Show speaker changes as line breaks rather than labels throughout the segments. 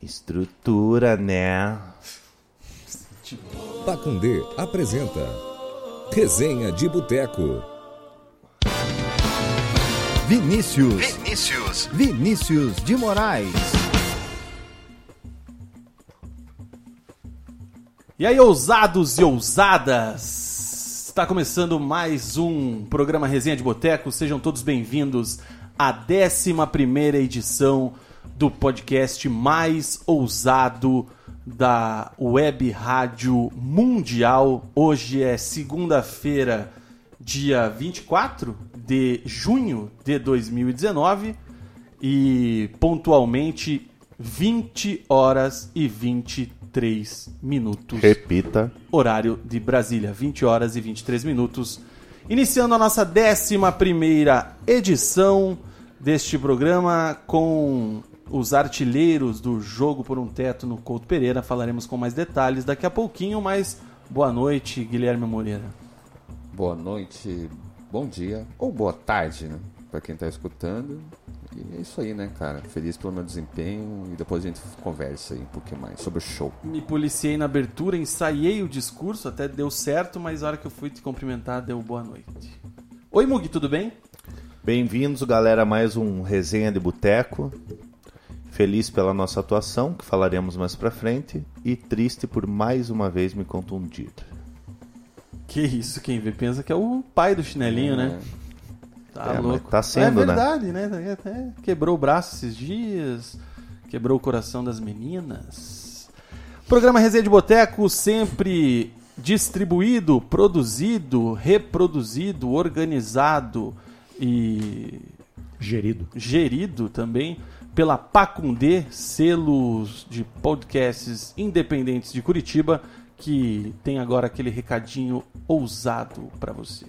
Estrutura, né?
Pacundê apresenta Resenha de Boteco.
Vinícius.
Vinícius.
Vinícius de Moraes.
E aí, ousados e ousadas! Está começando mais um programa Resenha de Boteco. Sejam todos bem-vindos à 11 edição do podcast mais ousado da Web Rádio Mundial. Hoje é segunda-feira, dia 24 de junho de 2019 e pontualmente 20 horas e 23 minutos
Repita.
horário de Brasília, 20 horas e 23 minutos. Iniciando a nossa 11ª edição deste programa com os artilheiros do jogo por um teto no Couto Pereira. Falaremos com mais detalhes daqui a pouquinho, mas boa noite, Guilherme Moreira.
Boa noite, bom dia ou boa tarde, né? Pra quem tá escutando. E é isso aí, né, cara? Feliz pelo meu desempenho e depois a gente conversa aí um pouquinho mais sobre o show.
Me policiei na abertura, ensaiei o discurso, até deu certo, mas a hora que eu fui te cumprimentar, deu boa noite. Oi, Mugi, tudo bem?
Bem-vindos, galera, a mais um Resenha de Boteco. Feliz pela nossa atuação, que falaremos mais pra frente, e triste por mais uma vez me contundir.
Que isso, quem vê pensa que é o pai do chinelinho, né? Tá
É, mas
louco.
tá sendo,
é verdade, né? Até quebrou o braço esses dias, quebrou o coração das meninas. Programa Resenha de Boteco sempre distribuído, produzido, reproduzido, organizado e
Gerido.
gerido também pela Pacundê, selos de podcasts independentes de Curitiba, que tem agora aquele recadinho ousado pra você.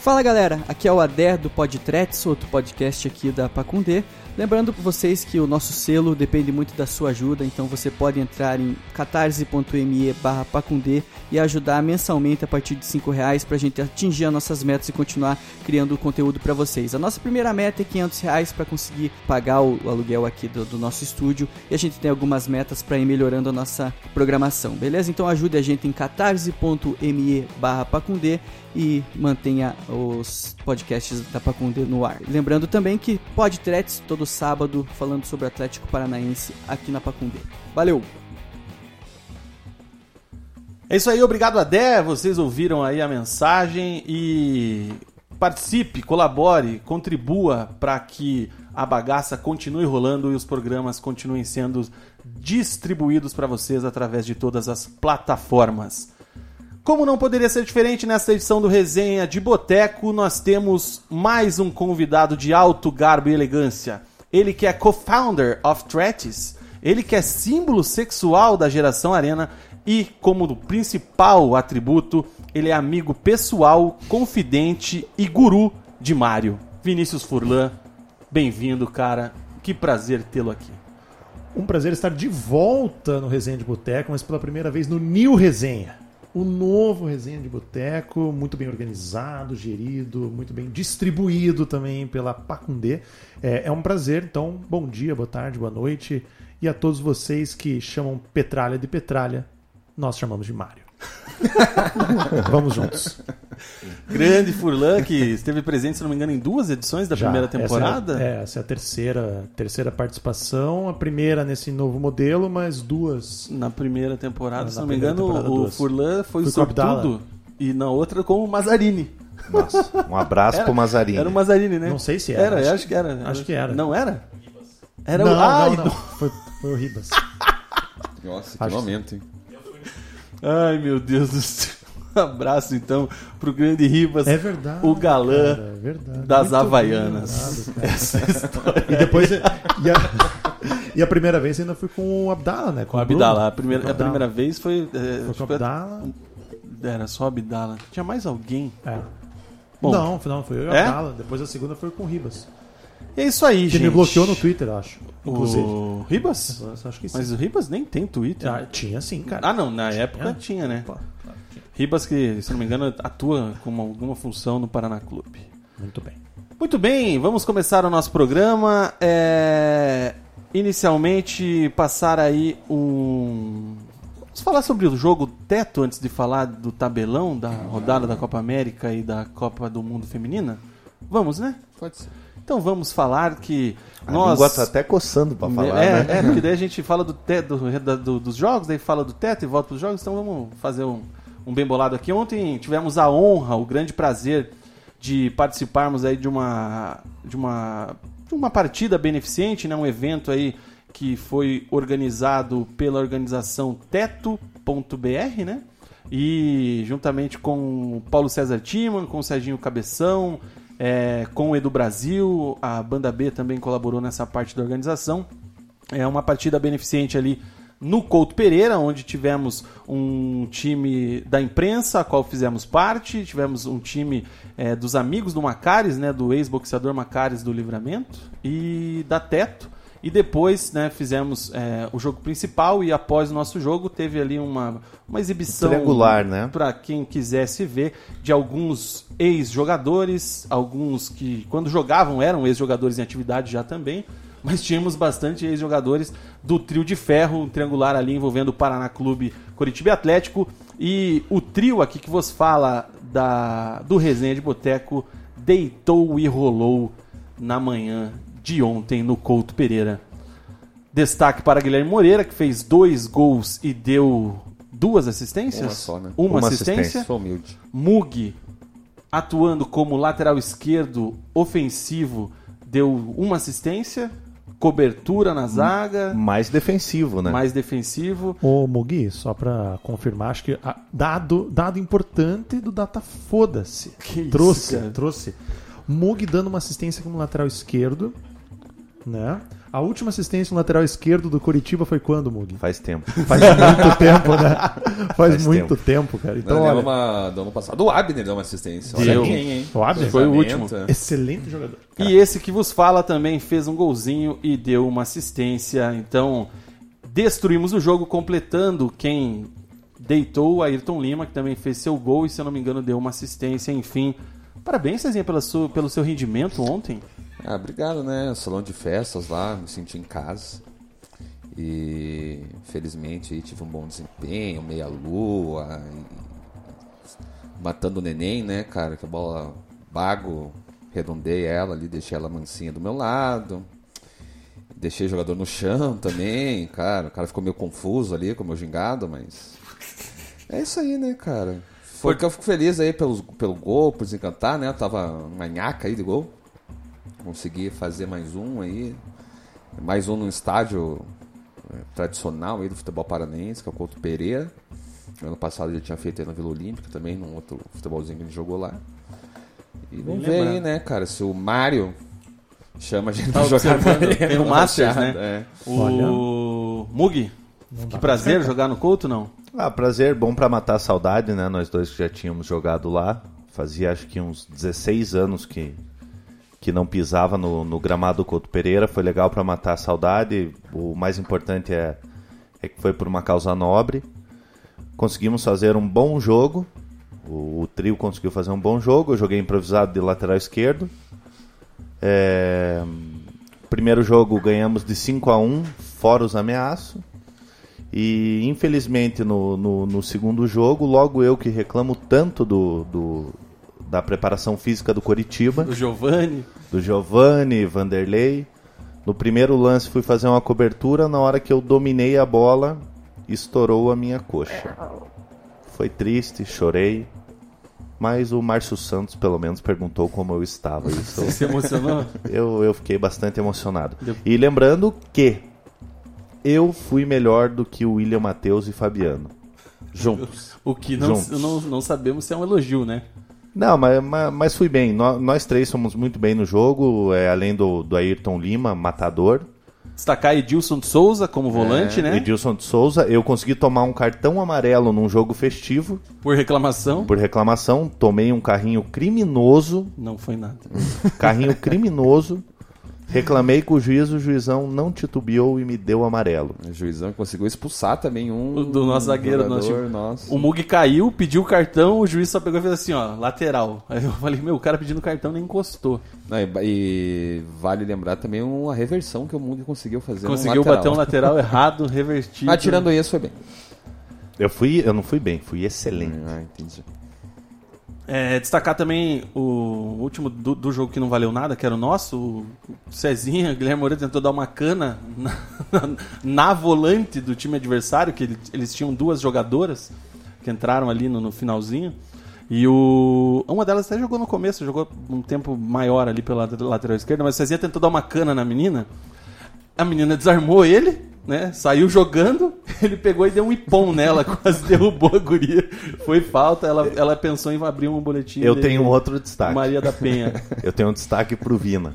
Fala galera, aqui é o Ader do Podtrets, outro podcast aqui da Pacundê. Lembrando pra vocês que o nosso selo depende muito da sua ajuda, então você pode entrar em catarse.me barra Pacundê e ajudar mensalmente a partir de 5 reais pra gente atingir as nossas metas e continuar criando conteúdo pra vocês. A nossa primeira meta é 500 reais pra conseguir pagar o aluguel aqui do, do nosso estúdio e a gente tem algumas metas pra ir melhorando a nossa programação, beleza? Então ajude a gente em catarse.me barra Pacundê e mantenha os podcasts da Pacundê no ar. Lembrando também que Podtrets todo sábado falando sobre o Atlético Paranaense aqui na Pacundê. Valeu!
É isso aí, obrigado Adé, vocês ouviram aí a mensagem e participe, colabore, contribua para que a bagaça continue rolando e os programas continuem sendo distribuídos para vocês através de todas as plataformas. Como não poderia ser diferente nesta edição do Resenha de Boteco, nós temos mais um convidado de alto garbo e elegância. Ele que é co-founder of Tretis, ele que é símbolo sexual da geração Arena e, como do principal atributo, ele é amigo pessoal, confidente e guru de Mário. Vinícius Furlan, bem-vindo, cara. Que prazer tê-lo aqui.
Um prazer estar de volta no Resenha de Boteco, mas pela primeira vez no New Resenha. O novo Resenha de Boteco, muito bem organizado, gerido, muito bem distribuído também pela Pacundê. É, é um prazer, então, bom dia, boa tarde, boa noite. E a todos vocês que chamam Petralha de Petralha, nós chamamos de Mário. Vamos juntos.
Grande Furlan, que esteve presente, se não me engano, em duas edições da
Já.
primeira
Essa é-
temporada.
é, Essa é, a terceira, terceira participação, a primeira nesse novo modelo, mas duas.
Na primeira temporada,
É, Na
se não me
primeira
engano,
temporada,
o
duas.
Furlan foi o
Fui com o Abdala.
sortudo. E na outra com o Mazarini.
Nossa, um abraço pro Mazarini.
Era o Mazarini, né?
Não sei se era.
Era,
Acho
eu acho que era. né?
acho que era.
Não era? Era
não,
o. Ai,
não, não. Foi, foi o Ribas.
Nossa, que
Acho-
momento, hein?
Ai, meu Deus do céu. abraço, então, pro grande Ribas,
É verdade.
o galã
cara, é verdade.
das
Muito
Havaianas.
bem lembrado.
Essa história.
E depois. e, a, e a primeira vez ainda foi com o Abdala, né?
Com a
o Bruno.
Abdala. A primeira,
Foi
a
com o
primeira
Abdala.
vez foi. é,
Foi
acho
com
que
o Abdala.
Era só Abdala. Tinha mais alguém.
É.
Bom.
não, afinal foi eu e o
É?
Abdala. Depois a segunda foi com o Ribas.
E é isso aí,
Que
gente.
me bloqueou no Twitter, acho. Inclusive.
O Ribas?
Eu Acho que sim.
Mas o Ribas nem tem Twitter.
Ah, tinha sim, cara.
Ah, não, na época tinha, né?
Pô,
Ribas, que, se não me engano, atua como alguma função no Paraná Clube.
Muito bem.
Muito bem, vamos começar o nosso programa. É, Inicialmente, passar aí um. Vamos falar sobre o jogo teto antes de falar do tabelão da rodada da Copa América e da Copa do Mundo Feminina? Vamos, né?
Pode ser.
Então vamos falar que
A
nós.
língua tá até coçando pra falar,
é,
né?
é, porque daí a gente fala do te- do- da- do- dos jogos, daí fala do teto e volta pros jogos, então vamos fazer um, um bem bolado aqui. Ontem tivemos a honra, o grande prazer de participarmos aí de uma de uma de uma partida beneficente, né, um evento aí que foi organizado pela organização teto.br, né? E juntamente com o Paulo César Timan, com o Serginho Cabeção, é, com o Edu Brasil, a Banda B também colaborou nessa parte da organização. É uma partida beneficente ali no Couto Pereira, onde tivemos um time da imprensa, a qual fizemos parte, tivemos um time eh, dos amigos do Macares, né, do ex-boxeador Macares do Livramento e da Teto. E depois né, fizemos eh, o jogo principal e após o nosso jogo teve ali uma, uma exibição
Triangular, né?
para quem quisesse ver, de alguns ex-jogadores, alguns que quando jogavam eram ex-jogadores em atividade já também, mas tínhamos bastante ex-jogadores do trio de ferro, um triangular ali envolvendo o Paraná Clube, Coritiba e Atlético, e o trio aqui que vos fala da, do Resenha de Boteco deitou e rolou na manhã de ontem no Couto Pereira. Destaque para Guilherme Moreira, que fez dois gols e deu duas assistências.
Uma só, né?
Uma
Uma, assistência.
assistência.
Sou humilde.
Mug, atuando como lateral esquerdo ofensivo, deu uma assistência. Cobertura na zaga,
Mais defensivo, né?
é. mais defensivo.
Ô, Mugi, só pra confirmar, acho que ah, dado, dado importante do Data Foda-se.
Que isso,
Trouxe,
cara.
trouxe. Mugi dando uma assistência como lateral esquerdo, né? A última assistência no lateral esquerdo do Curitiba foi quando, Mugi?
Faz tempo.
Faz muito tempo, né? Faz,
Faz
muito tempo. cara. Então,
Então,
olha,
deu uma, deu uma passada. O Abner deu uma assistência. Olha
Deu.
quem, hein?
O Abner?
Foi o
Lançamento,
último.
é.
excelente jogador.
E esse que vos fala também fez um golzinho e deu uma assistência. Então, destruímos o jogo, completando quem deitou o Ayrton Lima, que também fez seu gol e, se eu não me engano, deu uma assistência. Enfim, parabéns, Cezinha, pela sua, pelo seu rendimento ontem.
Ah, obrigado, né? Salão de festas lá, me senti em casa. E felizmente aí tive um bom desempenho, meia lua, e- matando o neném, né, cara? Que a bola bago, redondei ela ali, deixei ela mansinha do meu lado. Deixei o jogador no chão também, cara. O cara ficou meio confuso ali com o meu gingado, mas. É isso aí, né, cara? Foi que eu fico feliz aí pelos, pelo gol, por desencantar, né? Eu tava uma nhaca aí de gol conseguir fazer mais um aí, mais um num estádio eh, tradicional aí do futebol paranaense, que é o Couto Pereira. Ano passado ele tinha feito aí na Vila Olímpica também, num outro futebolzinho que ele jogou lá. E vamos ver aí, né, cara, se o Mário chama a gente pra jogar
Tá observando.
também,
Tem o
na
Masters,
Baixada,
né?
é.
O Mug, que prazer jogar no Couto, não?
Ah, prazer, bom pra matar a saudade, né? Nós dois que já tínhamos jogado lá. Fazia acho que uns 16 anos que, que não pisava no, no gramado do Couto Pereira. Foi legal pra matar a saudade. O mais importante é, é que foi por uma causa nobre. Conseguimos fazer um bom jogo. O, o trio conseguiu fazer um bom jogo. Eu joguei improvisado de lateral esquerdo. É, Primeiro jogo ganhamos de 5 a 1 fora os ameaços. E infelizmente no, no, no segundo jogo, logo eu que reclamo tanto do, do- da preparação física do Coritiba,
Do Giovanni.
do Giovanni, Vanderlei. No primeiro lance fui fazer uma cobertura, na hora que eu dominei a bola, estourou a minha coxa. Foi triste, chorei. Mas o Márcio Santos pelo menos perguntou como eu estava. Isso
Se emocionou?
eu, eu fiquei bastante emocionado.
Deu-
E lembrando que eu fui melhor do que o William Matheus e Fabiano. juntos.
O que não,
Juntos.
não, não sabemos se é um elogio, né?
Não, mas, mas, mas fui bem. Nó- Nós, três somos muito bem no jogo, é, além do, do Ayrton Lima, matador,
Destacar Edilson de Souza como volante, né?
Edilson de Souza. Eu consegui tomar um cartão amarelo num jogo festivo
Por reclamação,
por reclamação. Tomei um carrinho criminoso,
não foi nada.
carrinho criminoso. Reclamei com o juiz, o juizão não titubeou e me deu amarelo.
O juizão conseguiu expulsar também
O
um.
do nosso zagueiro,
jogador
nosso-
nosso.
O Mug caiu, pediu o cartão, o juiz só pegou e fez assim, ó, lateral. Aí eu falei, meu, o cara pedindo cartão nem encostou.
Não, e, e vale lembrar também uma reversão que o Mug conseguiu fazer. no
Conseguiu
lateral. né?
bater um lateral errado, revertido.
Mas tirando isso, foi bem.
Eu fui, eu não fui bem, fui excelente.
Ah, entendi.
É, destacar também o último do, do jogo que não valeu nada, que era o nosso. O Cezinha, Guilherme Moreira tentou dar uma cana na, na- na volante do time adversário, que ele- eles tinham duas jogadoras que entraram ali no, no finalzinho. E o. Uma delas até jogou no começo, jogou um tempo maior ali pela lateral esquerda, mas o Cezinha tentou dar uma cana na menina. A menina desarmou ele, né? Saiu jogando, ele pegou e deu um ipom nela, quase derrubou a guria. Foi falta, ela, ela pensou em abrir um boletim.
Eu
de-
tenho outro destaque.
Maria da Penha.
Eu tenho um destaque pro Vina.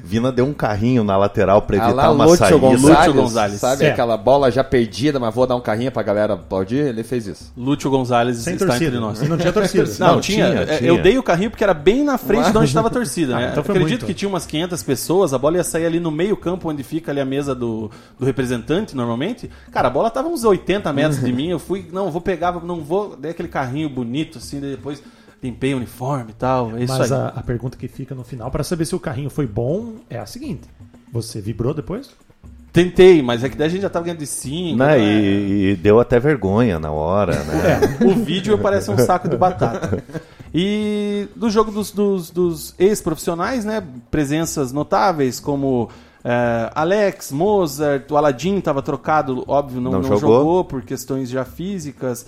Vina deu um carrinho na lateral pra
Ah,
evitar
lá,
tá uma
Lúcio
saída.
Gonzalez,
Lúcio Gonzalez.
Sabe
É.
aquela bola já perdida, mas vou dar um carrinho pra galera aplaudir? Ele fez isso.
Lúcio Gonzalez
Sem
está
torcida.
tá entre nós.
E não tinha torcida.
Não,
Não,
tinha,
tinha,
é,
tinha.
Eu dei o carrinho porque era bem na frente de onde estava a torcida.
Ah,
né?
então foi
Acredito
muito.
que tinha umas 500 pessoas, a bola ia sair ali no meio campo onde fica ali a mesa do, do representante normalmente. Cara, a bola tava uns 80 metros
Uhum.
de mim, eu fui, não, vou pegar, não vou, dei aquele carrinho bonito assim, daí depois limpei o uniforme e tal, é isso
Mas
aí.
a, a pergunta que fica no final, pra saber se o carrinho foi bom, é a seguinte: Você vibrou depois?
Tentei, mas é que daí a gente já tava ganhando de 5.
Né,
É.
e, e deu até vergonha na hora, né?
O vídeo parece um saco de batata. E do jogo dos, dos- dos ex-profissionais, né? Presenças notáveis como eh, Alex, Mozart, o Aladim estava trocado, óbvio, não,
Não
não jogou.
jogou.
por questões já físicas.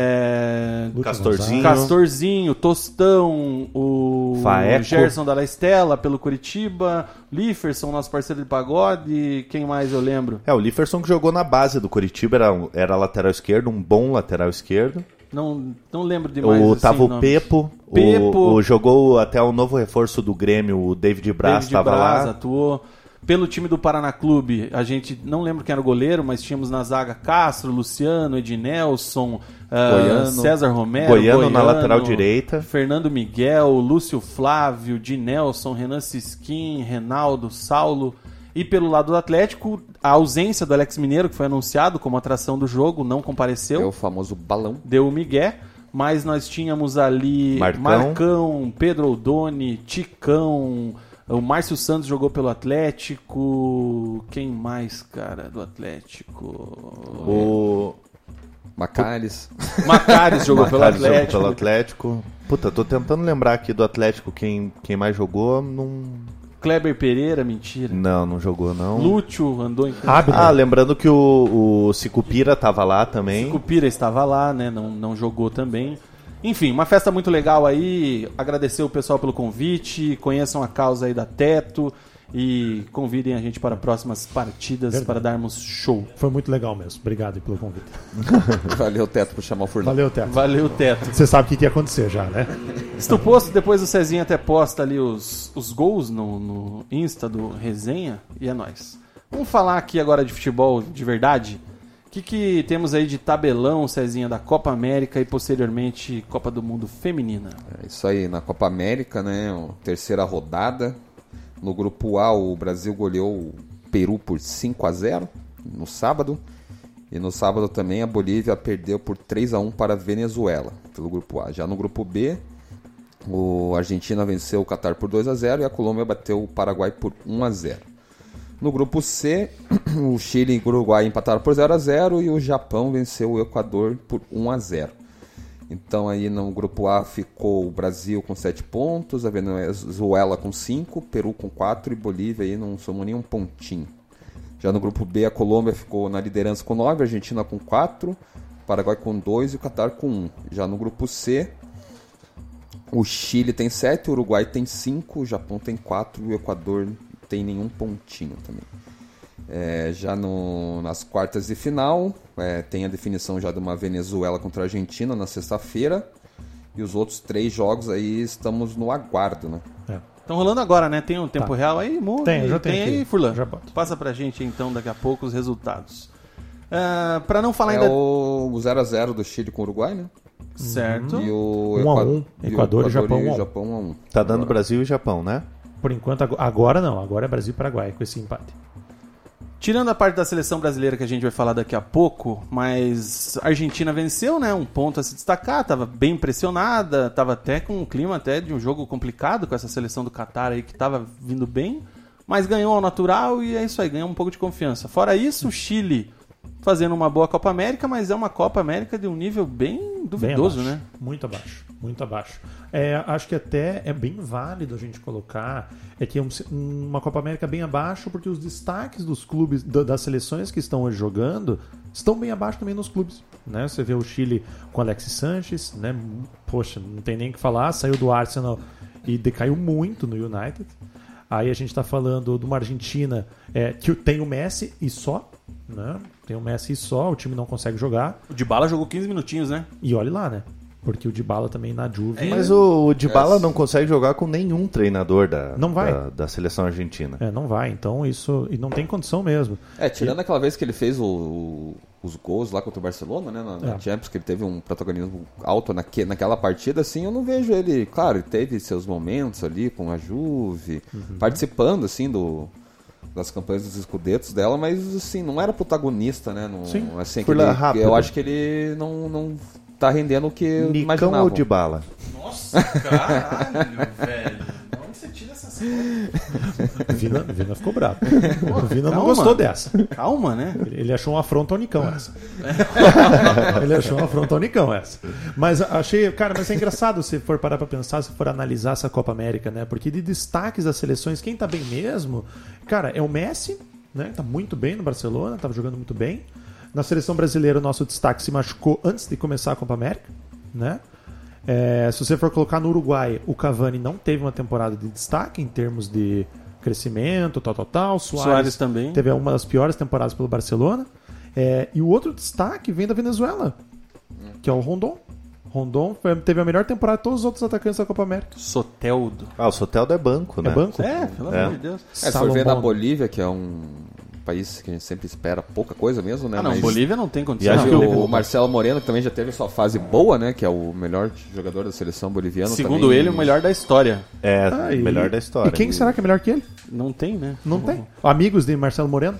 eh,
Castorzinho.
Castorzinho, Tostão, o
Faeco.
Gerson da La Estela pelo Curitiba, Lieferson, nosso parceiro de pagode, quem mais eu lembro?
É, o Lieferson que jogou na base do Curitiba, era, um- era lateral esquerdo, um bom lateral esquerdo.
Não, não lembro demais.
o,
assim,
tava o
nomes.
Pepo, o-
Pepo.
O, jogou até o novo reforço do Grêmio, o David Braz
David
estava
Braz
lá.
atuou. Pelo time do Paraná Clube, a gente não lembro quem era o goleiro, mas tínhamos na zaga Castro, Luciano, Ednelson, ah,
Goiano.
César Romero,
Goiano na
Goiano,
lateral direita.
Fernando Miguel, Lúcio Flávio, Dinelson, Renan Siskin, Renaldo, Saulo. E pelo lado do Atlético, a ausência do Alex Mineiro, que foi anunciado como atração do jogo, não compareceu
É o famoso balão.
deu o migué, mas nós tínhamos ali
Marcão.
Marcão, Pedro Odoni, Ticão, o Márcio Santos jogou pelo Atlético, quem mais, cara, do Atlético?
O
Macales.
Macares jogou pelo
Macares jogou
Atlético. né?
pelo Atlético. Puta, tô tentando lembrar aqui do Atlético quem, quem mais jogou. Não,
Kleber Pereira, mentira.
não, não jogou não.
Lúcio andou em campo.
Abner.
Ah, lembrando que o, o Sicupira tava lá também.
Cupira estava lá, né? Não, não jogou também. Enfim, uma festa muito legal aí. Agradecer o pessoal pelo convite. Conheçam a causa aí da Teto. E convidem a gente para próximas partidas para darmos show.
Foi muito legal mesmo. Obrigado pelo convite.
Valeu, Teto, por chamar o Furlan.
Valeu, Teto.
Valeu, Teto.
Você sabe o que, que ia acontecer já, né?
Estou posto, depois o Cezinha até posta ali os, os gols no, no Insta do Resenha e é nóis. Vamos falar aqui agora de futebol de verdade. O que, que temos aí de tabelão, Cezinha, da Copa América e posteriormente Copa do Mundo Feminina?
É Isso aí, na Copa América, né? o- Terceira rodada. No grupo A, o Brasil goleou o Peru por 5 a 0 no sábado. E no sábado também a Bolívia perdeu por 3 a 1 para a Venezuela, pelo grupo A. Já no grupo B, o Argentina venceu o Catar por 2 a 0 e a Colômbia bateu o Paraguai por 1 a 0. No grupo C, o Chile e o Uruguai empataram por 0 a 0 e o Japão venceu o Equador por 1 a 0. Então aí no grupo A ficou o Brasil com 7 pontos, a Venezuela com 5, Peru com 4 e Bolívia aí não somou nenhum pontinho. Já no grupo B a Colômbia ficou na liderança com 9, a Argentina com 4, Paraguai com 2 e o Catar com 1. Já no grupo C o Chile tem 7, o Uruguai tem 5, o Japão tem 4 e o Equador não tem nenhum pontinho também. É, já no- nas quartas de final, é, tem a definição já de uma Venezuela contra a Argentina na sexta-feira. E os outros três jogos aí estamos no aguardo, né?
Estão rolando agora, né? Tem um tempo real aí, Mo?
Tá. Tem, já
tem
tem
aí,
aqui.
Furlan.
Já boto.
Passa pra gente então daqui a pouco os resultados. Ah, pra não falar
É
ainda.
o 0x0 do Chile com o Uruguai, né?
Certo.
Hum, E o
Um a
Equa-
um, Equador e Japão um a um.
Japão 1 x
Tá dando Brasil e Japão, né?
Por enquanto, ago- agora não. Agora é Brasil e Paraguai com esse empate.
Tirando a parte da seleção brasileira que a gente vai falar daqui a pouco, mas a Argentina venceu, né? Um ponto a se destacar, tava bem pressionada, tava até com um clima até de um jogo complicado com essa seleção do Catar aí que tava vindo bem, mas ganhou ao natural e é isso aí, ganhou um pouco de confiança. Fora isso, o Chile fazendo uma boa Copa América, mas é uma Copa América de um nível bem
Bem
duvidoso,
abaixo,
né?
Muito abaixo, muito abaixo. É, acho que até é bem válido a gente colocar é que é um se- um- uma Copa América bem abaixo, porque os destaques dos clubes, da- das seleções que estão hoje jogando, estão bem abaixo também nos clubes. Né? Você vê o Chile com Alexis Sanches, né? Poxa, não tem nem o que falar, saiu do Arsenal e decaiu muito no United. Aí a gente está falando de uma Argentina é, que tem o Messi e só. Né? Tem o Messi e só, o time não consegue jogar.
O Dybala jogou 15 minutinhos, né?
E olhe lá, né? Porque o Dybala também na Juve.
É.
Mas o, o Dybala não consegue jogar com nenhum treinador da,
Não vai.
da, da seleção argentina.
É, não vai, então isso. E não tem condição mesmo.
É, tirando aquela vez que ele fez o- o- os gols lá contra o Barcelona, né? Na, na
É.
Champions, que ele teve um protagonismo alto naque- naquela partida, assim, eu não vejo ele. Claro, ele teve seus momentos ali com a Juve,
Uhum.
participando, assim, do, das campanhas dos escudetos dela, mas, assim, não era protagonista, né? Não,
Sim.
assim, que
Foi lá
ele-
rápido.
eu acho que ele não, não tá rendendo o que eu
Nicão
imaginava.
ou Dybala?
Nossa, caralho, velho. Onde você tira essas coisas?
O Vina, o Vina ficou bravo. O Vina
Calma.
não gostou dessa.
Calma, né?
Ele ele achou um afronto ao Nicão essa. Ele achou um afronto ao Nicão essa. Mas a- achei, cara, mas é engraçado se for parar pra pensar, se for analisar essa Copa América, né? Porque de destaques das seleções, quem tá bem mesmo, cara, é o Messi, né? Tá muito bem no Barcelona, tava jogando muito bem. Na seleção brasileira, o nosso destaque se machucou antes de começar a Copa América, né? É, se você for colocar no Uruguai, o Cavani não teve uma temporada de destaque em termos de crescimento, tal, tal, tal. Soares,
Suárez também.
Teve uma das piores temporadas pelo Barcelona. É, e o outro destaque vem da Venezuela, que é o Rondon. Rondon foi- teve a melhor temporada de todos os outros atacantes da Copa América.
Soteldo.
Ah, o Soteldo é banco, né?
É banco?
É, pelo
É.
amor de Deus.
É, se for ver na
né?
Bolívia, que é um país que a gente sempre espera pouca coisa mesmo, né?
Ah, não,
mas-
Bolívia não tem
E
condição.
acho
Teve
que
Não.
o Marcelo Moreno, que também já teve sua fase boa, né? Que é o melhor jogador da seleção boliviana.
Segundo
também.
ele, o melhor da história.
É,
Ah, e-
melhor da história.
E quem será que é melhor que ele?
Não tem, né?
Não tem. Amigos de Marcelo Moreno?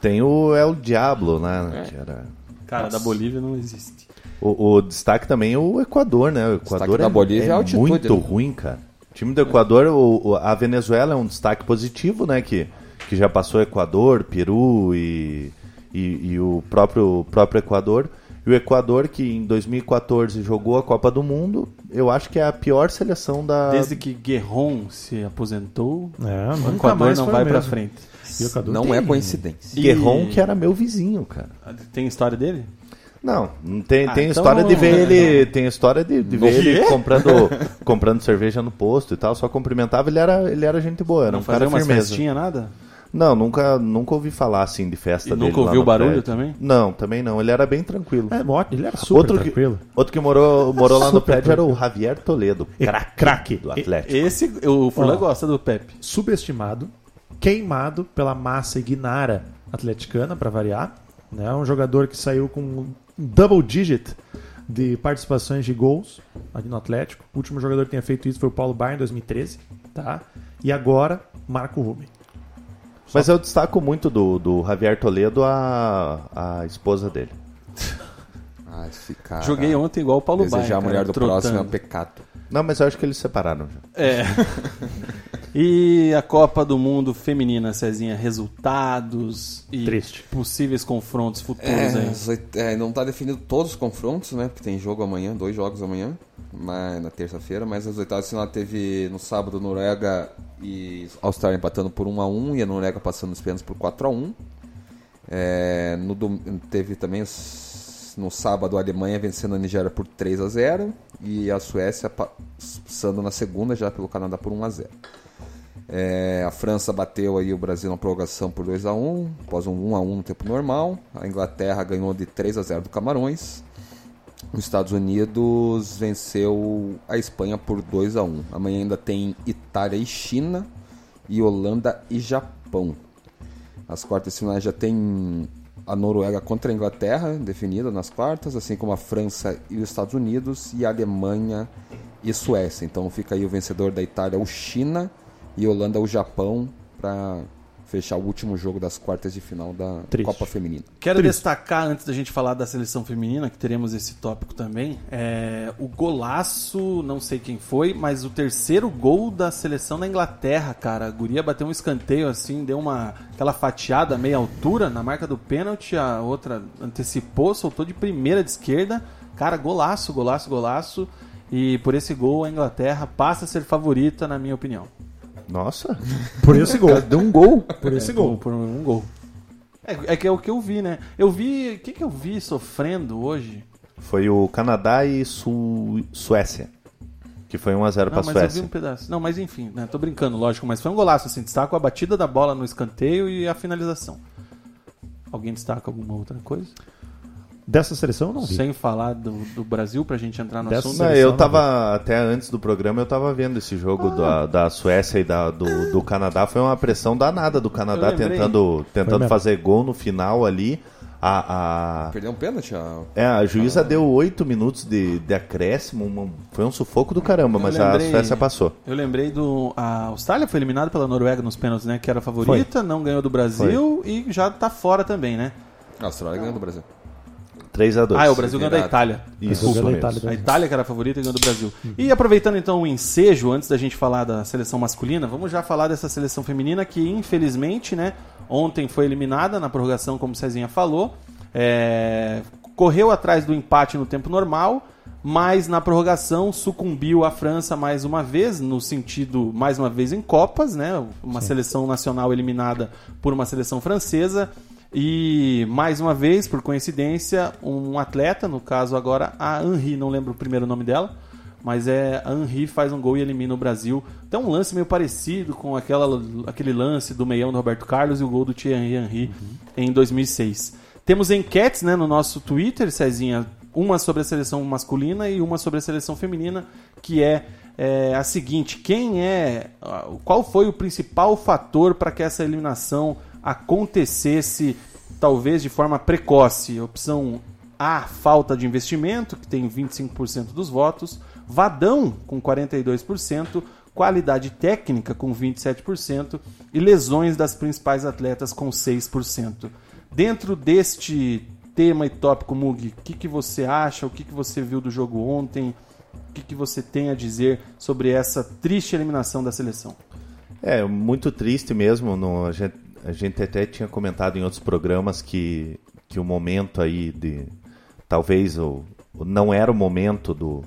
Tem o El Diablo,
É.
né? que era-
Cara, da Bolívia não existe.
O, o destaque também é o Equador, né? O Equador
da Bolívia é a altitude,
muito
né?
ruim, cara. O time do Equador, o- o- a Venezuela é um destaque positivo, né? Que, que já passou Equador, Peru e, e, e o próprio, próprio Equador. E o Equador, que em 2014 jogou a Copa do Mundo, eu acho que é a pior seleção
Ah.
da.
Desde que Guerron se aposentou,
É,
o
nunca
Equador
mais
não
foi
vai pra
mesmo.
frente.
E o Equador
Não
tem-
é coincidência.
Guerron,
é-
que era meu vizinho, cara.
Tem história dele?
Não, não tem,
Ah,
tem
então
história de
não- né?
ver ele. Tem história de, de ver
quê?
ele comprando, comprando cerveja no posto e tal, só cumprimentava, ele era, ele era gente boa, era
Não
um
fazia
cara
umas
firmeza.
festinhas, nada?
Não, nunca, nunca ouvi falar assim de festa
E
dele.
nunca
lá
ouviu
no
barulho
prédio.
também?
Não, também não. Ele era bem tranquilo.
É, mó- ele era super
outro
tranquilo.
Que, outro que morou, morou lá no
Super
prédio era o
tranquilo.
Javier Toledo,
E-
craque
craque.
do
E-
Atlético.
Esse, o Furlan
Ó.
gosta do Pepe.
subestimado, queimado pela massa ignara atleticana, para variar. Né? Um jogador que saiu com um double digit de participações de gols ali no Atlético. O último jogador que tenha feito isso foi o Paulo Baier em 2013. Tá? E agora, Marco Rubem.
Mas eu destaco muito do, do Javier Toledo a, a esposa dele.
Ah, esse cara.
Joguei ontem igual o Paulo Baia.
Desejar a mulher
cara,
do
trotando.
próximo é um pecado.
Não, mas eu acho que eles separaram já.
É. E a Copa do Mundo feminina, Cezinha, resultados e
Triste.
possíveis confrontos futuros
É,
aí.
as oit- é, não tá definido todos os confrontos, né? Porque tem jogo amanhã, dois jogos amanhã, mas, na terça-feira, mas as oitavas de final teve no sábado Noruega e Austrália empatando por 1 a 1 e a Noruega passando os pênaltis por 4 a 1 É, no dom- teve também os- no sábado a Alemanha vencendo a Nigéria por 3 a um 0 e a Suécia pa- passando na segunda já pelo Canadá por 1 a 0 É, a França bateu aí o Brasil na prorrogação por 2 a 1 após um 1 a 1 no tempo normal. A Inglaterra ganhou de 3 a 0 do Camarões. Os Estados Unidos venceu a Espanha por 2 a 1. Amanhã ainda tem Itália e China e Holanda e Japão. As quartas de finais já tem a Noruega contra a Inglaterra definida nas quartas, assim como a França e os Estados Unidos e a Alemanha e Suécia. Então fica aí o vencedor da Itália, o China e Holanda, o Japão para fechar o último jogo das quartas de final da
Triste.
Copa Feminina.
Quero destacar, antes da gente falar da seleção feminina, que teremos esse tópico também, é, o golaço, não sei quem foi, mas o terceiro gol da seleção da Inglaterra, cara. A guria bateu um escanteio assim, deu uma aquela fatiada meia altura na marca do pênalti, a outra antecipou, soltou de primeira de esquerda. Cara, golaço, golaço, golaço. E por esse gol a Inglaterra passa a ser favorita, na minha opinião.
Nossa,
Por esse gol.
deu um gol.
Por esse
Por,
gol.
por um gol. É, é que é o que eu vi, né? Eu vi. O que, que eu vi sofrendo hoje?
Foi o Canadá e Su... Suécia. Que foi 1x0
Não,
pra
mas eu vi
Suécia.
um pedaço. Não, mas enfim, né? Tô brincando, lógico, mas foi um golaço, assim. Destaco a batida da bola no escanteio e a finalização. Alguém destaca alguma outra coisa?
Dessa seleção eu não vi.
Sem falar do, do Brasil pra gente entrar no
Dessa-
assunto.
Não,
seleção,
eu
né?
tava, até antes do programa, eu tava vendo esse jogo da,
Ah.
da Suécia e da, do, do Canadá. Foi uma pressão danada do Canadá
Eu lembrei.
tentando,
Foi
tentando
mesmo.
fazer gol no final ali. A, a,
Perdeu um pênalti? A...
é, a
Ah.
juíza deu oito minutos de, de acréscimo. uma- foi um sufoco do caramba,
Eu
mas
lembrei-
a Suécia passou.
Eu lembrei do. A Austrália foi eliminada pela Noruega nos pênaltis, né? Que era a favorita, não ganhou do Brasil e já tá fora também, né?
A Austrália ganhou do Brasil.
3x2.
Ah, é, o Brasil ganhou da
Irado.
Itália.
Isso,
Brasil ganhou da
mesmo.
Itália.
A Itália que era a favorita e ganhou do Brasil. E aproveitando então o ensejo, antes da gente falar da seleção masculina, vamos já falar dessa seleção feminina que, infelizmente, né, ontem foi eliminada na prorrogação, como o Cezinha falou. É, correu atrás do empate no tempo normal, mas na prorrogação sucumbiu a França mais uma vez, no sentido, mais uma vez, em Copas, né? Uma seleção nacional eliminada por uma seleção francesa. E mais uma vez, por coincidência, um atleta, no caso agora a Henri, não lembro o primeiro nome dela, mas é a Henri faz um gol e elimina o Brasil. Tem um lance meio parecido com aquela, aquele lance do meião do Roberto Carlos e o gol do Thierry Henry em 2006. Temos enquetes né, no nosso Twitter, Cezinha, uma sobre a seleção masculina e uma sobre a seleção feminina, que é, é, a seguinte: quem é, ah, qual foi o principal fator para que essa eliminação acontecesse, talvez de forma precoce? Opção A, falta de investimento, que tem 25% dos votos, Vadão, com 42%, qualidade técnica, com 27%, e lesões das principais atletas, com 6%. Dentro deste tema e tópico, Mug, o que, que você acha, o que, que você viu do jogo ontem, o que, que você tem a dizer sobre essa triste eliminação da seleção?
É, muito triste mesmo. no- a, gente, a gente até tinha comentado em outros programas que, que o momento aí de. Talvez o, o- não era o momento do,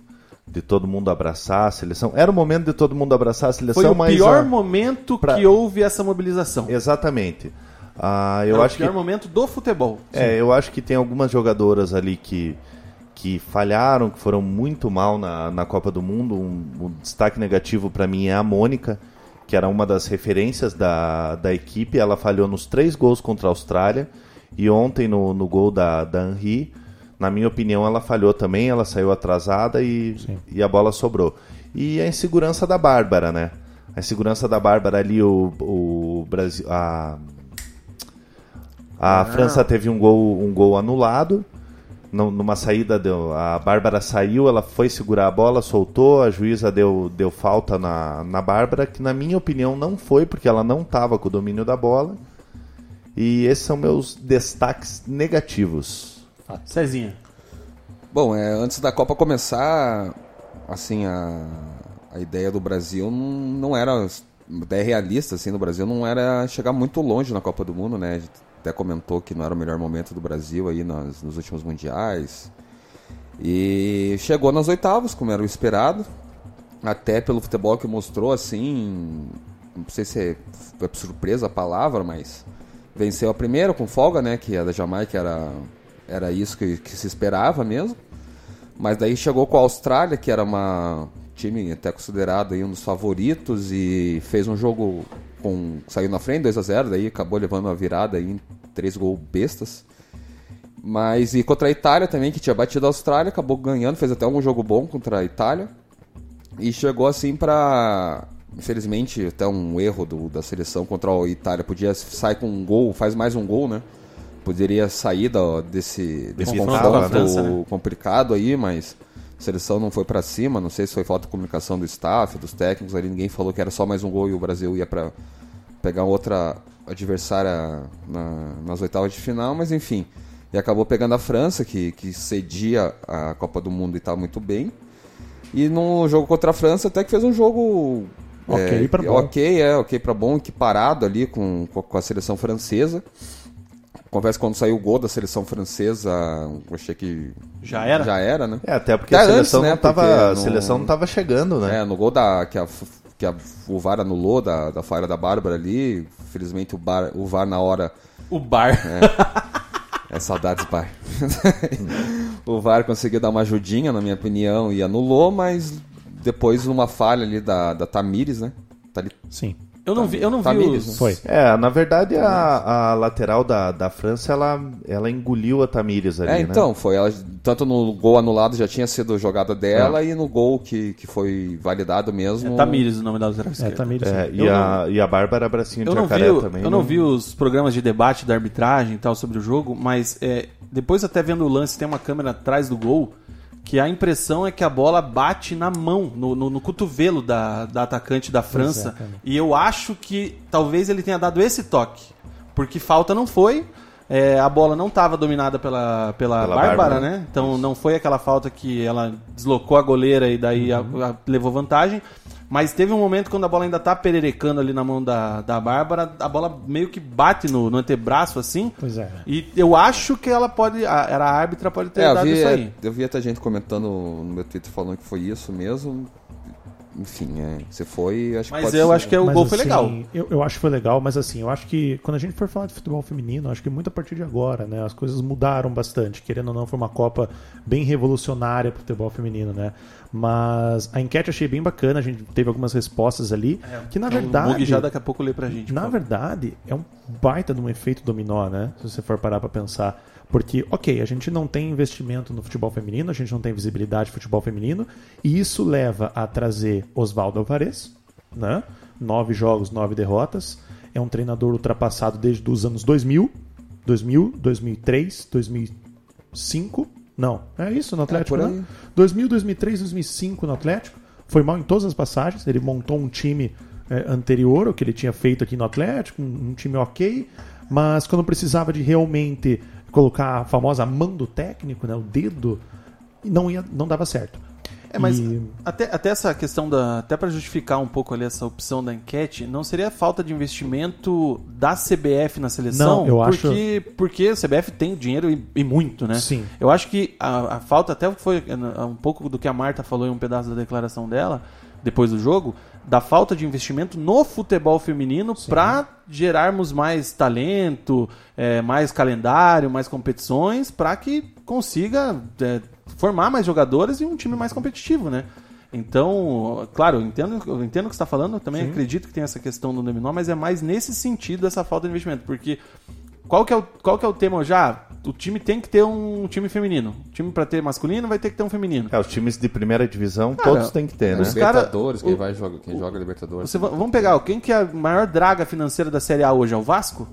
de todo mundo abraçar a seleção. Era o momento de todo mundo abraçar a seleção,
Foi o
mas.
pior
a-
momento
pra-
que houve essa mobilização.
Exatamente. Ah, eu
Era
acho
o
que
pior momento do futebol.
É, eu acho que tem algumas jogadoras ali que, que falharam, que foram muito mal na, na Copa do Mundo. Um, um destaque negativo para mim é a Mônica, que era uma das referências da, da equipe. Ela falhou nos três gols contra a Austrália e ontem no, no gol da, da Henry. Na minha opinião, ela falhou também. Ela saiu atrasada e, e a bola sobrou. E a insegurança da Bárbara, né? A insegurança da Bárbara ali, o, o Brasil. A, a França teve um gol, um gol anulado. Num- Numa saída, deu, a Bárbara saiu, ela foi segurar a bola, soltou, a juíza deu, deu falta na, na Bárbara, que na minha opinião não foi, porque ela não estava com o domínio da bola. E esses são meus destaques negativos.
Cezinha.
Bom, é, antes da Copa começar, assim, a, a ideia do Brasil não, não era uma ideia realista, assim, do Brasil não era chegar muito longe na Copa do Mundo, né? A gente até comentou que não era o melhor momento do Brasil aí nas, nos últimos mundiais. E chegou nas oitavas, como era o esperado. Até pelo futebol que mostrou, assim. Não sei se é, é surpresa a palavra, mas. Venceu a primeira com folga, né? Que a da Jamaica era, era isso que, que se esperava mesmo. Mas daí chegou com a Austrália, que era uma. time até considerado aí um dos favoritos e fez um jogo com saiu na frente 2 a 0, daí acabou levando uma virada aí, três gols bestas. Mas e contra a Itália também, que tinha batido a Austrália, acabou ganhando, fez até um jogo bom contra a Itália. E chegou assim pra. Infelizmente, até um erro do- da seleção contra a Itália. Podia sair com um gol, faz mais um gol, né? Poderia sair da- desse, desse
confronto
confronto
com a
França, né?
complicado aí, mas a seleção não foi pra cima. Não sei se foi falta de comunicação do staff, dos técnicos ali. Ninguém falou que era só mais um gol e o Brasil ia pra pegar outra adversária na- nas oitavas de final, mas enfim. E acabou pegando a França, que, que cedia a Copa do Mundo e tá muito bem. E no jogo contra a França até que fez um jogo
Ok
é,
pra bom.
ok, é, ok pra bom, equiparado ali com, com a- com a seleção francesa. Confesso que quando saiu o gol da seleção francesa, eu achei que
Já era?
já era, né?
É, até porque
Até
a, seleção,
antes, né,
não tava,
porque
a
não-
seleção não tava chegando, né?
É, no gol da, que, a, que a, o VAR anulou da, da falha da Bárbara ali, felizmente o, bar, o VAR na hora né?
O bar.
É saudades, pai. o VAR conseguiu dar uma ajudinha, na minha opinião, e anulou, mas depois uma falha ali da, da Tamires, né? Tá ali-
Sim.
Eu não vi, eu não vi
Tamires,
os...
né?
Foi.
É, na verdade a, a lateral da, da França ela, ela engoliu a Tamires ali,
É,
né?
então, foi ela. Tanto no gol anulado já tinha sido jogada dela, e no gol que, que foi validado mesmo.
É Tamires o nome da lateral
É,
esquerda.
tá meio
É, e,
Eu
a, e a Bárbara Bracinho de
Eu não, vi,
Jacaré
o-
também. né?
eu não vi os programas de debate da arbitragem e tal sobre o jogo, mas é, depois até vendo o lance, tem uma câmera atrás do gol, que a impressão é que a bola bate na mão, no, no- no cotovelo da, da atacante da França. e eu acho que talvez ele tenha dado esse toque, porque falta não foi. é, a bola não estava dominada pela, pela,
Pela
Bárbara,
Bárbara.
né? Então não foi aquela falta que ela deslocou a goleira e daí a-
Uhum.
a- levou vantagem. Mas teve um momento quando a bola ainda tá pererecando ali na mão da, da Bárbara, a bola meio que bate no, no antebraço assim.
Pois é.
E eu acho que ela pode. A, era a árbitra, pode ter
É, eu
dado
vi,
isso aí.
eu vi até gente comentando no meu Twitter falando que foi isso mesmo. Enfim, é, se foi, acho que
Mas
pode
eu
ser.
acho que é o
Mas,
gol foi
assim,
legal.
Eu, eu acho que foi legal, mas assim, eu acho que quando a gente for falar de futebol feminino, acho que muito a partir de agora, né? As coisas mudaram bastante. Querendo ou não, foi uma Copa bem revolucionária pro futebol feminino, né? Mas a enquete eu achei bem bacana, a gente teve algumas respostas ali,
É,
que na
O Mug
verdade...
um já daqui a pouco lê pra gente.
Na
por favor.
verdade, é um baita de um efeito dominó, né? Se você for parar pra pensar. Porque, ok, a gente não tem investimento no futebol feminino, a gente não tem visibilidade no futebol feminino, e isso leva a trazer Oswaldo Alvarez, né? Nove jogos, nove derrotas. É um treinador ultrapassado desde os anos 2000, 2000, 2003, 2005. Não, é isso no Atlético,
por aí.
né? 2000, 2003, 2005 no Atlético. Foi mal em todas as passagens. Ele montou um time eh, anterior ao que ele tinha feito aqui no Atlético, um, um time ok. Mas quando precisava de realmente colocar a famosa mão do técnico, né, o dedo, não ia, não dava certo.
É, mas
E-
até, até essa questão da. Até para justificar um pouco ali essa opção da enquete, não seria falta de investimento da CBF na seleção?
Não, eu acho-
porque, Porque a CBF tem dinheiro e, e muito, né?
Sim.
Eu acho que a, a falta, até foi eh, um pouco do que a Marta falou em um pedaço da declaração dela, depois do jogo, da falta de investimento no futebol feminino para gerarmos mais talento, eh, mais calendário, mais competições, para que consiga eh, formar mais jogadores e um time mais competitivo, né? Então, claro, eu entendo, eu entendo o que você está falando, eu também acredito que tem essa questão do dominó, mas é mais nesse sentido essa falta de investimento, porque qual que é o, qual que é o tema já? O time tem que ter um time feminino. O time pra ter masculino vai ter que ter um feminino.
É, os times de primeira divisão,
Cara, é.
todos têm que ter, né?
os cara-
Libertadores, quem vai joga, quem joga Libertadores.
Você, va- vamos pegar, ó, quem que é a maior draga financeira da Série A hoje? É o Vasco?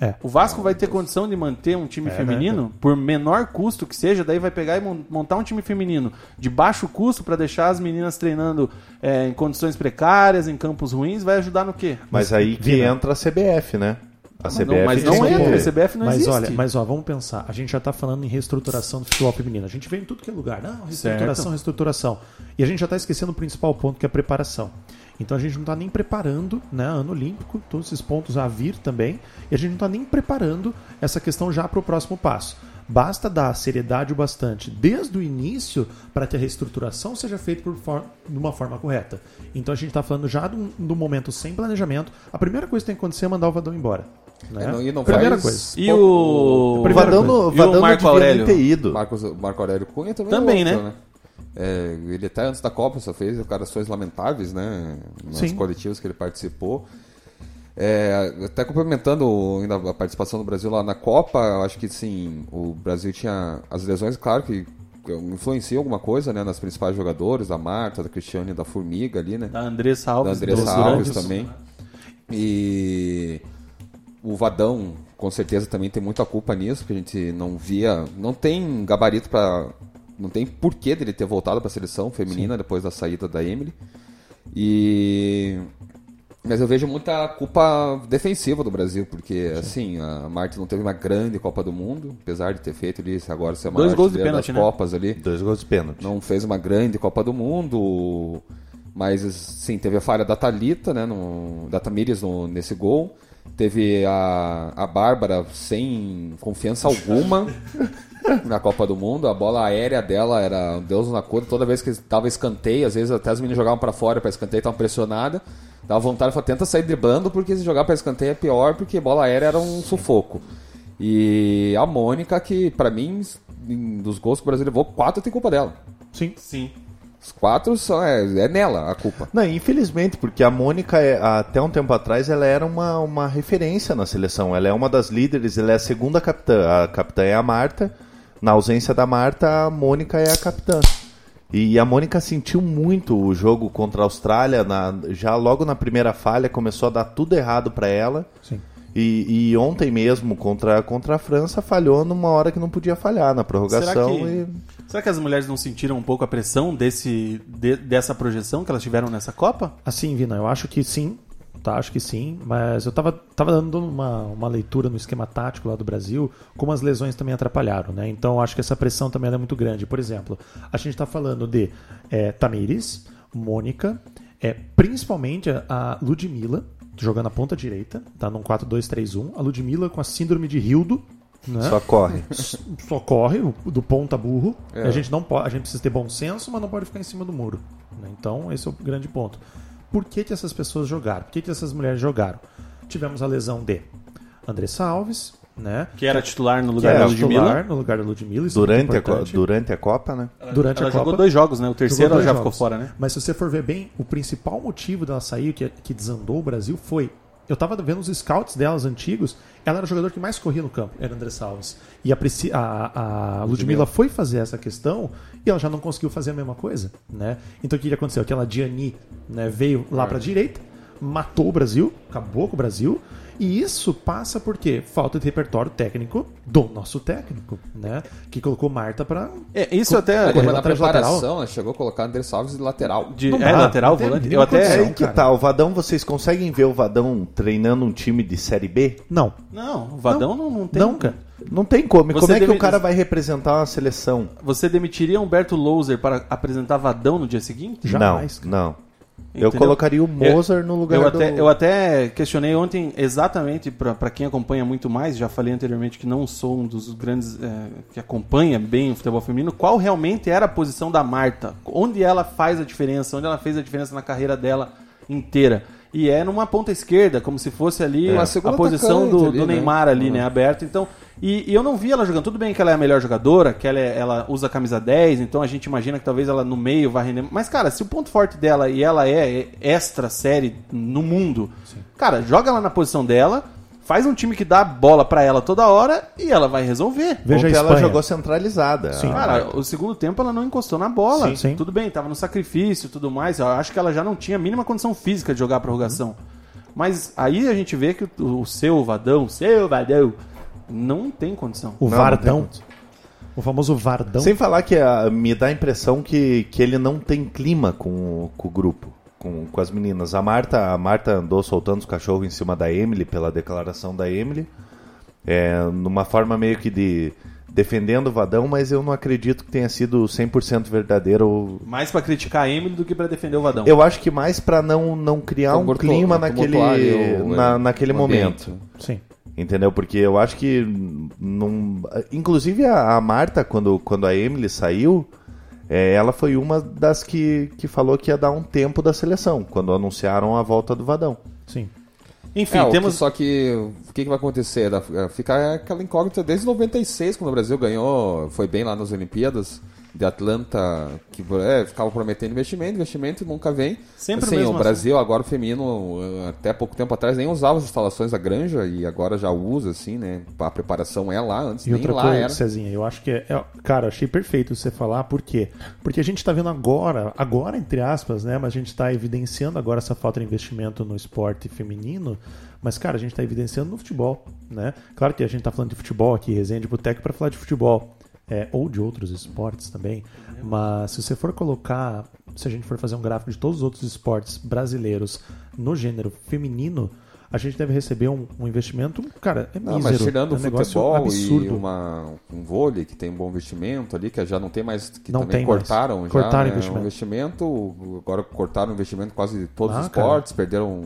É.
O Vasco vai ter condição de manter um time feminino, por menor custo que seja, daí vai pegar e mon- montar um time feminino de baixo custo pra deixar as meninas treinando é, em condições precárias, em campos ruins, vai ajudar no quê?
Mas aí que
Vira.
entra a CBF, né? A CBF
não, mas
tem
não
é.
que
entra,
ter.
a CBF não
mas
existe.
olha, mas ó, vamos pensar. A gente já tá falando em reestruturação do futebol feminino. A gente vê em tudo que é lugar. Não, reestruturação,
Certo.
reestruturação. E a gente já tá esquecendo o principal ponto, que é a preparação. Então a gente não tá nem preparando, né? Ano Olímpico, todos esses pontos a vir também. E a gente não tá nem preparando essa questão já para o próximo passo. Basta dar seriedade o bastante desde o início para que a reestruturação seja feita por for- de uma forma correta. Então a gente tá falando já de um, de um momento sem planejamento. A primeira coisa que tem que acontecer é mandar o Vadão embora. né?
É, não- e não
primeira
faz-
coisa.
E o...
O Vadão,
Primeira
no,
coisa. E o
Vadão não
Marco
devia nem
Aurélio?
ter ido.
Marcos, Marco Aurélio Cunha também,
Também,
é outro,
né?
É, ele até antes da Copa só fez declarações lamentáveis, né? Nas
Sim.
coletivas que ele participou. É, até complementando o- ainda a participação do Brasil lá na Copa, eu acho que sim, o Brasil tinha as lesões, claro que influenciam alguma coisa, né? Nas principais jogadoras, da Marta, da Cristiane, da Formiga ali, né?
Da Andressa
da
Alves.
Andressa
dos
Alves
grandes.
também. E o Vadão, com certeza, também tem muita culpa nisso, porque a gente não via. Não tem gabarito para Não tem porquê dele ter voltado para a seleção feminina depois da saída da Emily. E. Mas eu vejo muita culpa defensiva do Brasil, porque, assim, a Marte não teve uma grande Copa do Mundo, apesar de ter feito ali agora ser a maior
Dois gols de
artilheira
pênalti,
das
né?
Copas ali
Dois gols de pênalti.
não fez uma grande Copa do Mundo, mas sim, teve a falha da Thalita, né, no, da Tamires no- nesse gol. Teve a, a Bárbara sem confiança alguma na Copa do Mundo. A bola aérea dela era um Deus na cor. Toda vez que dava escanteio, às vezes até as meninas jogavam pra fora pra escanteio, estavam pressionadas. Dava vontade, falava, tenta sair driblando, porque se jogar pra escanteio é pior, porque bola aérea era um sufoco. E a Mônica, que pra mim, em- dos gols que o Brasil levou, quatro tem culpa dela.
Sim.
Sim.
Os quatro são, é, é nela a culpa.
Não, infelizmente, porque a Mônica, é- até um tempo atrás, ela era uma, uma referência na seleção. Ela é uma das líderes, ela é a segunda capitã. A capitã é a Marta. Na ausência da Marta, a Mônica é a capitã. E a Mônica sentiu muito o jogo contra a Austrália. na- já logo na primeira falha, começou a dar tudo errado para ela.
Sim.
E, e ontem mesmo, contra, contra a França, falhou numa hora que não podia falhar, na
Será
prorrogação.
que,
e-
será que as mulheres não sentiram um pouco a pressão desse, de- dessa projeção que elas tiveram nessa Copa?
Assim, Vina, eu acho que sim. Tá, acho que sim. Mas eu tava, tava dando uma, uma leitura no esquema tático lá do Brasil, como as lesões também atrapalharam, né? Então eu acho que essa pressão também ela é muito grande. Por exemplo, a gente tá falando de eh, Tamires, Mônica, eh, principalmente a- a Ludmilla, jogando na ponta direita, tá? Num 4-2-3-1. A Ludmilla com a síndrome de Hildo. Né?
Só corre.
só corre o- do ponta burro. A gente não pode, a gente precisa ter bom senso, mas não pode ficar em cima do muro. né? Então esse é o grande ponto. Por que, que essas pessoas jogaram? Por que, que essas mulheres jogaram? Tivemos a lesão de Andressa Alves, né?
Que era titular no lugar
É,
Que
da
era
Ludmilla.
Titular No lugar da Ludmilla. isso é muito
Durante a, co-
importante.
durante a Copa, né?
durante
Ela
a Copa.
jogou dois jogos, né? O terceiro
Jogou
ela
dois
já
jogos.
ficou fora, né?
Mas se você for ver bem, o principal motivo dela sair, que, que desandou o Brasil, foi. Eu tava vendo os scouts delas antigos, ela era o jogador que mais corria no campo, era André Alves. E a, Prisci- a- a Ludmilla foi fazer essa questão e ela já não conseguiu fazer a mesma coisa, né? Então o que que aconteceu? Aquela Diani né, veio lá
É.
pra direita, matou o Brasil, acabou com o Brasil. E isso passa por quê? Falta de repertório técnico do nosso técnico, né? Que colocou Marta pra.
É, isso até.
Correu
Mas na
atrás do
preparação, ela chegou a colocar André Alves de lateral.
De,
Não
é
dá,
lateral,
não tem a
volante? Eu
mínima
É
até.
condição.
aí que
cara.
tá. O Vadão, vocês conseguem ver o Vadão treinando um time de Série B?
Não,
Não, o Vadão não, não tem.
não, cara.
Não tem como. E
Você
como é que
deve-
o cara vai representar uma seleção?
Você demitiria Humberto Louser para apresentar Vadão no dia seguinte?
Jamais,
não, não. Eu
Entendeu?
colocaria o Mozart no lugar
Eu
do...
até, eu até questionei ontem, exatamente, para quem acompanha muito mais, já falei anteriormente que não sou um dos grandes eh, que acompanha bem o futebol feminino, qual realmente era a posição da Marta? Onde ela faz a diferença? Onde ela fez a diferença na carreira dela inteira? E é numa ponta esquerda, como se fosse ali
É.
a,
Uma segunda
posição
atacante
do,
ali,
do
né?
Neymar ali, né? Aberto. Então, e, e eu não vi ela jogando. Tudo bem que ela é a melhor jogadora, que ela, é- ela usa a camisa 10, então a gente imagina que talvez ela no meio vá render. Mas, cara, se o ponto forte dela e ela é extra série no mundo, cara, joga ela na posição dela, faz um time que dá a bola pra ela toda hora e ela vai resolver.
Veja a
Ontem ela
Espanha.
jogou centralizada.
Sim.
Ah,
Cara, o segundo tempo ela não encostou na bola.
Sim, sim.
Tudo bem, tava no sacrifício e tudo mais. Eu acho que ela já não tinha a mínima condição física de jogar a prorrogação. Mas aí a gente vê que o, o seu Vadão, o seu Vadão, não tem condição.
O
Não,
Vardão.
não tem
o famoso Vardão.
Sem falar que ah, me dá a impressão que, que ele não tem clima com, o- com o grupo, com, com as meninas. A Marta, a Marta andou soltando os cachorros em cima da Emily, pela declaração da Emily, é, numa forma meio que de defendendo o Vadão, mas eu não acredito que tenha sido 100% verdadeiro.
Mais pra criticar a Emily do que pra defender o Vadão.
Eu acho que mais pra não, não criar um
Tumultu-
clima
tumultuar
naquele,
ali o-
na, naquele
o
momento.
é, ambiente.
Sim.
Entendeu? Porque eu acho que. hum, Num... Inclusive a, a Marta, quando, quando a Emily saiu, é, ela foi uma das que, que falou que ia dar um tempo da seleção, quando anunciaram a volta do Vadão.
Sim.
Enfim,
É, o que-
temos.
só que o que, que vai acontecer? é, Da- Fica aquela incógnita desde 96, quando o Brasil ganhou, foi bem lá nas Olimpíadas. de Atlanta que é, ficava prometendo investimento, investimento e nunca vem.
Sempre o
assim,
mesmo
o Brasil agora o feminino até pouco tempo atrás nem usava as instalações da Granja e agora já usa assim, né? A preparação é lá antes
E
nem
outra
lá
coisa,
era.
Cezinha, eu acho que é, é- Cara, achei perfeito você falar, por quê? Porque a gente está vendo agora, agora, entre aspas, né? Mas a gente está evidenciando agora essa falta de investimento no esporte feminino. Mas, cara, a gente está evidenciando no futebol, né? Claro que a gente está falando de futebol aqui, resenha de boteco para falar de futebol. é, ou de outros esportes também. Mas se você for colocar, se a gente for fazer um gráfico de todos os outros esportes brasileiros no gênero feminino, a gente deve receber um, um investimento, cara, é
Não,
mísero.
mas tirando
é
o
um negócio
futebol
absurdo.
e uma, um vôlei que tem um bom investimento ali, que já não tem mais. Que
Não
também
tem mais.
cortaram já
Cortaram
né,
investimento.
o investimento. Agora cortaram o investimento em quase todos
Ah,
os
cara.
esportes, perderam.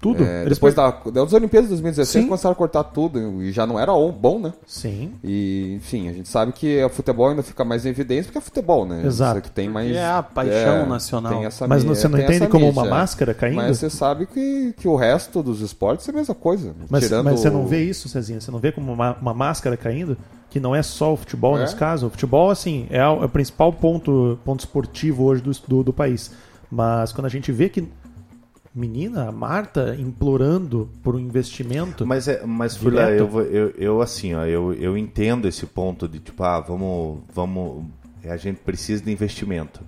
Tudo.
é,
Eles
depois
podem-
da, das Olimpíadas de 2016
Sim.
começaram a cortar tudo e já não era on- bom, né?
Sim.
E, enfim, a gente sabe que o futebol ainda fica mais em evidência porque é futebol, né?
Exato.
Isso que tem mais,
É a paixão nacional.
tem essa
Mas
mi-
você não
tem
entende
essa
como
mídia,
uma
é.
máscara caindo?
Mas você sabe que, que o resto dos esportes é a mesma coisa.
Mas,
tirando
mas você não vê isso, Cezinha? Você não vê como uma, uma máscara caindo? Que não é só o futebol
É.
nesse caso? O futebol, assim, é o, é o principal ponto, ponto esportivo hoje do, do, do país. Mas quando a gente vê que. Menina, a Marta implorando por um investimento.
Mas, é, mas Furlan,
Direto?
eu, vou- eu, eu assim, ó, eu, eu entendo esse ponto de tipo, ah, vamos, vamos, é, a gente precisa de investimento.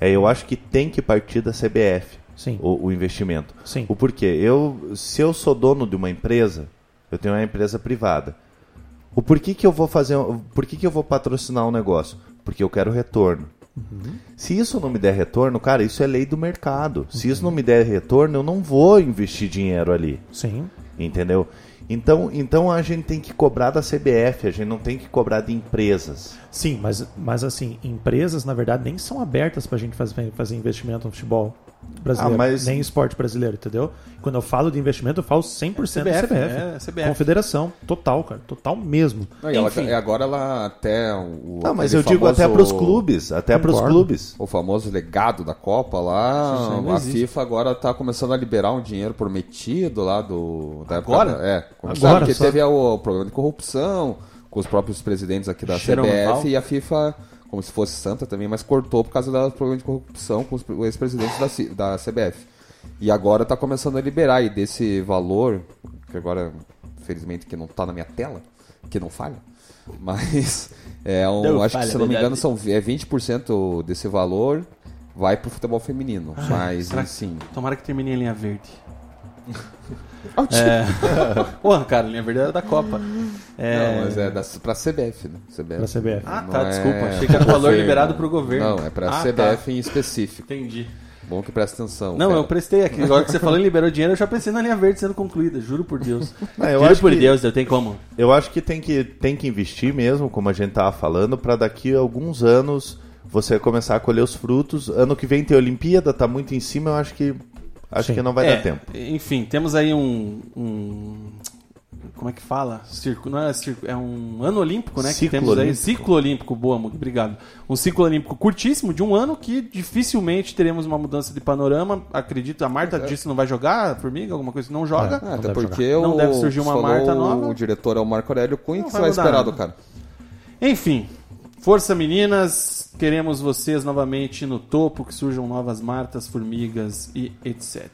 É, eu acho que tem que partir da CBF
Sim.
o, o investimento.
Sim.
O porquê? Eu, se eu sou dono de uma empresa, eu tenho uma empresa privada. O porquê que eu vou fazer, por que que eu vou patrocinar um negócio? Porque eu quero retorno. Uhum. Se isso não me der retorno, cara, isso é lei do mercado. Se isso não me der retorno, eu não vou investir dinheiro ali
Sim.
entendeu? Então, então a gente tem que cobrar da CBF, a gente não tem que cobrar de empresas.
Sim, mas, mas assim, empresas, na verdade, nem são abertas pra gente fazer, fazer investimento no futebol brasileiro,
Ah, mas-
nem esporte brasileiro, entendeu? Quando eu falo de investimento, eu falo 100% da
CBF,
CBF.
né?
é, CBF.
Confederação, total, cara, total mesmo.
Não, e ela-
Enfim.
e agora ela até o.
Não, mas eu
aquele
digo até para
famoso-
os clubes, até para os
Concordo.
clubes.
O famoso legado da Copa lá.
Isso aí não
a
existe.
FIFA agora tá começando a liberar um dinheiro prometido lá do. Da época
Agora?
da- é. Agora,
Agora
porque
só?
teve o, problema de corrupção com os próprios presidentes aqui da
Cheirão mal.
CBF e a FIFA, como se fosse santa também, mas cortou por causa do problema de corrupção com os pre- ex-presidentes da, C- da CBF. E agora tá começando a liberar. E desse valor, que agora, infelizmente, que não tá na minha tela, que não falha. Mas é um,
Não
acho
falha,
que, se não me
verdade.
engano, são vi- é 20% desse valor vai pro futebol feminino. mas,
Ah, será que-
assim.
Tomara que termine em linha verde. é... Porra, cara, linha verde era da Copa. É...
Não, mas é da, pra CBF, né? CBF.
Pra CBF.
Ah,
Não
tá,
é
desculpa. Achei que era
pro
valor
governo.
liberado pro governo.
Não, é pra
Ah,
CBF
tá.
em específico.
Entendi.
Bom que presta atenção.
Não, é
cara.
eu prestei aqui. Agora que você falou em liberou dinheiro, eu já pensei na linha verde sendo concluída, juro por Deus.
Ah, eu
juro
acho
por
que-
Deus, eu tenho como.
Eu acho que tem que, tem que investir mesmo, como a gente estava falando, para daqui a alguns anos você começar a colher os frutos. Ano que vem tem Olimpíada, tá muito em cima, eu acho que acho
Sim.
que não vai
É,
dar tempo.
Enfim, temos aí um. um- como é que fala? Circo, não é, circo, é um ano olímpico, né? que
Ciclo
temos aí.
olímpico.
Ciclo olímpico, boa, Mug, obrigado. Um ciclo olímpico curtíssimo, de um ano, que dificilmente teremos uma mudança de panorama. Acredito, a Marta disse que não vai jogar, a Formiga, alguma coisa, é. não joga.
Ah, até
deve
porque
Não
o,
deve surgir uma
falou
Marta nova.
O diretor é o Marco Aurélio Cunha,
Não
que
vai
você vai
mudar
esperar
nada.
do cara.
Enfim, força meninas, queremos vocês novamente no topo, que surjam novas martas, formigas e etc.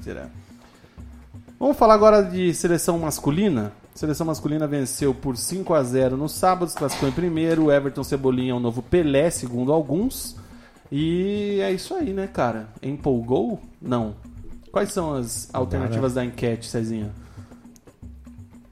Vamos falar agora de seleção masculina. Seleção masculina venceu por 5 a 0 no sábado, se classificou em primeiro. O Everton Cebolinha é o novo Pelé, segundo alguns. E é isso aí, né, cara? Empolgou? Não. Quais são as alternativas da enquete, Cezinha?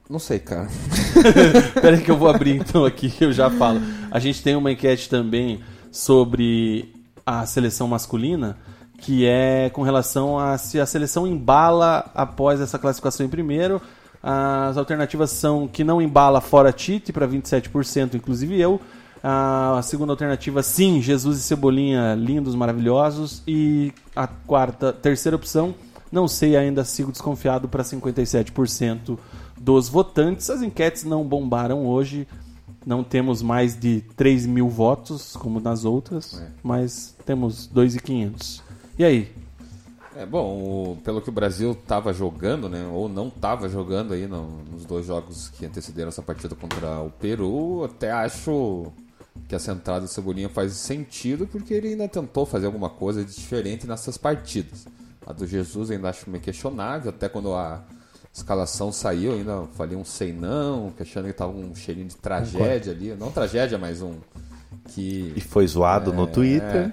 Não sei, cara.
Espera aí que eu vou abrir então aqui, eu já falo. A gente tem uma enquete também sobre a seleção masculina, que é com relação a se a seleção embala após essa classificação em primeiro. As alternativas são que não embala fora Tite, para 27%, inclusive eu. A segunda alternativa, sim, Jesus e Cebolinha, lindos, maravilhosos. E a quarta, terceira opção, não sei ainda, sigo desconfiado para 57% dos votantes. As enquetes não bombaram hoje, não temos mais de 3 mil votos, como nas outras, mas temos 2.500. E aí?
É bom, o- pelo que o Brasil estava jogando, né, ou não estava jogando aí no- nos dois jogos que antecederam essa partida contra o Peru, até acho que essa entrada do Cebolinha faz sentido porque ele ainda tentou fazer alguma coisa de diferente nessas partidas. A do Jesus ainda acho meio questionável, até quando a escalação saiu, ainda falei um sei não, que achando que tava um cheirinho de tragédia ali. Não tragédia, mas um. Que
E foi zoado no Twitter.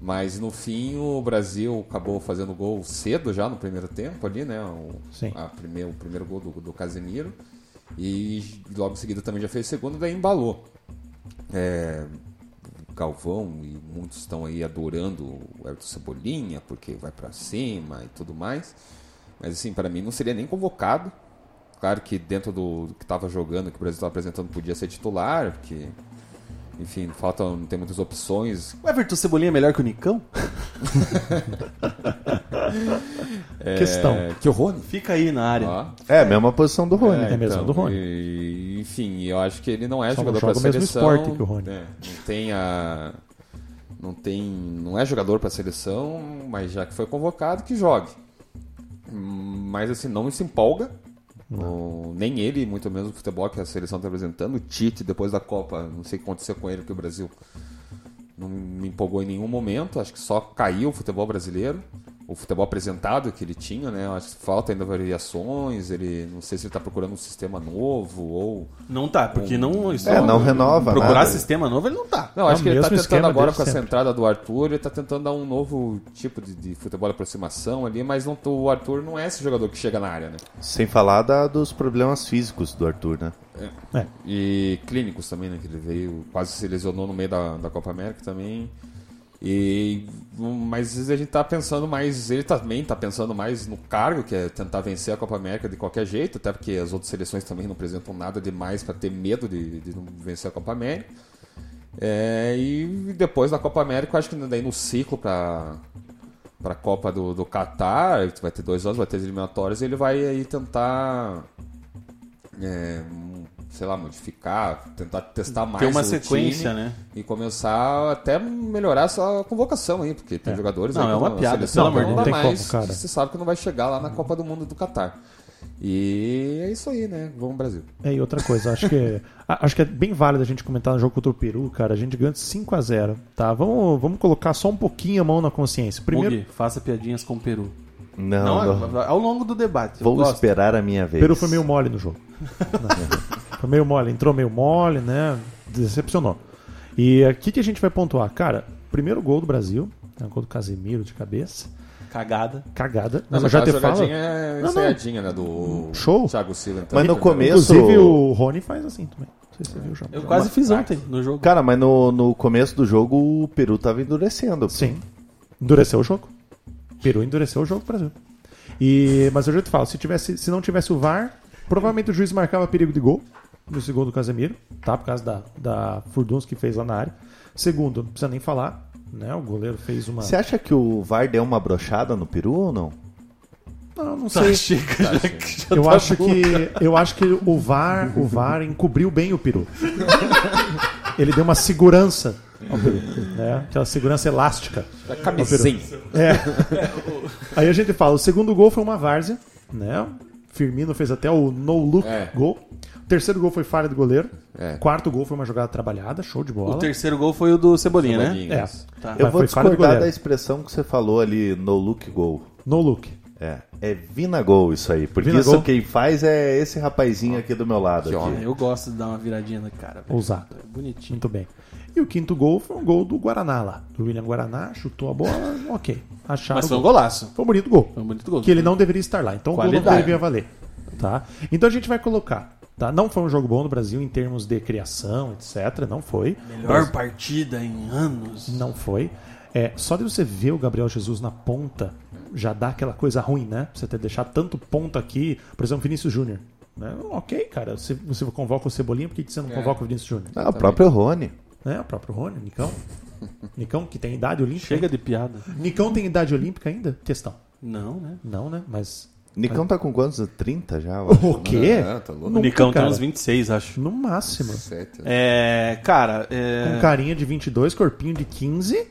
mas no fim o Brasil acabou fazendo gol cedo já no primeiro tempo ali, né? O,
Sim.
a primeiro, o primeiro gol do, do Casemiro. E logo em seguida também já fez o segundo, daí embalou. É, o Galvão e muitos estão aí adorando o Everton Cebolinha porque vai pra cima e tudo mais. Mas assim, pra mim não seria nem convocado. Claro que dentro do do que tava jogando, que o Brasil estava apresentando, podia ser titular, porque enfim, falta não tem muitas opções.
O Everton Cebolinha é melhor que o Nicão?
Questão.
É, que o Rony.
Fica aí na área.
Ó.
É, a mesma posição do Rony.
É, mesmo, do Rony.
Ah, então, e- enfim, eu acho que ele não é
Só não
jogador
joga
para
o mesmo
seleção.
esporte que o Rony.
né? Não tem a não tem, não é jogador para seleção, mas já que foi convocado que jogue. Hum, Mas assim, não se empolga. O- nem ele, muito menos o futebol que a seleção está apresentando. O Tite, depois da Copa, não sei o que aconteceu com ele, porque o Brasil não me empolgou em nenhum momento. Acho que só caiu o futebol brasileiro, o futebol apresentado que ele tinha, né? Acho que falta ainda variações. Ele não sei se ele está procurando um sistema novo ou
Não tá, porque não. isso
É, não renova.
Procurar
nada.
sistema novo, ele não tá.
Não, acho
É o
que ele tá
mesmo
tentando
esquema
agora
dele
com essa
sempre.
entrada do Arthur, ele tá tentando dar um novo tipo de, de futebol de aproximação ali, mas não, o Arthur não é esse jogador que chega na área, né?
Sem falar da- dos problemas físicos do Arthur, né?
E clínicos também, né? Que ele veio, quase se lesionou no meio da, da Copa América também. E, mas a gente tá pensando mais, ele também tá pensando mais no cargo, que é tentar vencer a Copa América de qualquer jeito, até porque as outras seleções também não apresentam nada demais para ter medo de, de não vencer a Copa América. É, e depois da Copa América, eu acho que daí no ciclo para para a Copa do, do Catar, vai ter dois anos, vai ter as eliminatórias, e ele vai aí tentar, é, mo- sei lá, modificar, tentar testar mais
Tem uma
o
sequência,
time
né?
E começar até melhorar essa convocação aí, porque tem jogadores
Não,
aí
é
que
uma
a
piada,
seleção
pelo amor de
não
Deus.
dá
Não tem
mais,
como, cara.
você sabe que não vai chegar lá na Copa do Mundo do Catar. E é isso aí, né? Vamos Brasil.
É, e outra coisa, acho que, a- acho que é bem válido a gente comentar no jogo contra o Peru, cara. A gente ganha de 5 a 0 tá? Vamos, vamos colocar só um pouquinho a mão na consciência. Primeiro,
Mugi, faça piadinhas com o Peru.
Não,
Não,
não.
a- ao longo do debate. eu
vou
gosto.
esperar a minha
o
vez.
Peru foi meio mole no jogo. foi meio mole, entrou meio mole, né? Decepcionou. E aqui que a gente vai pontuar, cara, primeiro gol do Brasil, né? gol do Casemiro de cabeça,
Cagada.
cagada.
Não,
Mas eu já
a
te falo.
jogadinha é
Não, não.
ensaiadinha, né? Do
Show.
Thiago Silva. então.
Mas no começo.
Inclusive o Rony faz assim também. Não sei se você viu já.
Eu quase fiz ontem no jogo.
Cara, mas no, no começo do jogo o Peru tava endurecendo.
Sim. Endureceu o jogo. Peru endureceu o jogo, Brasil. E, mas eu já te falo, se, tivesse, se não tivesse o VAR, provavelmente o juiz marcava perigo de gol no segundo do Casemiro, tá? Por causa da, da Furduns que fez lá na área. Segundo, não precisa nem falar, né? O goleiro fez uma.
Você acha que o VAR deu uma brochada no Peru ou não?
Não, não
Tá,
sei.
chega, já, já
Eu
tá
acho
bom.
que eu acho que o VAR, o VAR encobriu bem o Peru. Ele deu uma segurança ao Peru, né? Aquela segurança elástica.
Da É camisinha.
É. Aí a gente fala, o segundo gol foi uma várzea, né? Firmino fez até o no look
É.
gol. O terceiro gol foi falha do goleiro.
É.
Quarto gol foi uma jogada trabalhada, show de bola.
O terceiro gol foi o do Cebolinha, né?
Cebolinha.
É. Mas
Eu vou
foi falha do
discordar da
goleiro.
expressão que você falou ali, no look goal.
No look.
É, é Vinagol isso aí, porque
Vinagol.
isso quem faz é esse rapazinho aqui do meu lado.
Que
aqui.
homem.
Eu gosto de dar uma viradinha na cara. velho.
Ousado.
É Bonitinho.
Muito bem. E o quinto gol foi um gol do Guaraná lá. Do William Guaraná, chutou a bola, ok. Acharam
Mas
o
foi um golaço.
Foi um bonito gol.
Foi um bonito gol.
Que ele não deveria estar lá. Então o gol
Qualidade.
não deveria valer. Tá? Então a gente vai colocar. Tá? Não foi um jogo bom no Brasil em termos de criação, etc. Não foi.
Melhor partida em anos.
Não foi. É, só de você ver o Gabriel Jesus na ponta já dá aquela coisa ruim, né? Você ter deixado tanto ponto aqui, por exemplo, Vinícius Júnior. né? Ok, cara, você, você convoca o Cebolinha, por que que você não convoca o Vinícius Júnior?
Ah, o próprio Rony.
Né? O próprio Rony, Nicão. Nicão, que tem idade olímpica.
Chega
hein?
de piada.
Nicão tem idade olímpica ainda? Questão.
Não, né?
Não, né? Mas.
Nicão tá com quantos? 30 já? eu acho.
O quê?
Não, tá louco.
O Nicão
cara.
tem uns 26, acho.
No máximo. Um
Sete, né?
É, cara, é...
Com carinha de 22, corpinho de 15.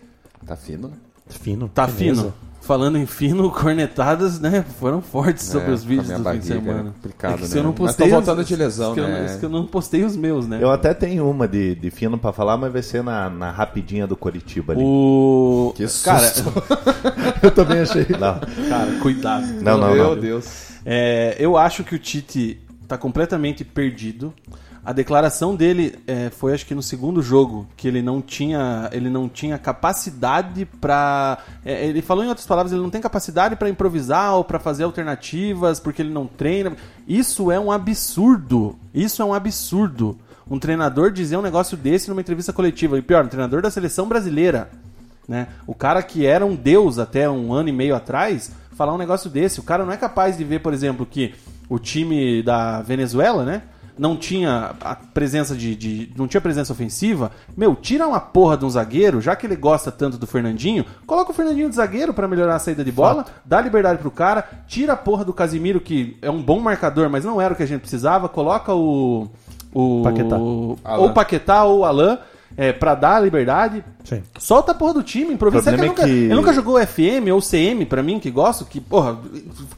Tá fino, né?
Fino.
Tá
beleza.
fino. Falando em fino, cornetadas, né? Foram fortes sobre
É,
os vídeos
com a minha
do fim de
barriga,
semana.
é complicado,
É que se
né?
eu não
Mas tô
postei. os-
voltando de lesão,
isso que eu não-
né?
isso que eu não postei os meus, né?
Eu até tenho uma de, de fino pra falar, mas vai ser na, na rapidinha do Coritiba ali.
O.
Que susto.
Uh, Cara,
Eu também achei.
Não,
cara, cuidado.
não, não.
Meu
não.
Deus.
É, eu acho que o Tite tá completamente perdido. A declaração dele é, foi, acho que no segundo jogo, que ele não tinha, ele não tinha capacidade pra. é, ele falou em outras palavras, ele não tem capacidade pra improvisar ou pra fazer alternativas porque ele não treina. Isso é um absurdo. Isso é um absurdo. Um treinador dizer um negócio desse numa entrevista coletiva. E pior, um treinador da seleção brasileira né? O cara que era um deus até um ano e meio atrás, falar um negócio desse. O cara não é capaz de ver, por exemplo, que o time da Venezuela, né? Não tinha a presença de, de- Não tinha presença ofensiva. Meu, tira uma porra de um zagueiro, já que ele gosta tanto do Fernandinho, coloca o Fernandinho de zagueiro pra melhorar a saída de bola, dá liberdade pro cara, tira a porra do Casimiro, que é um bom marcador, mas não era o que a gente precisava, coloca o. O
Paquetá.
Ou Paquetá ou Alain é, pra dar a liberdade.
Sim.
Solta a porra do time, improvisa. Será que ele,
problema
nunca,
é que-
ele nunca jogou FM ou CM pra mim, que gosto, que, porra,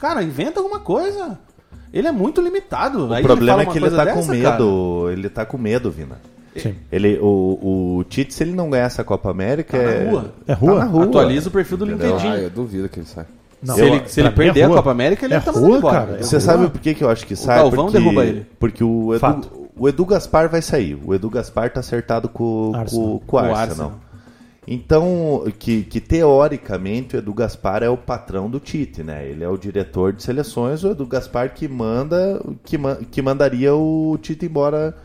cara, inventa alguma coisa. Ele é muito limitado.
O problema é que ele tá com medo. Ele tá com medo, Vina.
Sim.
Ele, o, o Tite, se ele não ganhar essa Copa América.
na
é...
rua.
É rua?
Tá na rua.
Atualiza o perfil do
Entendeu?
LinkedIn.
Ah, eu duvido que ele saia.
Não,
se ele, se ele
pra mim é
perder
rua.
a Copa América, ele
É
tá
rua,
mandando embora.
cara, é
Você sabe por que, que eu acho que sai?
Galvão
porque,
derruba ele.
Porque o
Fato.
Edu, o Edu Gaspar vai sair. O Edu Gaspar tá acertado com,
Arsenal.
com, com o
Com o
Arsenal.
Arsenal.
Então, que, que teoricamente o Edu Gaspar é o patrão do Tite, né? Ele é o diretor de seleções, o Edu Gaspar que manda, que, ma- que mandaria o Tite embora,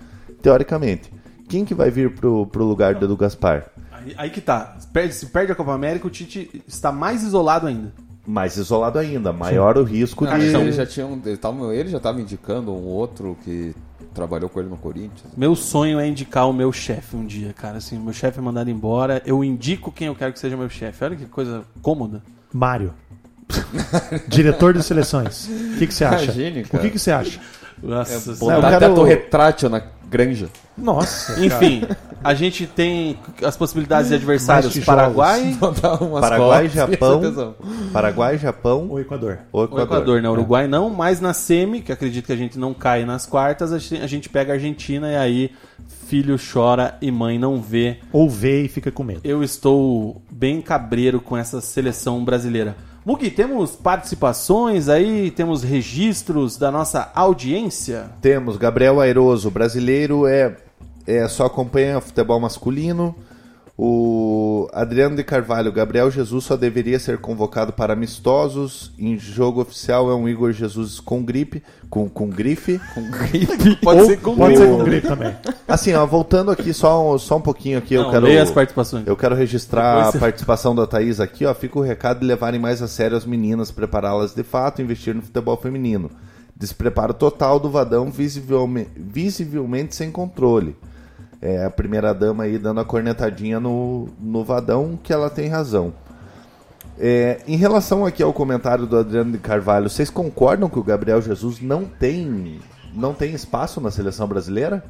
teoricamente. Quem que vai vir pro, pro lugar do Edu Gaspar?
Aí, aí que tá. Se perde, se perde a Copa América, o Tite está mais isolado ainda.
Mais isolado ainda, maior o risco
Ah,
de...
então ele já tinha um, ele, tava, ele já tava indicando um outro que trabalhou com ele no Corinthians.
Meu sonho é indicar o meu chefe um dia, cara. Assim, meu chefe é mandado embora, eu indico quem eu quero que seja meu chefe. Olha que coisa cômoda.
Mário. Diretor de seleções. O que, que você acha?
Imagine,
o que,
cara.
que você acha?
Nossa,
Não, eu
Tá
quero-
até o retrátil na granja.
Nossa.
Enfim, a gente tem as
Hum,
possibilidades de adversários
Mais tijolos.
Paraguai
Vão dar umas
Paraguai,
cópias,
Japão,
atenção.
Paraguai, Japão,
O Equador.
ou
ou Equador,
É.
né? Uruguai não, mas na semi, que acredito que a gente não cai nas quartas, a gente a gente pega a Argentina e aí filho chora e mãe não vê.
Ou vê e fica com medo.
Eu estou bem cabreiro com essa seleção brasileira. Mugi, temos participações aí, temos registros da nossa audiência.
Temos Gabriel Airoso, brasileiro, é, é só acompanha futebol masculino. O Adriano de Carvalho, Gabriel Jesus só deveria ser convocado para amistosos. Em jogo oficial é um Igor Jesus com gripe, com, com grife.
Pode
Ou
ser com
pode
o-
ser com gripe também.
Assim, ó, voltando aqui só um, só um pouquinho aqui,
Não,
eu quero
leia as participações.
Eu quero registrar
Depois
a
você-
participação da Thaís aqui, ó. Fica o recado de levarem mais a sério as meninas, prepará-las de fato, investir no futebol feminino. Despreparo total do Vadão, visivelme- visivelmente sem controle. É a primeira dama aí dando a cornetadinha no, no Vadão, que ela tem razão. É, em relação aqui ao comentário do Adriano de Carvalho, vocês concordam que o Gabriel Jesus não tem, não tem espaço na seleção brasileira?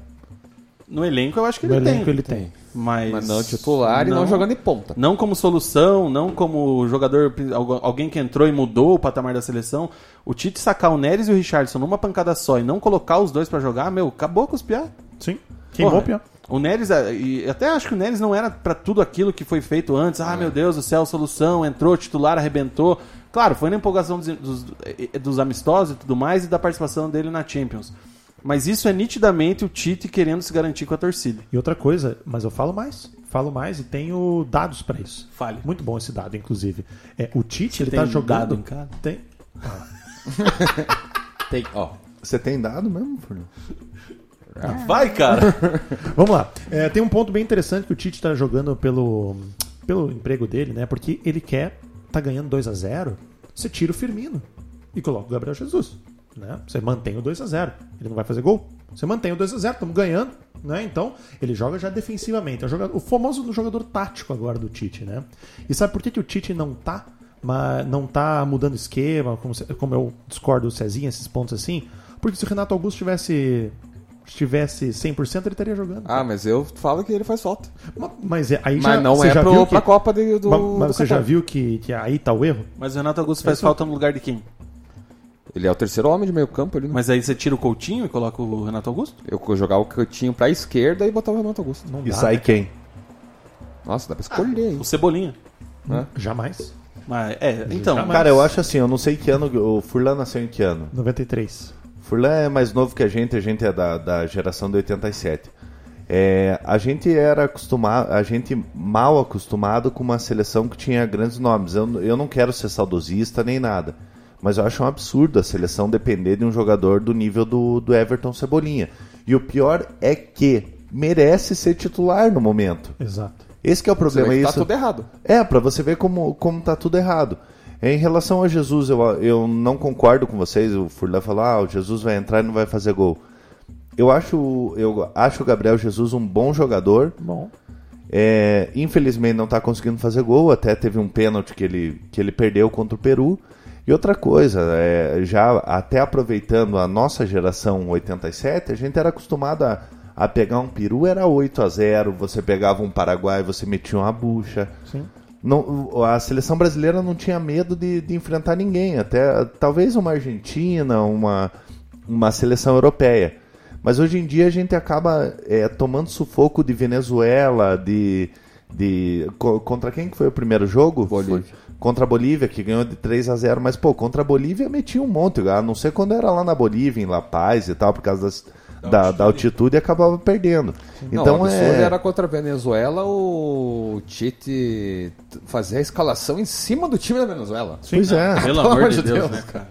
No elenco eu acho que
No
ele tem.
elenco ele tem.
Mas,
Mas não titular e não jogando em ponta.
Não como solução, não como jogador, algu- alguém que entrou e mudou o patamar da seleção. O Tite sacar o Neres e o Richardson numa pancada só e não colocar os dois pra jogar, meu, acabou com os piá.
Sim. Queimou,
Porra,
pior.
O Neres, ah, e até acho que o Neres não era pra tudo aquilo que foi feito antes. Ah, meu Deus do céu, solução, entrou, titular, arrebentou. Claro, foi na empolgação dos, dos, eh, dos amistosos e tudo mais e da participação dele na Champions. Mas isso é nitidamente o Tite querendo se garantir com a torcida.
E outra coisa, mas eu falo mais, falo mais e tenho dados pra isso.
Fale.
Muito bom esse dado, inclusive. É, o Tite, ele
tem
tá jogando.
dado em casa?
Tem.
Tem, ó.
Você tem dado mesmo, Fernando?
Vai, cara!
Vamos lá. É, tem um ponto bem interessante que o Tite tá jogando pelo, pelo emprego dele, né? Porque ele quer tá ganhando 2 a 0 você tira o Firmino e coloca o Gabriel Jesus. Né? Você mantém o 2 a 0 Ele não vai fazer gol. Você mantém o 2 a 0 estamos ganhando. Né? Então, ele joga já defensivamente. É o, jogador, o famoso jogador tático agora do Tite, né? E sabe por que, que o Tite não tá, mas não tá mudando esquema, como, se- como eu discordo do Cezinha, esses pontos assim? Porque se o Renato Augusto tivesse estivesse 100%, ele estaria jogando.
Ah, mas eu falo que ele faz falta.
Ma- Mas é- aí
Mas
já,
não
você
é
já
pro-
viu que-
pra Copa de- do-
Ma-
do
Mas você
Qatar.
já viu que, que aí tá o erro?
Mas o Renato Augusto faz falta no lugar de quem?
Ele é o terceiro homem de meio campo ali. né?
Mas aí você tira o Coutinho e coloca o Renato Augusto?
Eu co- jogar o Coutinho pra esquerda e botar o Renato Augusto.
Não
E
dá,
sai quem?
Nossa, dá pra escolher, hein?
Ah,
O Cebolinha.
jamais.
Mas, é, então.
Jamais.
Cara, eu acho assim, eu não sei que ano. O Furlan nasceu em que ano?
93.
Furlan é mais novo que a gente, a gente é da, da geração de 87. É, a gente era acostumado, a gente mal acostumado com uma seleção que tinha grandes nomes. Eu, eu não quero ser saudosista nem nada, mas eu acho um absurdo a seleção depender de um jogador do nível do, do Everton Cebolinha. E o pior é que merece ser titular no momento.
Exato.
Esse que é o
Você
problema.
vê que tá
isso-
tudo errado.
é, pra você ver como, como tá tudo errado. Em relação a Jesus, eu, eu não concordo com vocês. O Furlan falou: ah, o Jesus vai entrar e não vai fazer gol. Eu acho, eu acho o Gabriel Jesus um bom jogador.
Bom.
É, infelizmente não tá conseguindo fazer gol. Até teve um pênalti que ele, que ele perdeu contra o Peru. E outra coisa, é, já até aproveitando a nossa geração 87, a gente era acostumado a, a pegar um peru, era 8 a 0 Você pegava um Paraguai, você metia uma bucha.
Sim.
Não, a seleção brasileira não tinha medo de, de enfrentar ninguém, até talvez uma Argentina, uma, uma seleção europeia. Mas hoje em dia a gente acaba é, tomando sufoco de Venezuela, de. de co- contra quem que foi o primeiro jogo?
Bolívia.
Foi Contra a Bolívia, que ganhou de 3 a 0 mas pô, contra a Bolívia metia um monte, a não ser quando era lá na Bolívia, em La Paz e tal, por causa das- da, da altitude. acabava perdendo. então
não, o absurdo
é.
era contra a Venezuela o Tite t- fazer a escalação em cima do time da Venezuela.
Pois é.
Pelo
Pelo
amor de
amor de
Deus,
Deus.
né, cara?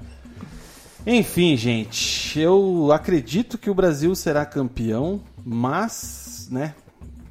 Enfim, gente, eu acredito que o Brasil será campeão, mas, né,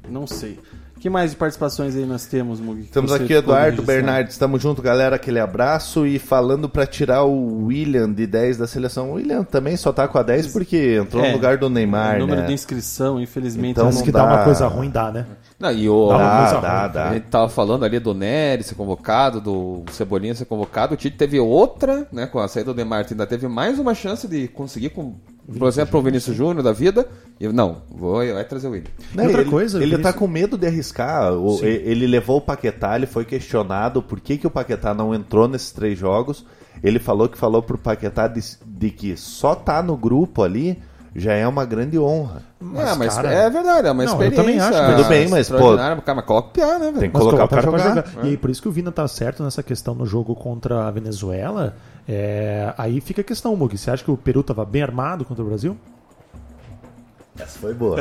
não sei. que mais de participações aí nós temos, Mug? que
Estamos
você
aqui,
ficou
Eduardo
registrado?
Bernardes. Estamos junto, galera. Aquele abraço. E falando pra tirar o William de 10 da seleção. O William também só tá com a 10 porque entrou
É,
no lugar do Neymar,
o número
né?
de inscrição, infelizmente.
Então,
não-
não
Mas que dá.
dá.
uma coisa ruim, dá, né?
Não, e o,
Dá,
a,
Dá,
coisa
dá,
ruim.
dá.
gente tava falando ali do Nery ser convocado, do Cebolinha ser convocado. O Tite teve outra, né? Com a saída do Neymar, ainda teve mais uma chance de conseguir, com, por exemplo, o Vinícius Júnior da vida. E eu, não, vou vai trazer o William.
Né,
E outra
ele,
coisa,
ele tá
Vinícius-
com medo de arriscar. O- e- ele levou o Paquetá, ele foi questionado por que, que o Paquetá não entrou nesses três jogos. Ele falou que falou pro Paquetá de, de que só tá no grupo ali já é uma grande honra.
é, mas
cara-
é verdade, é uma
Não, eu
experiência.
também acho,
tudo bem, mas, pô-
extraordinária, Cara, mas coloca o piá, né, velho?
Tem que
Mas
colocar pra
colocaram
jogar.
E aí, por isso que o Vina tá certo nessa questão no jogo contra a Venezuela. É, Aí fica a questão, Mug. Você acha que o Peru tava bem armado contra o Brasil?
Essa foi boa.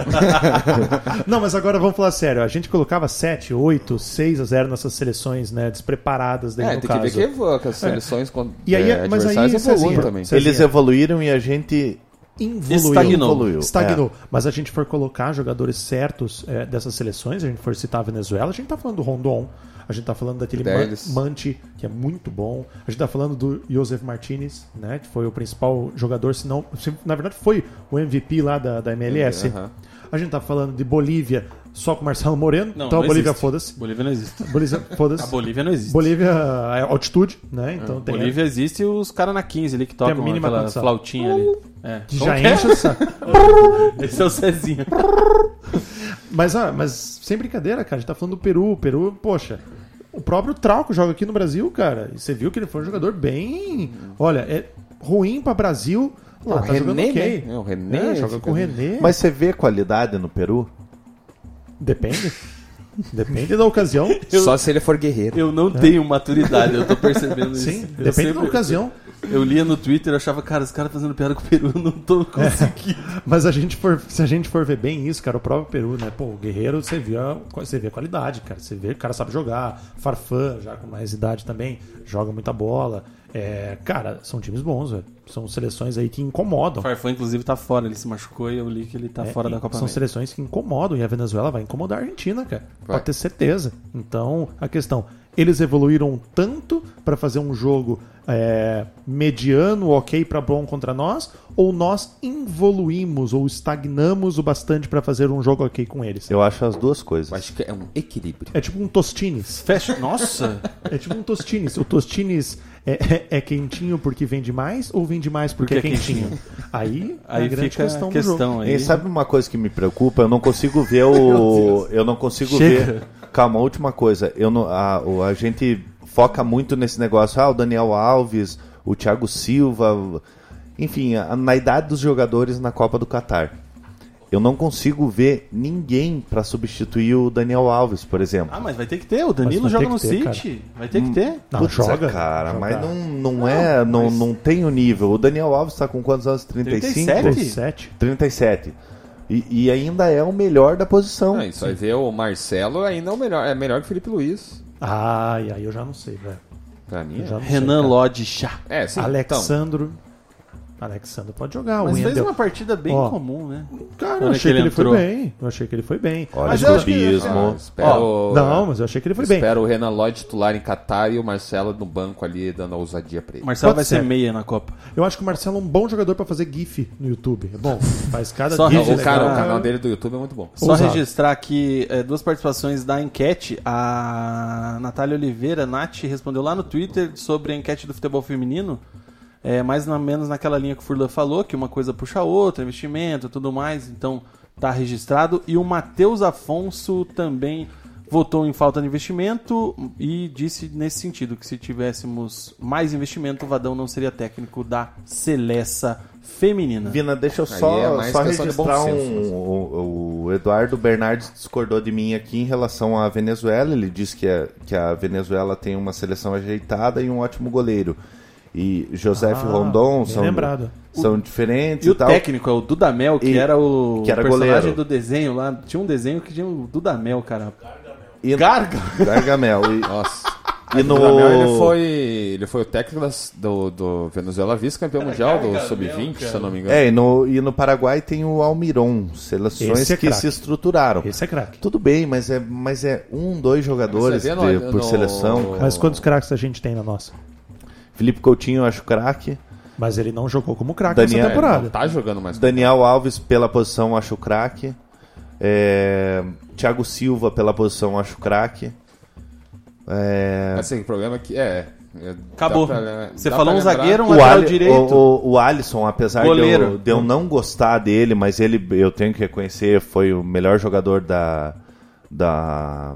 Não, mas agora vamos falar sério. A gente colocava 7, 8, 6 a 0 nessas seleções, né? Despreparadas daí
É,
no
tem
caso.
que ver que, que as seleções con-
E aí,
é,
mas aí,
adversárias evoluem
Cezinha,
também.
Cezinha,
Eles evoluíram e a gente
Involuiu.
é. Estagnou.
evoluiu. É.
Estagnou.
É.
Mas a gente for colocar jogadores certos é, dessas seleções, a gente for citar a Venezuela, a gente tá falando do Rondon, a gente tá falando daquele Man
Deles.
Mante, que é muito bom, a gente tá falando do Josef Martinez, né, que foi o principal jogador, se não, se- na verdade foi o MVP lá da, da MLS.
Aham.
A gente tá falando de Bolívia só com o Marcelo Moreno,
Não,
então
não
a Bolívia
existe.
foda-se.
Bolívia não existe.
Bolívia, foda-se.
A Bolívia não existe.
Bolívia é altitude, né? Então tem
É, Bolívia existe e os caras na 15 ali que
a
tocam
mínima
aquela
condição. Uh!
flautinha ali. É.
que
Como
já
que é?
enche essa.
Esse é o Cezinha.
Mas, ah, mas sem brincadeira, cara, a gente tá falando do Peru. O Peru, poxa, o próprio Trauco joga aqui no Brasil, cara. E você viu que ele foi um jogador bem. Olha, é ruim pra Brasil. Lá,
O
tá jogando
René,
ok.
né? É, o René
É,
fica-
joga com o René.
Mas você vê qualidade no Peru?
Depende. Depende da ocasião.
Só se ele for guerreiro.
Eu não tenho maturidade, eu tô percebendo isso.
É. Sim,
Eu
depende da ocasião.
Eu lia no Twitter, eu achava, cara, os caras fazendo piada com o Peru, eu não
É.
tô conseguindo.
Mas a gente for, se a gente for ver bem isso, cara, o próprio Peru, né? Pô, o Guerreiro, você vê, a- você vê a qualidade, cara. Você vê que o cara sabe jogar. Farfã, já com mais idade também, joga muita bola. É, cara, são times bons, velho. São seleções aí que incomodam.
O Farfã, inclusive, tá fora, ele se machucou e eu li que ele tá
É,
fora
e
da Copa
São
América.
seleções que incomodam e a Venezuela vai incomodar a Argentina, cara.
Vai.
Pode ter certeza. Então, a questão, eles evoluíram tanto para fazer um jogo é, mediano, ok, para bom contra nós, ou nós evoluímos ou estagnamos o bastante para fazer um jogo ok com eles?
Eu acho as duas
Eu
coisas.
acho que é um equilíbrio.
É tipo um Tostines.
Fecha. Nossa!
É tipo um Tostines. O Tostines é, é- é quentinho porque vende mais ou vende mais porque,
Porque
é
é
quentinho? Aí, é a
Aí
grande
fica
questão,
a
do jogo. é-
questão aí.
E sabe uma coisa que me preocupa? Eu não consigo ver o. eu não consigo
Chega.
ver. Calma, última coisa. Eu não, a, o- a gente foca muito nesse negócio. Ah, o Daniel Alves, o Thiago Silva. o- Enfim, a- na idade dos jogadores na Copa do Catar. Eu não consigo ver ninguém para substituir o Daniel Alves, por exemplo.
Ah, mas vai ter que ter. O Danilo
Mas vai
joga
ter
no
que ter, Hum.
City. Vai ter que ter.
Ah, Não,
Putz,
é
joga.
cara,
joga.
mas não, não, é, não, não tem o nível. O Daniel Alves tá com quantos anos? 35?
37?
17.
37. E, e ainda é o melhor da posição.
Ah, isso aí vê o Marcelo ainda é o melhor, é melhor que o Felipe Luiz.
Ai, aí eu já não sei, velho.
Pra mim,
Eu já
é.
não sei,
Renan
cara.
Lodge já.
É, sim. então,
Alexandro. Alexandro pode jogar.
Mas
o
fez
Wendel.
uma partida bem
Ó.
comum, né?
Cara, eu
Quando é
achei
que
que ele
ele entrou?
foi bem. Eu achei que ele foi bem.
Olha
Mas
o
eu acho que-
é,
clubismo.
Ah, espero,
Não, mas eu achei que ele foi bem.
espero o Renan Lodge titular em Qatar e o Marcelo no banco ali dando a ousadia pra ele.
Marcelo
Pode
vai ser
ser.
meia na Copa.
Eu acho que o Marcelo é um bom jogador pra fazer GIF no YouTube. É bom. Faz cada
Só
GIF.
Não, o,
legal.
cara, o canal dele do YouTube é muito bom.
Só
Ousado.
registrar aqui eh, duas participações da enquete. A Natália Oliveira, Nath, respondeu lá no Twitter sobre a enquete do futebol feminino. É, mais ou menos naquela linha que o Furlan falou, que uma coisa puxa a outra, investimento e tudo mais. Então tá registrado. E o Matheus Afonso também votou em falta de investimento e disse nesse sentido que se tivéssemos mais investimento, o Vadão não seria técnico da Seleça Feminina.
Vina, deixa eu
Aí
só,
é mais
só
questão de bom
registrar
senso,
um.
mas-
O, o Eduardo Bernardes discordou de mim aqui em relação à Venezuela. Ele disse que, é, que a Venezuela tem uma seleção ajeitada e um ótimo goleiro. E Joseph
Ah,
Rondon
bem
são,
lembrado.
são diferentes
E
e,
o
tal.
técnico é o Dudamel, que
E-
era o
que era
personagem
goleiro.
do desenho lá. Tinha um desenho que tinha o Dudamel, cara.
E-
Garga!
Gargamel. E,
Nossa.
e no...
O Dudamel, ele foi, ele foi o técnico das- do, do Venezuela
É,
vice-campeão mundial do Sub-20, se eu não me engano.
É, e no, e no Paraguai tem o Almiron, seleções
Esse é
que
craque.
se estruturaram.
Esse é craque.
Tudo bem, mas é, mas é um, dois jogadores
Você vê
de-
no-
por
no-
seleção. cara.
Mas quantos craques a gente tem na nossa?
Felipe Coutinho, eu acho craque.
Mas ele não jogou como craque
Daniel-
nessa
É,
temporada.
não tá jogando mais.
Daniel Alves, pela posição, acho craque. É, Thiago Silva, pela posição, acho craque. É,
Assim, o problema é que. É. é, dá
Acabou.
pra, né,
Você
dá
falou
pra
um
lembrar-
zagueiro, um
o,
lateral
Ali-
direito.
o- o- o Alisson, apesar de eu,
Goleiro.
de eu não gostar dele, mas ele, eu tenho que reconhecer, foi o melhor jogador da. da.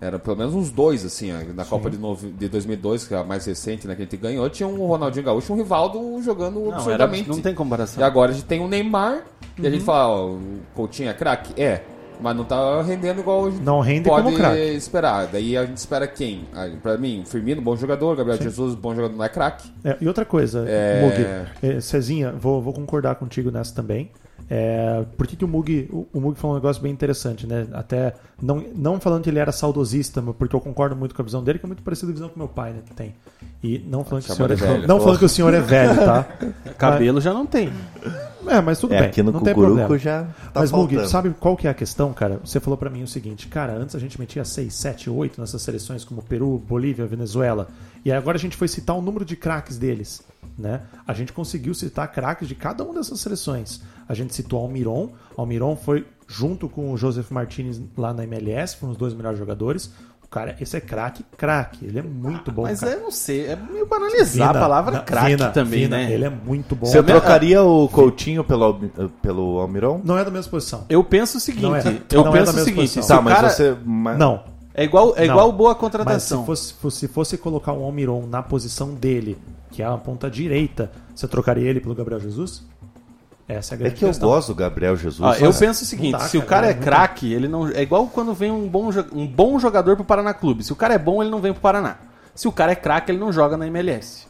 Era pelo menos uns dois, assim, ó. na Copa de, nove- de 2002, que é a mais recente, né, que a gente ganhou, tinha um Ronaldinho Gaúcho e um Rivaldo jogando
Não, era,
absurdamente.
não tem
E
comparação.
agora a gente tem o Neymar, e a
Uhum.
gente fala, ó, o Coutinho é craque? É, mas não tá rendendo igual a gente
Não rende
pode
como craque.
esperar. Daí a gente espera quem? Ah, Pra mim, Firmino, bom jogador, Gabriel Jesus, bom jogador, não é craque.
É, e outra coisa, Mug, é, Cezinha, vou, vou concordar contigo nessa também. É, por que, que o Mug. O, o Mug falou um negócio bem interessante, né? Até. Não, não falando que ele era saudosista, mas porque eu concordo muito com a visão dele, que é muito parecida com a visão que meu pai né, tem. E não falando, que o,
Chamar
senhor
Tá
é,
de velho,
não
pô.
falando que o senhor é velho, tá?
Cabelo já não tem.
É, mas tudo
É,
bem.
aqui no
não tem
Cucuruco
problema.
já tá
mas, Mug,
faltando.
sabe qual que é a questão, cara? Você falou pra mim o seguinte, cara, antes a gente metia 6, 7, 8 nessas seleções como Peru, Bolívia, Venezuela. E aí agora a gente foi citar o número de craques deles, né? A gente conseguiu citar craques de cada uma dessas seleções. A gente citou Almiron. Almiron foi junto com o Joseph Martinez lá na MLS, foram os um dois melhores jogadores. O cara, esse é craque, craque. Ele é muito bom,
Mas
cara.
eu não sei, é meio banalizar
Vina,
a palavra
na-
craque
Vina,
também,
Vina,
né?
Ele é muito bom.
Você trocaria o Coutinho pelo, Almi- pelo Almiron?
Não é da mesma posição.
Eu penso o seguinte,
Não é-
eu
não é da
penso o
mesma
seguinte,
posição.
se
Tá,
o
mas
cara-
você. mas-
Não.
é igual, é
Não.
igual boa
Mas se
contratação.
fosse, fosse- se fosse colocar um Almiron na posição dele, que é a ponta direita, você trocaria ele pelo Gabriel Jesus? Essa é a
É
grande
que eu
questão.
gosto do Gabriel Jesus.
Ó, Ah, eu
cara.
penso o seguinte,
Não dá,
se o
cara,
cara,
não
é
dá.
craque, ele não é igual quando vem um bom, jo- um bom jogador pro Paraná Clube. Se o cara é bom, ele não vem pro Paraná. Se o cara é craque, ele não joga na MLS.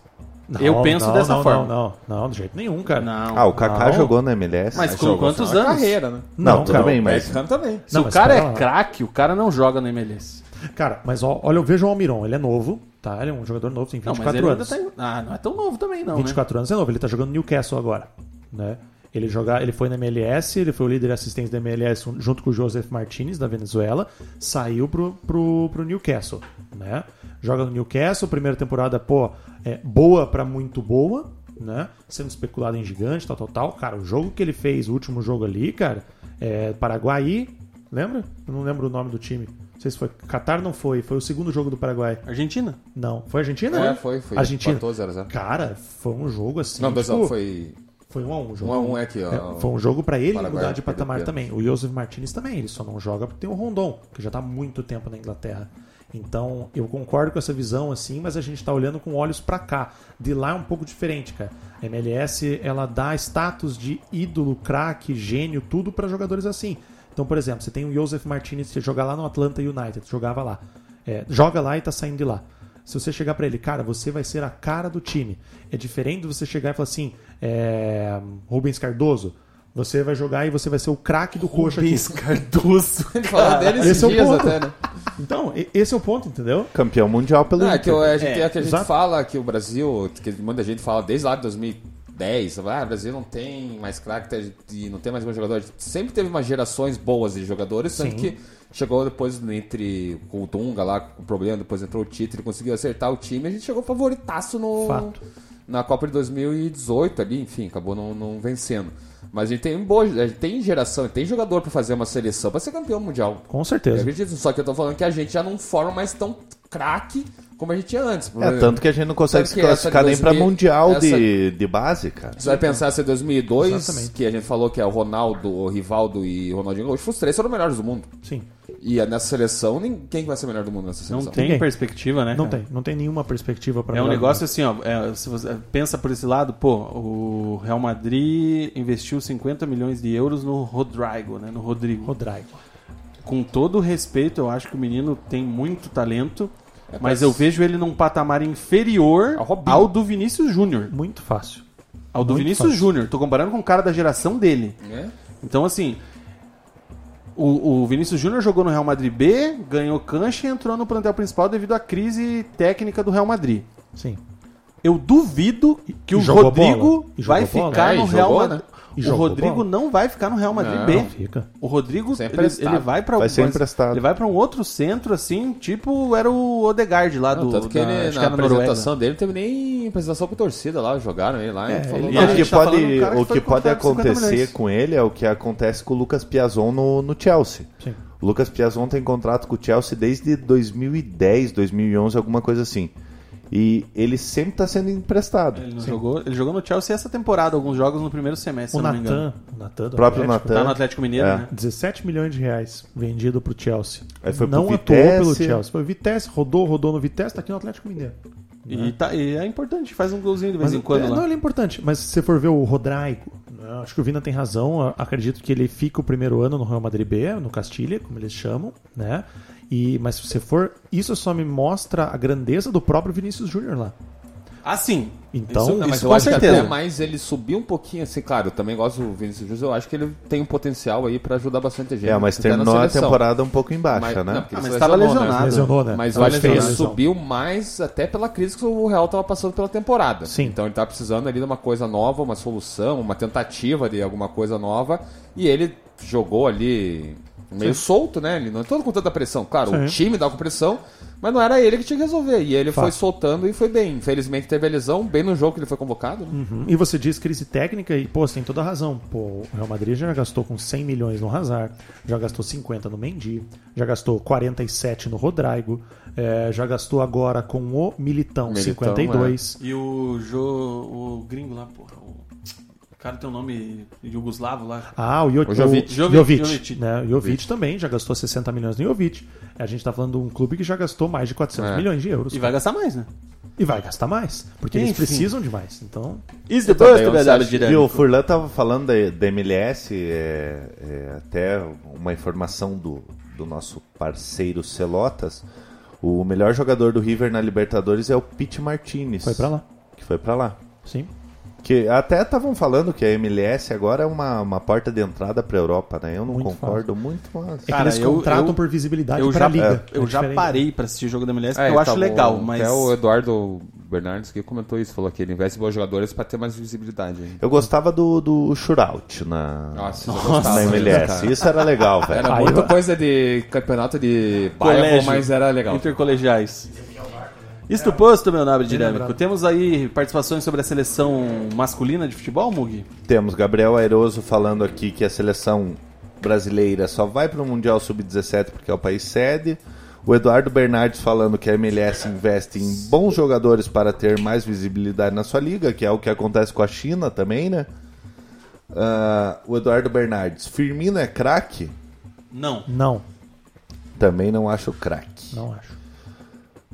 Eu penso dessa
não,
forma.
Não, não, não, de jeito nenhum, cara.
Não.
Ah, o Kaká
Não.
jogou na MLS.
Mas com
jogou.
quantos
Não,
anos?
Carreira, né?
Não,
Não,
tudo
cara,
bem, mas.
Beckham também.
Se
Não,
o
mas
cara
pera
é
lá.
craque, o cara não joga no MLS.
Cara, mas ó, olha, eu vejo o Almiron, ele é novo, tá? Ele é um jogador novo, tem
Não,
24
mas ele ainda
anos.
tá... em- Ah, não é tão novo também, não,
24 anos é novo, ele tá jogando no Newcastle agora, né? Ele, joga, ele foi na MLS, ele foi o líder assistente da MLS um- junto com o Joseph Martinez, da Venezuela, saiu pro, pro, pro Newcastle, né? Joga no Newcastle, primeira temporada, pô, é boa pra muito boa, né? Sendo especulado em gigante, tal, tal, tal. Cara, o jogo que ele fez, o último jogo ali, cara, é Paraguai, lembra? Eu não lembro o nome do time. Não sei se foi Catar, não foi. Foi o segundo jogo do Paraguai.
né? Argentina?
Não, foi Argentina?
É,
né?
foi, foi.
Argentina.
Empatou 0 a 0.
Cara, foi um jogo assim.
Não, dois
tipo,
a um, foi
Foi um a um, jogo.
Um a um é que, ó,
foi um jogo pra ele
Paraguai é
mudar de
perdeu
patamar
pênalti.
também. O Joseph Martinez também, ele só não joga porque tem o Rondon, que já tá há muito tempo na Inglaterra. Então, eu concordo com essa visão assim, mas a gente tá olhando com olhos pra cá. De lá é um pouco diferente, cara. A MLS, ela dá status de ídolo, craque, gênio, tudo pra jogadores assim. Então, por exemplo, você tem o Joseph Martinez que joga lá no Atlanta United, jogava lá. É, joga lá e tá saindo de lá. Se você chegar pra ele, cara, você vai ser a cara do time. É diferente de você chegar e falar assim, é, Rubens Cardoso, você vai jogar e você vai ser o craque do coxa aqui.
Cardoso.
Ele falou dele esses
esse é o
dias
ponto.
até, né?
Então, e- esse é o ponto, entendeu?
Campeão mundial pelo.
Não, é que, eu- a
É,
gente, é, que a gente
exato.
fala que o Brasil, que muita gente fala desde lá de 2010, ah, o Brasil não tem mais craque, tem- e não tem mais bom jogador. Sempre teve umas gerações boas de jogadores, tanto que chegou depois entre com o Dunga lá, com o problema, depois entrou o Tite, ele conseguiu acertar o time, a gente chegou favoritaço no
Fato.
na Copa de 2018 ali, enfim, acabou não, não vencendo. Mas a gente tem boa, a gente tem geração, tem jogador pra fazer uma seleção pra ser campeão mundial.
Com
Eu
certeza.
acredito, só que eu tô falando que a gente já não forma mais tão craque como a gente tinha antes.
É, tanto que a gente não consegue
Tanto
se
que essa
classificar
de
nem pra
2000,
mundial
essa-
de, de base, cara.
Você vai pensar se é 2002,
Exatamente.
que a gente falou que é o Ronaldo, o Rivaldo e o Ronaldinho Gaúcho, os três foram os melhores do mundo.
Sim.
E é, nessa seleção, ninguém quem vai ser o melhor do mundo nessa
Não
seleção.
tem
Ninguém.
perspectiva, né?
Não
cara?
tem, não tem nenhuma perspectiva
É
pra
um
melhorar.
negócio assim, ó. é, se você pensa por esse lado, pô, o Real Madrid investiu 50 milhões de euros no Rodrigo, né? No Rodrigo.
Rodrigo.
Com todo o respeito, eu acho que o menino tem muito talento,
É
mas eu vejo ele num patamar inferior
Ao Robinho.
ao do Vinícius Júnior.
Muito fácil.
Ao do
Muito
Vinícius
fácil.
Júnior. Tô comparando com o cara da geração dele.
né?
Então, assim, o, o Vinícius Júnior jogou no Real Madrid B, ganhou cancha e entrou no plantel principal devido à crise técnica do Real Madrid.
Sim.
Eu duvido que
E
o
jogou
Rodrigo
bola. E
vai
jogou bola.
ficar
É,
no
e
Real
jogou,
Madrid.
E
O
jogou
Rodrigo
bola.
não vai ficar no Real Madrid
Não.
B.
Fica.
O Rodrigo
Sem
ele,
emprestado.
ele vai para
Vai ser emprestado.
ele vai para um outro centro assim, tipo era o Odegaard lá
Não,
do
tanto que
da-
ele,
acho
na
que era Noruega.
apresentação dele, não teve nem apresentação com torcida lá, jogaram ele lá. ele falou
ele-
E
a
nada.
o que
gente tá falando
pode,
do cara que
o
foi
que pode
comprado por 50
acontecer
milhões.
com ele é o que acontece com o Lucas Piazon no, no Chelsea.
Sim.
O Lucas Piazon tem contrato com o Chelsea desde 2010, 2011, alguma coisa assim. E ele sempre está sendo emprestado.
Ele, não jogou, ele jogou no Chelsea essa temporada alguns jogos no primeiro semestre,
O
se eu não me engano.
Natan, o Natan do
próprio
Atlético,
Natan.
Tá no Atlético Mineiro,
É.
né?
17 milhões de reais vendido pro Chelsea.
Aí foi pro
não
Vitesse.
atuou pelo Chelsea. Foi o Vitesse, rodou, rodou no Vitesse, tá aqui no Atlético Mineiro.
Uhum.
E, tá- e é importante, faz um golzinho de vez
Mas,
em quando
é,
lá.
Não, ele é importante. Mas se você for ver o Rodrigo, né, acho que o Vina tem razão. a- Acredito que ele fica o primeiro ano no Real Madrid B, no Castilha, como eles chamam, né? E, mas se você for. Isso só me mostra a grandeza do próprio Vinícius Júnior lá.
Ah, sim.
Então,
isso,
Não, mas
isso
eu
com
acho que até
certeza.
mais ele subiu um pouquinho, assim, claro, eu também gosto do Vinícius Júnior, eu acho que ele tem um potencial aí pra ajudar bastante a gente.
É, mas
até na
terminou a
seleção.
temporada um pouco em
Mas-
baixa,
não,
né?
porque
Ah,
ele
mas tava
lesionou, né?
lesionado.
Lesionou, né?
Mas
Tava
olha, ele
lesionado.
subiu mais até pela crise que o Real tava passando pela temporada.
Sim.
Então ele tá precisando ali de uma coisa nova, uma solução, uma tentativa de alguma coisa nova. E ele jogou ali meio solto, né? Ele não entrou com tanta pressão. Claro, o
Sim.
time dava com pressão, mas não era ele que tinha que resolver. E ele foi
Fato.
soltando e foi bem. Infelizmente teve a lesão, bem no jogo que ele foi convocado. né?
Uhum. E você diz crise técnica e, pô, você tem toda a razão. Pô, o Real Madrid já gastou com 100 milhões no Hazard, já gastou 50 no Mendy, já gastou 47 no Rodrigo, eh, já gastou agora com o Militão,
Militão,
52.
E o Jo. O gringo lá, porra. O o cara tem um nome jugoslavo lá.
Ah, o, Yo
O Jovic.
o
Jovic,
Jovic,
Jovic.
né? O Jovic também já gastou 60 milhões no Jovic. A gente tá falando de um clube que já gastou mais de 400
É.
milhões de euros.
E vai gastar mais, né?
E vai gastar mais, porque
Enfim.
eles precisam de mais. Então,
Is the
também, você acha que-
E o Furlan tava falando da, da MLS, é, é, até uma informação do, do nosso parceiro Celotas. O melhor jogador do River na Libertadores é o Pete Martinez.
foi pra lá.
que foi pra lá.
Sim.
Que até estavam falando que a MLS agora é uma, uma porta de entrada pra Europa, né? Eu não
Muito
concordo muito, mas.
É
Cara,
que eles
eu-
contratam
eu-
por visibilidade
Eu
pra
já,
liga.
eu
É
já
diferente.
parei pra assistir o jogo da MLS, porque
É,
eu acho
tá, o-
legal, mas.
Até o Eduardo Bernardes que comentou isso, falou que ele investe em bons jogadores pra ter mais visibilidade. hein?
Eu gostava do, do shootout na,
Nossa, eu
na
gostava,
é
MLS.
cara.
Isso era legal, velho.
Era
Aí
muita
eu-
coisa de campeonato de bairro,
Colégio.
mas era legal.
Intercolegiais. Isto posto, meu nobre dinâmico. Temos aí participações sobre a seleção masculina de futebol, Mug?
Temos Gabriel Airoso falando aqui que a seleção brasileira só vai para o Mundial Sub-17 porque é o país sede. O Eduardo Bernardes falando que a MLS investe em bons jogadores para ter mais visibilidade na sua liga, que é o que acontece com a China também, né? Ah, o Eduardo Bernardes, Firmino é craque?
Não.
Não,
Também não acho craque.
não acho.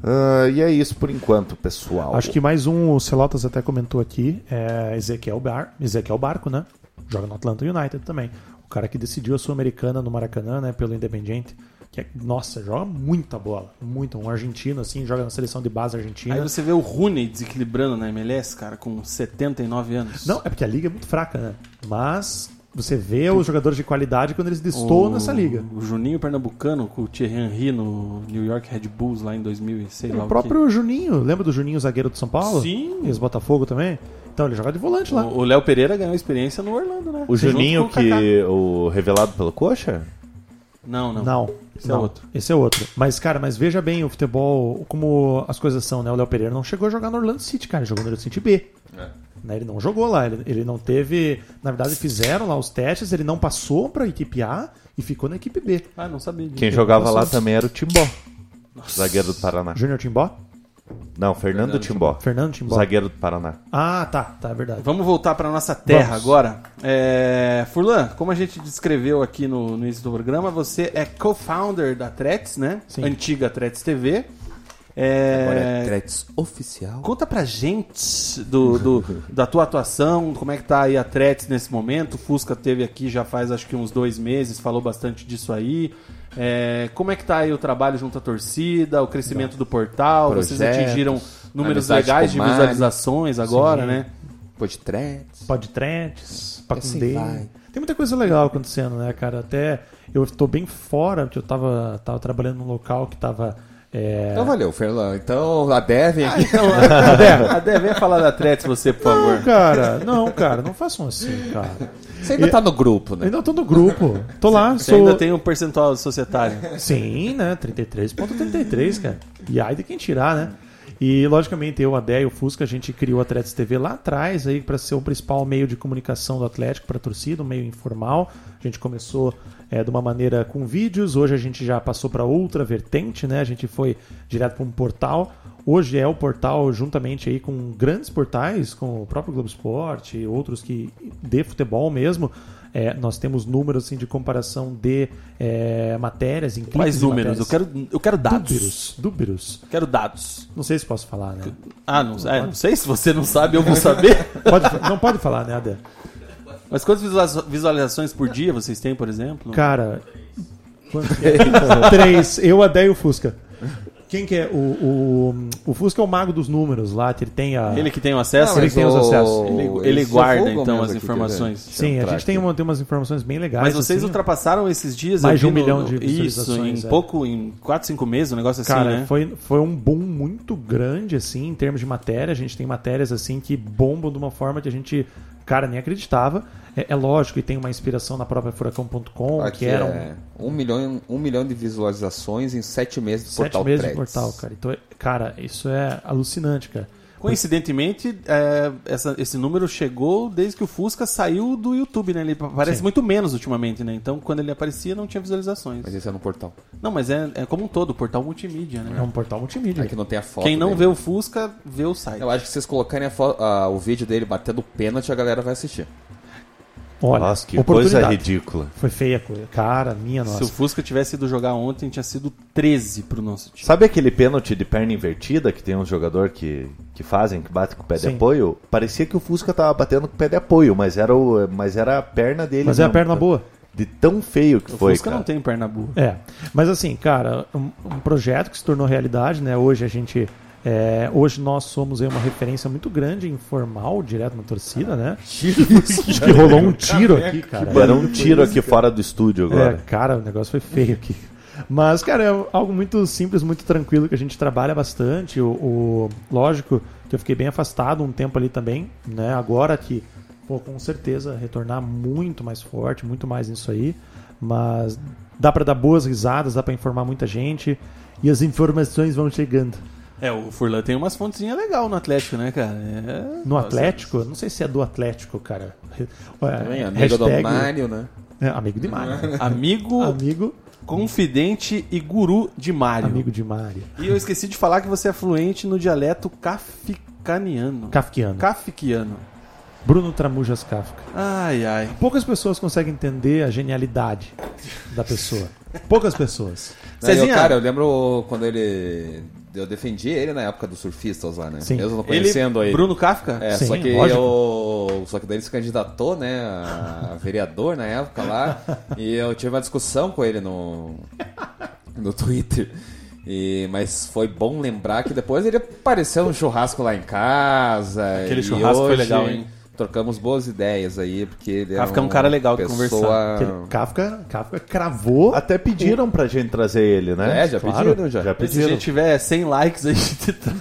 Ah, e é isso por enquanto, pessoal.
Acho que mais um, o Celotas até comentou aqui, é Ezequiel, Bar, Ezequiel Barco, né? Joga no Atlanta United também. O cara que decidiu a Sul-Americana no Maracanã, né? Pelo Independiente. Que é- nossa, joga muita bola. Muito. Um argentino, assim, joga na seleção de base argentina.
Aí você vê o Rooney desequilibrando na MLS, cara, com 79 anos.
Não, é porque a liga é muito fraca, né? Mas você vê os jogadores de qualidade quando eles destoam nessa liga.
O Juninho Pernambucano com o Thierry Henry no New York Red Bulls lá em 2006. lá
O próprio Juninho, lembra do Juninho, zagueiro do São Paulo?
Sim.
Ex-Botafogo também? Então, ele joga de volante
O
lá.
o Léo Pereira ganhou experiência no Orlando, né?
O
Junto
Juninho
com o Kaká.
que o revelado pelo Coxa?
Não, não.
Não.
Esse
não.
é outro.
Esse é outro. Mas, cara, mas veja bem o futebol, como as coisas são, né? O Léo Pereira não chegou a jogar no Orlando City, cara. Ele jogou no Orlando City B. Né? Ele não jogou lá. Ele, ele não teve. Na verdade, fizeram lá os testes, ele não passou pra equipe A e ficou na equipe B.
Ah, não sabia. disso.
Quem jogava lá também era o Timbó, zagueiro do Paraná.
Júnior Timbó?
Não, Fernando, Timbó.
Fernando Timbó.
Zagueiro do Paraná.
Ah, tá, tá, é verdade.
Vamos voltar para nossa terra
Vamos.
agora. É, Furlan, como a gente descreveu aqui no, no início do programa, você é co-founder da Trets, né?
Sim.
Antiga Trets TV. É,
Agora é Threads oficial.
Conta pra gente do, do- da tua atuação, como é que tá aí a Trets nesse momento. O Fusca teve aqui já faz acho que uns dois meses, falou bastante disso aí. É, como é que tá aí o trabalho junto à torcida, o crescimento do portal? Vocês
Tá. Projetos,
atingiram números
amizade
legais
com
de
o Mário.
visualizações agora, né?
Depois de threads.
Pode trentes,
assim
Pacundê.
vai.
Tem muita coisa legal acontecendo, né, cara? Até eu tô bem fora, porque eu tava, tava trabalhando num local que tava. é, Ah,
Então valeu, Fernando. Então a Devin aqui.
Adé, Adé, venha falar da Trets você, por
Não,
favor.
cara, não, cara, não façam assim, cara.
Você ainda tá no grupo, né?
Ainda tô no grupo. Tô lá,
Você
sou.
ainda tem um percentual societário.
Sim, né? 33.33, cara. E ai de quem tirar, né? E logicamente eu, a Dé e o Fusca, a gente criou a Atletas TV lá atrás aí para ser o principal meio de comunicação do Atlético para a torcida, um meio informal. A gente começou eh, de uma maneira com vídeos, hoje a gente já passou para outra vertente, né? A gente foi direto para um portal. Hoje é o portal juntamente aí com grandes portais, com o próprio Globo Esporte e outros que de futebol mesmo. eh, nós temos números assim, de comparação de eh, matérias em clipes
Quais
de
números? Eu
matérias.
quero, eu quero dados.
Dúbiros, dúbiros.
Quero dados.
Não sei se posso falar, né?
Ah, não, é, não sei se você não sabe, eu vou saber.
Pode- não pode falar, né, Adé?
Mas quantas visualiza- visualizações por dia vocês têm, por exemplo?
Cara. quanto que é? Três. Eu, Adé e o Fusca. Quem que é? O, o, o Fusca é o mago dos números lá, que ele tem a.
Ele que tem o acesso,
Não,
ele,
mas tem os acessos.
ele- ele guarda então as informações.
Sim, a gente tem, uma, tem umas informações bem legais.
é um Mas vocês
assim.
ultrapassaram esses dias
Mais
eu
de um
vi
milhão de
Isso, em
visualizações, é.
pouco, em 4, 5 meses, um negócio assim,
Cara,
né?
foi, foi um boom muito grande, assim, em termos de matéria. A gente tem matérias, assim, que bombam de uma forma que a gente, cara, nem acreditava. É, é lógico, e tem uma inspiração na própria Furacão.com,
Aqui
que era um,
é um milhão, um milhão de visualizações em sete meses do
sete
portal
meses de
Threads.
portal, cara. Então, é- cara, isso é alucinante, cara.
Coincidentemente, é, essa- esse número chegou desde que o Fusca saiu do YouTube, né? Ele aparece
Sim.
muito menos ultimamente, né? Então, quando ele aparecia, não tinha visualizações.
Mas esse é no portal.
Não, mas é, é como um todo, o portal multimídia,
É
né?
um portal multimídia.
É que não tem a foto.
Quem não
dele.
vê o Fusca, vê o site.
Eu acho que se vocês colocarem a fo- ah, o vídeo dele batendo pênalti, a galera vai
É.
assistir.
Olha,
Nossa, que coisa
oportunidade.
ridícula.
Foi feia a coisa. Cara, minha
Se o
nossa.
Fusca tivesse ido jogar ontem, tinha sido 13 pro nosso time.
Sabe aquele pênalti de perna invertida que tem um jogador que, que fazem, que bate com o pé de
Sim.
apoio? Parecia que o Fusca tava batendo com o pé de apoio, mas era, o, mas era a perna dele.
Mas é a
mesmo,
perna
cara.
boa.
De tão feio que
O
foi,
Fusca
cara.
não tem perna burra.
É. Mas assim, cara, um, um projeto que se tornou realidade, né? Hoje a gente É, hoje nós somos aí uma referência muito grande, informal, direto na torcida, né? Acho que rolou um tiro aqui, cara.
Deram um tiro aqui fora do estúdio
É,
agora.
cara, o negócio foi feio aqui. Mas, cara, é algo muito simples, muito tranquilo que a gente trabalha bastante. O, o- lógico que eu fiquei bem afastado um tempo ali também, né? Agora que vou com certeza retornar muito mais forte, muito mais nisso aí. Mas dá pra dar boas risadas, dá pra informar muita gente e as informações vão chegando.
É, o Furlan tem umas fontezinhas legal no Atlético, né, cara? É...
No Atlético, não sei se é do Atlético, cara. Ué,
Também, amigo do
hashtag,
Mário, né?
é, amigo de Mário.
Amigo,
amigo,
confidente e guru de Mário.
amigo de Mário.
E eu esqueci de falar que você é fluente no dialeto caficaniano.
Kafkiano.
Cafiquiano.
Bruno Tramujas Kafka.
Ai, ai.
Poucas pessoas conseguem entender a genialidade da pessoa. Poucas pessoas.
Não, eu,
Cezinha.
cara, eu lembro quando ele. Eu defendi ele na época dos surfistas lá, né?
Sim.
Mesmo não conhecendo ele.
Bruno Kafka?
É,
Sim,
só que
lógico.
eu. Só que daí ele se candidatou, né? A vereador na época lá. e eu tive uma discussão com ele no. no Twitter. E, mas foi bom lembrar que depois ele apareceu num churrasco lá em casa.
Aquele
e
churrasco foi
hoje
legal, hein?
Trocamos boas ideias aí, porque ele
Kafka é um cara legal de
pessoa...
Ah.
Aquele Kafka, Kafka cravou.
Até pediram pra gente trazer ele, né?
É, já
Claro.
pediram, já.
Já
Se a
pediram.
gente tiver 100 likes, a gente traz.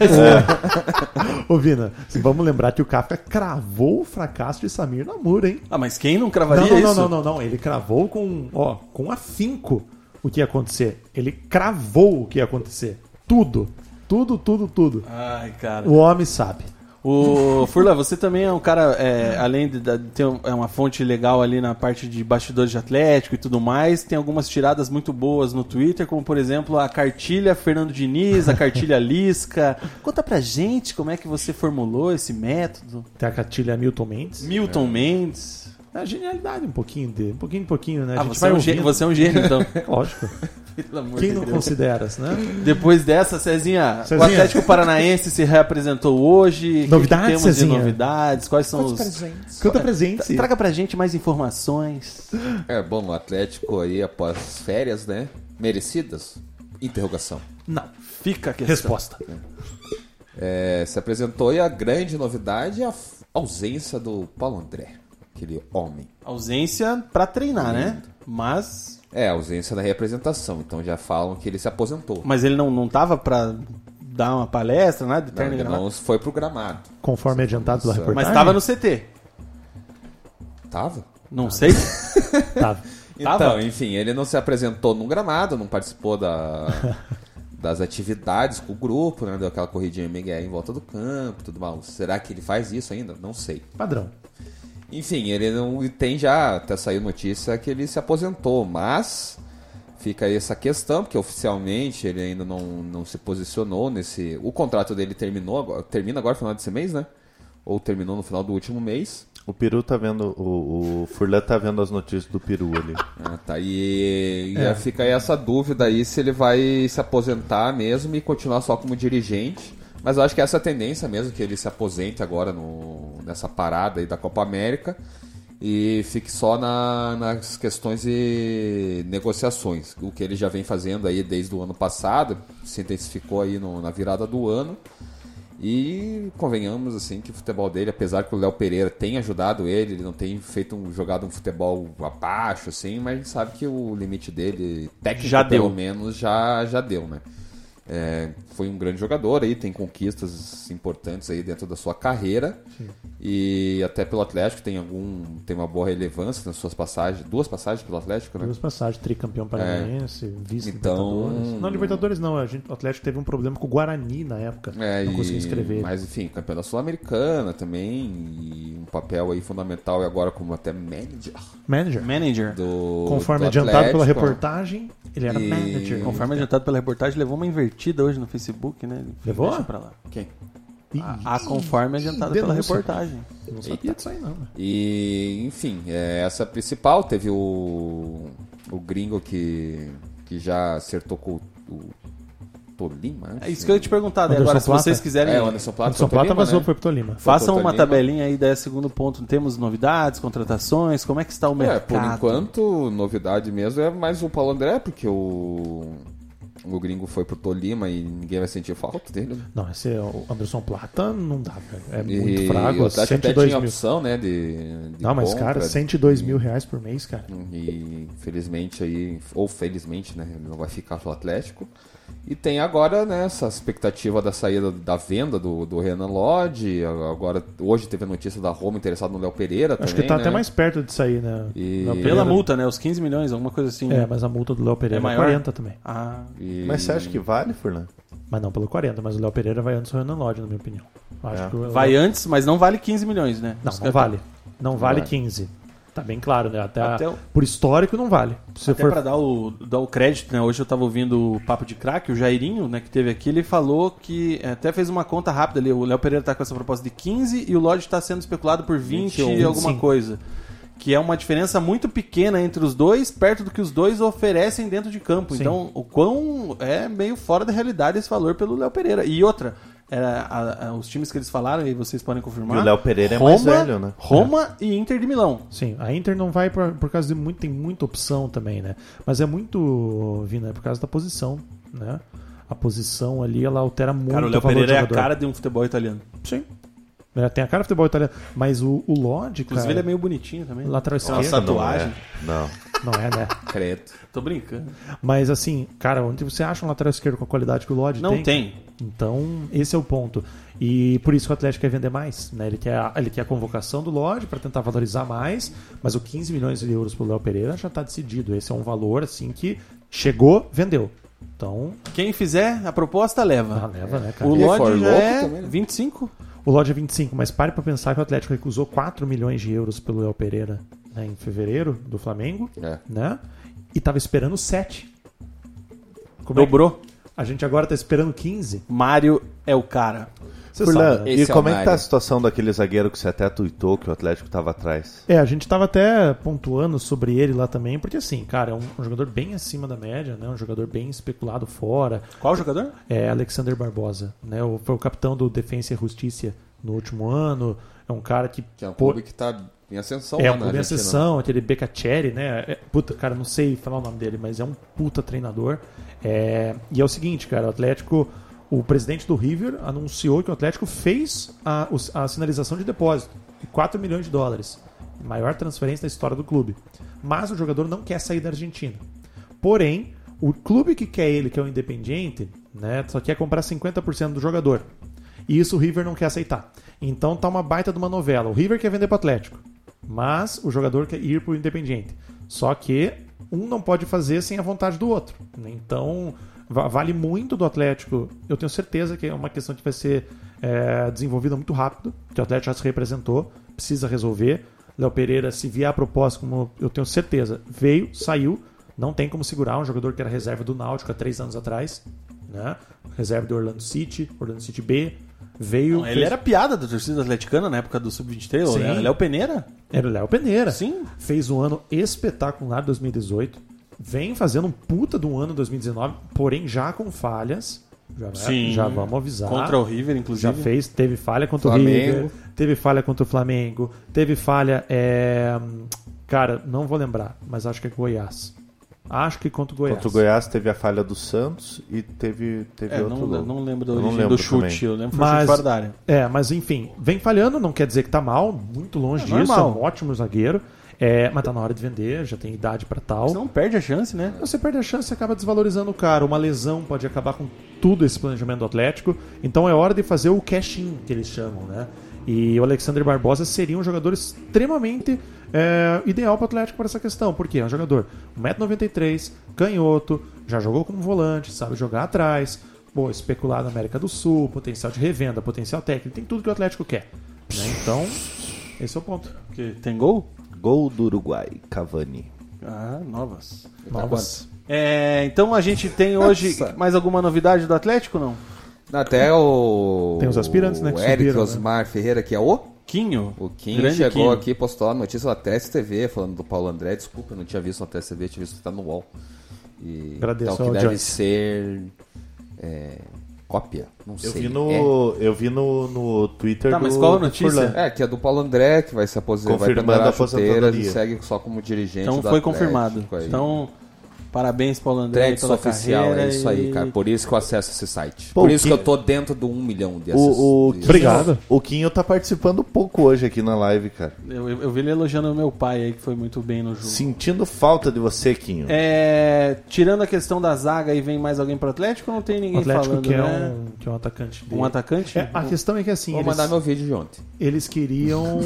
Ô, Vina, vamos lembrar que o Kafka cravou o fracasso de Samir Namur, hein?
Ah, mas quem não
Não,
cravaria
não, não,
isso?
não, não, não. Ele cravou com, ó, com afinco o que ia acontecer. Ele cravou o que ia acontecer. Tudo. Tudo, tudo, tudo.
Ai, cara.
O homem sabe.
O Furla, você também é um cara, é, além de, da- ter um- é uma fonte legal ali na parte de bastidores de Atlético e tudo mais, tem algumas tiradas muito boas no Twitter, como por exemplo a cartilha Fernando Diniz, a cartilha Lisca. Conta pra gente como é que você formulou esse método.
Tem a cartilha Milton Mendes.
Milton Mendes.
É a genialidade um pouquinho dele. Um pouquinho, um pouquinho, né? A
Ah,
gente
você
vai
é, um gênio,
ouvindo.
você é um gênio, então.
Lógico.
Pelo amor
Quem
de
não
Deus.
considera, né?
Depois dessa, Cezinha, o
Cezinha.
Atlético Paranaense se reapresentou hoje. O que que
Novidades,
temos de
Cezinha?
novidades? Quais são os.
Canta presente.
Traga pra gente mais informações.
É, bom, o Atlético aí após férias, né? Merecidas? Interrogação.
Não.
Fica a questão.
Resposta.
É, se apresentou e a grande novidade é a f- ausência do Paulo André, aquele homem.
Ausência pra treinar, né? Mas.
É, a ausência da representação, então já falam que ele se aposentou.
Mas ele não, não tava pra dar uma palestra, nada de
Não,
terno e
ele
gravata.
não foi pro gramado.
Conforme adiantado pela reportagem.
Mas tava no CT.
Tava?
Tá.
Não sei.
Tava.
Então,
Tava?
enfim, ele não se apresentou num gramado, não participou da- das atividades com o grupo, né? Deu aquela corridinha Miguel em volta do campo, tudo mal. Será que ele faz isso ainda? Não sei.
Padrão.
Enfim, ele não e tem já, até saiu notícia que ele se aposentou, mas fica aí essa questão, porque oficialmente ele ainda não, não se posicionou nesse. O contrato dele terminou agora, termina agora no final desse mês, né? Ou terminou no final do último mês.
O Peru tá vendo, o, o Furlan tá vendo as notícias do Peru ali.
Ah, tá. E, e fica aí essa dúvida aí se ele vai se aposentar mesmo e continuar só como dirigente. Mas eu acho que essa é a tendência mesmo, que ele se aposente agora no, nessa parada aí da Copa América e fique só na- nas questões de negociações. O que ele já vem fazendo aí desde o ano passado, se intensificou aí no- na virada do ano. E convenhamos assim que o futebol dele, apesar que o Léo Pereira tem ajudado ele, ele não tem feito um jogado um futebol abaixo assim, mas a gente sabe que o limite dele técnico
Já deu.
pelo menos já já deu, né? É, foi um grande jogador aí, tem conquistas importantes aí dentro da sua carreira e até pelo Atlético tem algum tem uma boa relevância nas suas passagens, duas passagens pelo Atlético, né?
Duas passagens, tricampeão paranaense, vice-libertadores.
É. Então-
Não, Libertadores não. A gente, o Atlético teve um problema com o Guarani na época.
É,
não
e-
conseguiu inscrever.
Mas enfim, campeão da Sul-Americana também, e um papel aí fundamental e agora como até manager
Manager.
Manager.
do
Conforme
do
adiantado pela
Atlético.
reportagem, ele era
E-
manager.
Conforme adiantado pela reportagem, levou uma invertida hoje no Facebook, né? Enfim,
Levou?
Deixa pra lá.
Quem?
Ih,
Ah,
A Ah, conforme adiantado pela
denúncia.
reportagem.
Não sabia disso aí, não. né?
E enfim, é essa é a principal. Teve o, o gringo que, que já acertou com o, o Tolima.
É isso que eu ia te perguntar. né? Agora,
Anderson
se
Plata?
vocês quiserem.
É, o Anderson Plata. foi
Anderson
o
Plata
Tolima,
vazou
né?
pro Tolima.
Façam uma
Tolima.
tabelinha aí, daí segundo ponto. Temos novidades, contratações, como é que está o
É,
mercado?
por enquanto, novidade mesmo é mais o Paulo André, porque o, O gringo foi pro Tolima e ninguém vai sentir falta dele. né?
Não, esse é o Anderson Plata não dá, velho. É
E
muito fraco.
eu acho que até
102
tinha
mil.
opção, né? De, de
não, mas,
compra.
cara, 102 mil reais por mês, cara.
E infelizmente aí, ou felizmente, né? Ele não vai ficar pro Atlético. E tem agora, né, essa expectativa da saída da venda do, do Renan Lodge. Agora, hoje teve a notícia da Roma interessada no Léo Pereira
Acho
também.
que tá
né?
até mais perto de sair, né?
E-
Léo
Pela
Pereira-
multa, né? Os 15 milhões, alguma coisa assim.
É,
né?
mas a multa do Léo Pereira é,
É maior?
40 também.
Ah,
E-
Mas você acha que vale, Furlan?
Mas não pelo 40, mas o Léo Pereira vai antes do Renan Lodge, na minha opinião. Eu Acho que o-
vai antes, mas não vale 15 milhões, né?
Não,
Os
não
caras-
vale. Não vale
vale.
15. Tá bem claro, né? Até,
Até o-
por histórico não vale. Se
Até
for
pra dar o, dar o crédito, né? Hoje eu tava ouvindo o Papo de Crack, o Jairinho, né, que teve aqui, ele falou que é, até fez uma conta rápida ali. O Léo Pereira tá com essa proposta de 15 e o Lodge tá sendo especulado por 20 e
21,
alguma
sim.
coisa. Que é uma diferença muito pequena entre os dois, perto do que os dois oferecem dentro de campo.
Sim.
Então, o quão é meio fora da realidade esse valor pelo Léo Pereira. E outra, é, a- a- os times que eles falaram, e vocês podem confirmar.
E o Léo Pereira é mais velho, né?
Roma e Inter de Milão.
Sim, a Inter não vai por, por causa de muito, tem muita opção também, né? Mas é muito, Vina, é por causa da posição, né? A posição ali, ela altera muito
Cara, o Léo
valor do
Pereira é a
jogador.
cara de um futebol italiano.
Sim. Ela tem a cara de futebol italiano, mas o, o Lodge,
Inclusive,
cara,
ele é meio bonitinho também.
lateral esquerdo,
Nossa,
não é.
tatuagem.
Não.
não é, né?
Credo.
Tô brincando.
Mas assim, cara, onde você acha um lateral esquerdo com a qualidade que o Lodge
Não
tem?
tem.
Então, esse é o ponto. E por isso que o Atlético quer vender mais. Né? Ele, quer a, ele quer a convocação do Lodge para tentar valorizar mais, mas o 15 milhões de euros pro Léo Pereira já está decidido. Esse é um valor assim que chegou, vendeu. Então,
Quem fizer a proposta
ah,
leva.
leva, né, cara?
O
E for
Lodge já
louco
é
também, né?
25.
O Lodge é 25, mas pare para pensar que o Atlético recusou 4 milhões de euros pelo Léo Pereira né, em fevereiro do Flamengo,
É.
né? E tava esperando 7. Como é que-
Dobrou.
A gente agora tá esperando 15.
Mário é o cara.
Você
Furlan,
sabe, né?
Esse
e
é o
como é que tá a
Mário.
situação daquele zagueiro que você até tuitou que o Atlético tava atrás?
É, a gente tava até pontuando sobre ele lá também, porque assim, cara, é um, um jogador bem acima da média, né? Um jogador bem especulado fora.
Qual jogador?
É Alexander Barbosa, né? O, foi o capitão do Defensa e Justiça no último ano. É um cara que.
Que é um
pô-
clube que tá em ascensão lá
é um
na
clube em
Argentina.
ascensão, aquele Beccacherry, né? É, puta, cara, não sei falar o nome dele, mas é um puta treinador. É, e é o seguinte, cara, o Atlético. O presidente do River anunciou que o Atlético fez a, os- a sinalização de depósito de 4 milhões de dólares. Maior transferência da história do clube. Mas o jogador não quer sair da Argentina. Porém, o clube que quer ele, que é o Independiente, né, só quer comprar 50% do jogador. E isso o River não quer aceitar. Então tá uma baita de uma novela. O River quer vender pro Atlético, mas o jogador quer ir pro Independiente. Só que um não pode fazer sem a vontade do outro. né? Então va- vale muito do Atlético. Eu tenho certeza que é uma questão que vai ser é, desenvolvida muito rápido, que o Atlético já se representou, precisa resolver. Léo Pereira, se vier a proposta, como eu tenho certeza, veio, saiu, não tem como segurar um jogador que era reserva do Náutico há três anos atrás, né? Reserva do Orlando City, Orlando City B, veio.
Ele era piada da torcida atleticana na época do Sub-23.
Sim.
né? Ele é o Peneira?
Era o Léo Peneira.
Sim.
Fez um ano espetacular em 2018. Vem fazendo um puta do ano em 2019, porém já com falhas. Já, né?
Sim.
já vamos avisar.
Contra o River,
Já
inclusive.
fez, teve falha contra o
Flamengo.
River, teve falha contra o Flamengo, teve falha. é, Cara, não vou lembrar, mas acho que é Goiás. Acho que contra o Goiás.
Contra o Goiás teve a falha do Santos e teve, teve
É,
outro
não,
gol.
não lembro da
Eu
origem
lembro
do chute.
também.
Eu lembro que foi
Mas,
chute fora da área.
É, mas enfim, vem falhando, não quer dizer que tá mal, muito longe
É
disso,
normal.
é um ótimo zagueiro. É, mas tá na hora de vender, já tem idade pra tal.
Você não perde a chance, né?
Você perde a chance e acaba desvalorizando o cara. Uma lesão pode acabar com tudo esse planejamento do Atlético. Então é hora de fazer o cash-in, que eles chamam, né? E o Alexandre Barbosa seria um jogador extremamente é, ideal para o Atlético para essa questão. Porque é um jogador 1,93m, canhoto, já jogou como volante, sabe jogar atrás, pô, especular na América do Sul, potencial de revenda, potencial técnico, tem tudo que o Atlético quer. né? Então, esse é o ponto.
Porque tem gol?
Gol do Uruguai, Cavani.
Ah, novas.
Novas.
É, então a gente tem hoje
Nossa.
mais alguma novidade do Atlético, não?
Até o.
Tem os aspirantes, né, que
O Eric
subiram, né?
Osmar Ferreira, que é o.
Quinho.
O Kim
Grande
chegou
Quinho.
aqui e postou a notícia da TSTV falando do Paulo André. Desculpa, eu não tinha visto na TSTV, tinha visto que tá no UOL. E,
Agradeço
então,
a
que deve
audiência.
ser é, cópia. Não
Eu
sei.
vi no, eu vi no, no Twitter
Tá,
do
mas qual a
do
notícia?
Furlan.
É. é, que é do Paulo André, que vai se aposentar, vai
Confirmando
pendurar
a
a chuteira e
aposentadoria.
segue só como dirigente
Então
do
foi
Atlético
confirmado.
aí.
Então Parabéns, Paulo André,
Threads
pela
oficial,
carreira
é isso aí,
e-
cara. Por isso que eu acesso esse site.
Pô,
Por
o
isso que
que-
eu tô dentro do um milhão de acessos.
O, o
de-
Quinho-
Obrigado.
O Quinho tá participando pouco hoje aqui na live, cara.
Eu, eu- eu vi ele elogiando o meu pai aí, que foi muito bem no jogo.
Sentindo falta de você, Quinho.
É, tirando a questão da zaga, aí vem mais alguém pro Atlético ou não tem
O
ninguém
Atlético
falando,
que, é
né?
um, que é um atacante
um...
dele.
atacante?
É, a questão é que assim,
Vou
eles,
mandar meu vídeo de ontem.
eles queriam.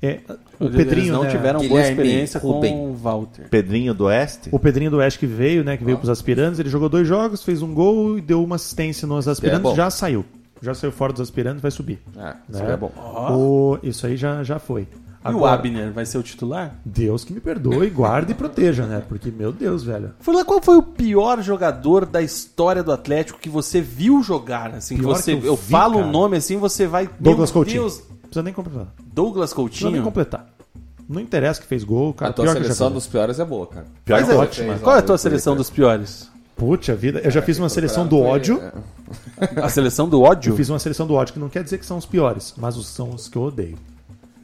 é, o
Eles
Pedrinho
não
né,
tiveram boa
Guilherme,
experiência com
Rubem.
o Walter.
Pedrinho do Oeste?
O Pedrinho do Oeste que veio, né? Que veio pros aspirantes, ele jogou dois jogos, fez um gol e deu uma assistência
É
nos aspirantes,
bom.
já saiu. Já saiu fora dos aspirantes, vai subir.
É,
né?
isso é bom.
O- isso aí já, já foi.
E o
Agora,
Abner vai ser o titular?
Deus que me perdoe, guarde e proteja, né? Porque, meu Deus, velho.
Furlan, qual foi o pior jogador da história do Atlético que você viu jogar? Assim, que
Pior
você,
que
eu,
eu vi,
falo o
cara.
nome assim, você vai.
Douglas
Meu
Coutinho.
Deus,
Não precisa nem completar. Não
Douglas
precisa nem
Coutinho.
completar. Não interessa que fez gol, cara.
a tua
pior que eu já
seleção
vi.
dos piores é boa, cara.
Pior
Mas
que
é-
o
ótima.
Qual é a tua seleção dos piores?
Puta vida, eu já fiz uma seleção do ódio.
É.
A seleção do ódio?
Eu fiz uma seleção do ódio, que não quer dizer que são os piores, mas os são os que eu odeio.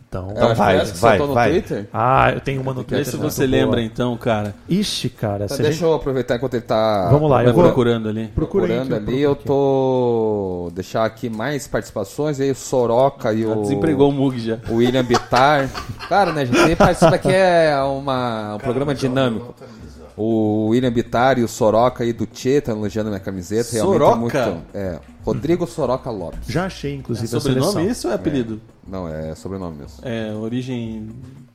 Então.
É, as
vai,
piores que
vai,
soltou no
vai.
Twitter.
Ah, eu tenho uma no Twitter.
Vê se Tá.
muito
você
boa.
lembra então, cara.
Ixi, cara,
Tá,
se a
deixa
gente-
eu aproveitar enquanto ele tá
Vamos lá, eu vou-
Procurando ali.
procura aí que
procurando
eu
ali.
procuro
Eu
aqui.
tô deixar aqui mais participações. Aí o Soroca e o
Desempregou um. o Mug já.
o William Bittar. Cara, né, gente? Tem parte- Isso daqui é uma, um programa dinâmico. O William Bittar e o Soroca aí do Tchê estão elogiando minha camiseta. Realmente
Soroca?
é muito. É, Rodrigo Soroca Lopes.
Já achei, inclusive, a seleção.
Sobrenome isso ou é apelido?
Não, é sobrenome mesmo.
É, origem.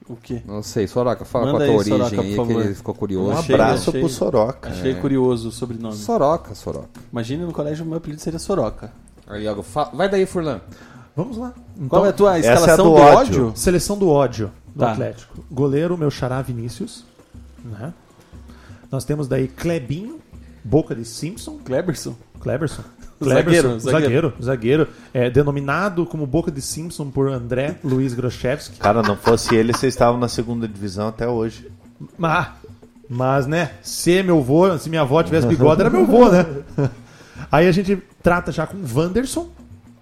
O quê?
Não sei, Soroca, fala
Manda
qual a tua
aí,
origem
Soroca,
aí,
por
que
favor.
ele ficou curioso.
Um
Um
Achei,
abraço
achei.
pro Soroca.
Achei curioso o sobrenome.
Soroca, Soroca.
Imagina no colégio meu apelido seria Soroca.
Aí, Iago, fa- vai daí, Furlan.
Vamos lá. Então,
Qual é a tua
essa é a
escalação
do
do,
ódio.
ódio?
Seleção do ódio do
Tá.
Atlético. Goleiro, meu xará Vinícius. né? Nós temos daí Clebinho, Boca de Simpson.
Cleberson?
Cleberson.
Zagueiro,
Cleberson, zagueiro, zagueiro. É, denominado como Boca de Simpson por André Luiz Groshevski.
Cara, não fosse ele, vocês estavam na segunda divisão até hoje.
Mas, mas, né? Se meu vô, se minha avó tivesse bigode, era meu vô, né? Aí a gente trata já com Wanderson,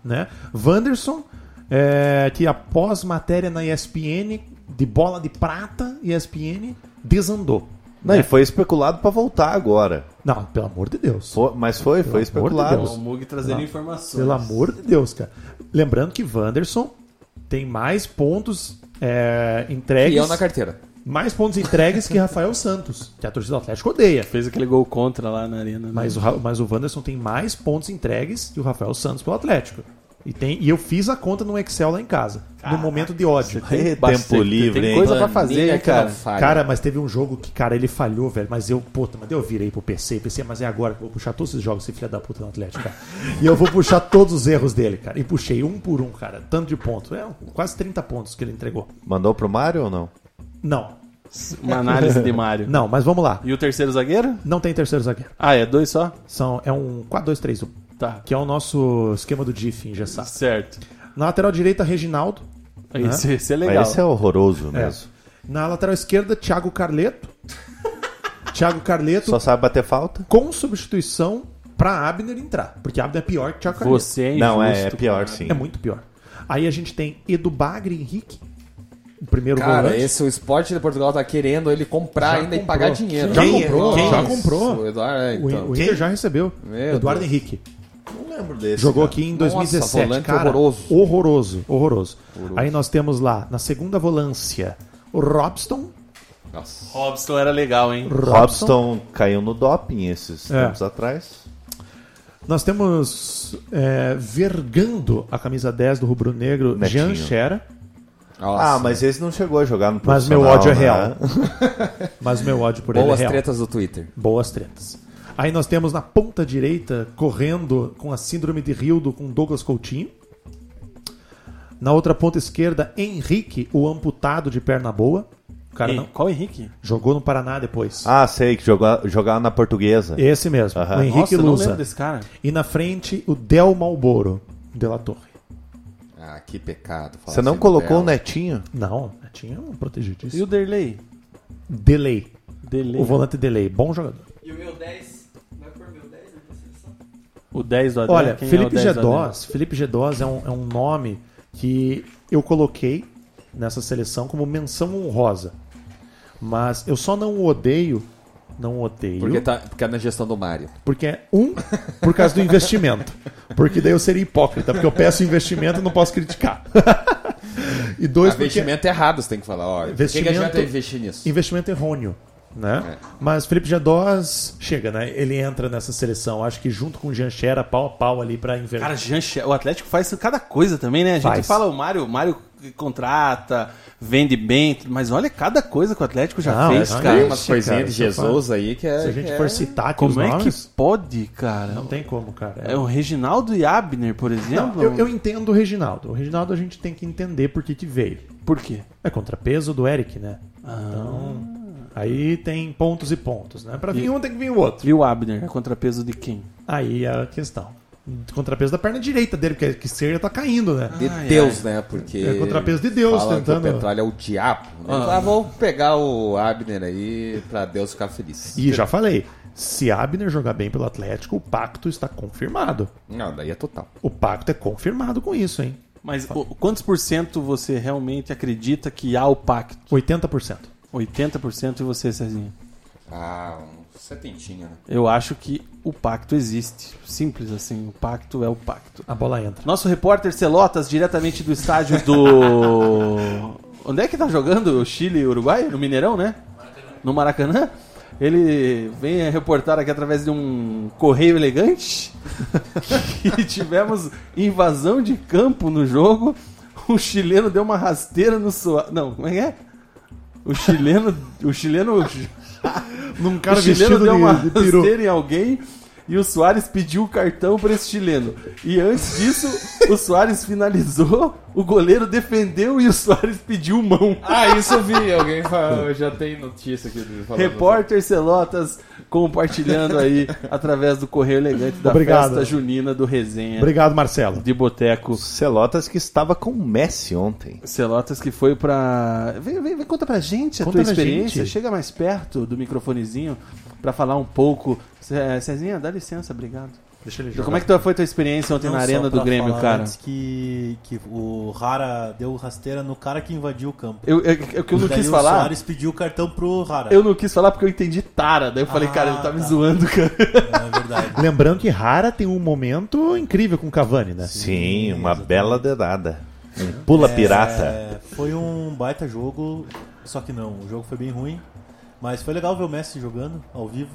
né? Wanderson, é, que após matéria na ESPN, de bola de prata, ESPN, desandou. Né?
Não,
É.
e foi especulado pra voltar agora.
Não, pelo amor de Deus.
Foi- mas foi, foi
amor de
especulado.
Deus.
É O Mug trazendo informações.
Pelo amor de Deus, cara. Lembrando que Wanderson tem mais pontos é,
E
entregues.
eu na carteira.
Mais pontos entregues que Rafael Santos, que a torcida do Atlético odeia.
Fez aquele gol contra lá na arena. né?
Mas o, Ra- mas o Wanderson tem mais pontos entregues que o Rafael Santos pelo Atlético. E, tem, e eu fiz a conta no Excel lá em casa, no momento de ódio.
Tem
Tempo
bastante-
livre,
Tem
hein?
coisa pra
Paninha
fazer, hein,
que não
cara.
falha.
Cara, mas teve um jogo que, cara, ele falhou, velho. Mas eu, puta, mas eu virei pro PC, PC, mas é agora que eu vou puxar todos esses jogos, esse filho da puta do Atlético, cara. E eu vou puxar todos os erros dele, cara. E puxei um por um, cara. Tanto de ponto. É, quase 30 pontos que ele entregou.
Mandou pro Mário ou não?
Não,
Uma análise de Mário.
não, mas vamos lá.
E o terceiro zagueiro?
Não tem terceiro zagueiro.
Ah, é dois só?
São, é um 4-2-3-1,
Tá.
que é o nosso esquema do DIF engessado.
Certo.
Na lateral direita, Reginaldo.
Esse, esse é legal.
Mas esse é horroroso mesmo.
Na lateral esquerda, Thiago Carleto. Thiago Carleto
Só sabe bater falta?
com substituição pra Abner entrar. Porque Abner é pior que Thiago Carleto.
Você é
não, é, é
injusto,
pior
cara.
sim.
É muito pior. Aí a gente tem Edu Bagre Henrique. O primeiro
Cara,
volante.
esse o esporte de Portugal tá querendo ele comprar ainda e
comprou.
pagar dinheiro.
Já
Quem-
comprou,
quem-
já comprou.
O Eduardo, é,
O,
então.
o Inter já recebeu.
Meu
Eduardo
Deus.
Henrique.
Não lembro desse.
Jogou aqui em
Nossa,
2017.
volante
cara,
horroroso.
horroroso. Horroroso. Aí nós temos lá, na segunda volância, o Robson.
Nossa.
Robson era legal, hein?
Robson.
Robson caiu no doping esses
É.
tempos atrás.
Nós temos é, vergando a camisa 10 do Rubro Negro,
Netinho.
Jean Xera.
Nossa.
Ah, mas esse não chegou a jogar no
Mas meu
profissional,
ódio é
né?
real. Mas meu ódio por ele é
Boas
real.
tretas do Twitter.
Boas tretas. Aí nós temos na ponta direita, correndo com a síndrome de Rildo com Douglas Coutinho. Na outra ponta esquerda, Henrique, o amputado de perna boa. O cara
Ei,
não,
Qual Henrique?
jogou no Paraná depois.
Ah, sei, que jogou, jogava na portuguesa.
Esse mesmo,
Aham.
o Henrique
Nossa, eu não
Lusa.
lembro desse cara.
E na frente, o Del Malboro, de La Torre.
Ah, que pecado. falar
Você não
assim do
colocou
Belo.
o Netinho?
Não, tinha um
E o
protegidíssimo.
Derley?
Delay.
Derley.
O volante Delay, bom jogador.
E o meu 10, vai por meu 10 na seleção?
O 10 do Adé.
Olha,
quem
Felipe
é o 10 do Adé?
Gedós, Felipe Gedós é um, é um nome que eu coloquei nessa seleção como menção honrosa. Mas eu só não o odeio não odeio.
Porque, tá, porque é na gestão do Mário.
Porque é um, por causa do investimento. Porque daí eu seria hipócrita, porque eu peço investimento e não posso criticar. E dois, porque
investimento é errado, você tem que falar. Ó, investimento... Por que, que adianta
Investimento-
investir nisso?
investimento errôneo. Né? Mas Felipe Jadós chega, né? Ele entra nessa seleção. Acho que junto com o Jean Xera, pau a pau ali pra inverter.
Cara, Jean Che- o Atlético faz cada coisa também, né? A gente
Faz.
fala o Mário, o Mário contrata, vende bem, mas olha cada coisa que o Atlético já
Não,
fez,
é-
cara.
Tem
Ixi,
umas coisinhas
cara,
de
isso eu falo.
Jesus aí que é.
Se a gente
que é-
for citar aqui
Como
os
é
nomes,
que pode, cara?
não tem como, cara. É
É o Reginaldo e Abner, por
Não,
exemplo.
eu, eu entendo o Reginaldo. O Reginaldo a gente tem que entender por que que veio.
Por quê?
É contrapeso do Eric, né? Então, aí tem pontos e pontos, né? Pra vir um tem que vir o outro.
E o Abner, é contrapeso de quem?
Aí é a questão. Contrapeso da perna direita dele, porque a esquerda tá caindo, né?
De Deus, né? Porque.
É contrapeso de Deus,
falam Que
tentando-
o petróleo é o diabo. Né? Ah, vamos pegar o Abner aí pra Deus ficar feliz.
E já falei, se Abner jogar bem pelo Atlético, o pacto está confirmado.
Não, daí é total.
O pacto é confirmado com isso, hein?
Mas o- quantos por cento você realmente acredita que há o pacto?
80%.
80% e você, Cezinha?
Ah, um setentinho, né?
Eu acho que o pacto existe. Simples assim, o pacto é o pacto.
A bola entra.
Nosso repórter Celotas, diretamente do estádio do. Onde é que tá jogando? O Chile e Uruguai? No Mineirão, né? No Maracanã? Ele vem reportar aqui através de um correio elegante que tivemos invasão de campo no jogo. O chileno deu uma rasteira no sua. Não, como é que é? O chileno. O chileno.
Num
o chileno deu uma rasteira em alguém e o Soares pediu o cartão para esse chileno. E antes disso, o Soares finalizou, o goleiro defendeu e o Soares pediu mão.
Ah, isso eu vi. Alguém falou. Eu já tenho notícia aqui. falando.
Repórter Celotas compartilhando aí através do Correio Elegante da
Obrigado.
festa junina do Resenha
Obrigado, Marcelo.
de Boteco.
Celotas que estava com o Messi ontem.
Celotas que foi pra. Vem, vem, vem, conta pra gente a
Conta
tua
pra
experiência.
gente.
Chega mais perto do microfonezinho pra falar um pouco. Ce- eh, Cezinha, dá licença, obrigado.
Deixa ele
Como é que tua- foi tua experiência ontem
Não
na
só
arena do
pra
Grêmio,
falar
cara?
antes que, que o Rara deu rasteira no cara que invadiu o campo.
Eu, eu, eu, que eu não
Daí
quis
o
falar.
Soares pediu o cartão pro Rara. né?
Eu não quis falar porque eu entendi tara. Daí eu falei,
Ah,
cara, ele tá, me
tá.
zoando, cara.
É verdade.
Lembrando que Rara tem um momento incrível com o Cavani, né?
Sim, uma bela dedada. Um pula pirata.
É, foi um baita jogo, só que não, o jogo foi bem ruim. Mas foi legal ver o Messi jogando ao vivo.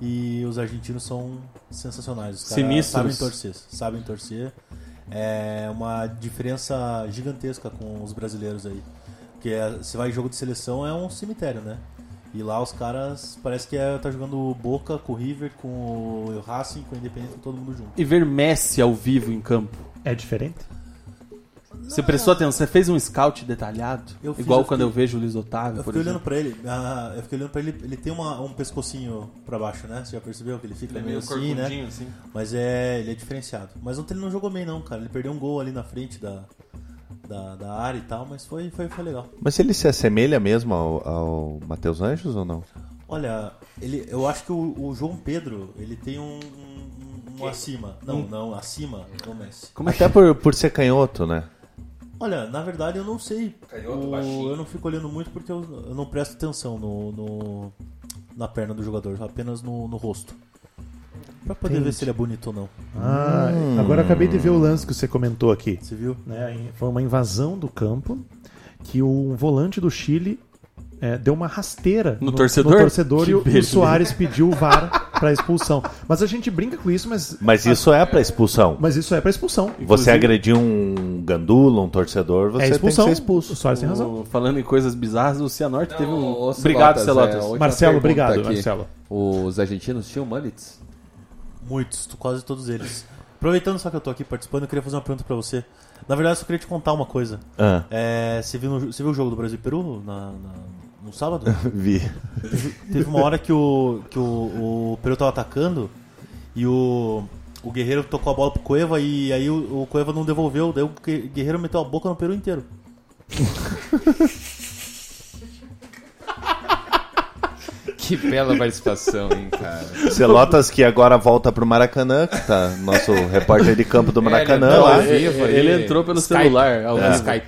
E os argentinos são sensacionais. Os caras
Sinistros.
sabem torcer. Sabem torcer. É uma diferença gigantesca com os brasileiros aí. Porque é, você vai em jogo de seleção, é um cemitério, né? E lá os caras parece que é, tá jogando Boca com o River, com o Racing, com o Independente, com todo mundo junto.
E ver Messi ao vivo em campo.
É diferente?
Você prestou atenção, você fez um scout detalhado?
Eu fiz,
igual
eu
quando eu
fiquei-
vejo o Luiz Otávio,
Eu
por
fiquei
exemplo.
olhando pra ele, ah, eu fiquei olhando pra ele, ele tem uma- um pescocinho pra baixo, né? Você já percebeu que ele fica meio assim, né?
é assim.
Mas é, ele é diferenciado. Mas ontem ele não jogou bem não, cara. Ele perdeu um gol ali na frente da, da, da área e tal, mas foi, foi, foi legal.
Mas ele se assemelha mesmo ao, ao Matheus Anjos ou não?
Olha, ele, eu acho que o, o João Pedro, ele tem um, um- um acima. Não, não, acima do Messi.
Até por, por ser canhoto, né?
Olha, na verdade eu não sei. O- eu não fico olhando muito porque eu, eu não presto atenção no, no- na perna do jogador, apenas no, no rosto. Pra poder ver se ele é bonito ou não.
Ah, agora eu acabei de ver o lance que você comentou aqui.
Você viu?
né, foi uma invasão do campo que um volante do Chile é, deu uma rasteira
No torcedor?
torcedor
Que
e o, o
beleza.
Soares pediu o VAR para expulsão. Mas a gente brinca com isso, mas,
Mas isso é pra expulsão.
mas isso é para expulsão.
Você agrediu um gandula, um torcedor, você
é expulsão.
tem que ser expulso.
O Soares tem razão.
O- Falando em coisas bizarras, o Cianorte teve um.
Ô, Celotas,
Obrigado,
é,
Celotas.
outra
Marcelo,
pergunta
obrigado,
aqui.
Marcelo.
Os argentinos tinham mullets?
Muitos, tu- quase todos eles. Aproveitando só que eu tô aqui participando, eu queria fazer uma pergunta pra você. Na verdade, eu só queria te contar uma coisa.
Ah.
É, você, viu no- você viu o jogo do Brasil e Peru na- na- no sábado?
Vi.
Teve uma hora que o, que o, o Peru tava atacando e o, o Guerreiro tocou a bola pro Cueva e aí o, o Cueva não devolveu, daí o Gue- Guerreiro meteu a boca no Peru inteiro.
Que bela participação, hein, cara.
Celotas que agora volta pro Maracanã, que tá nosso repórter de campo do Maracanã
É, ele entrou
lá.
ao vivo aí.
Ele entrou pelo
Skype.
celular. ao
É.
vivo.
Skype.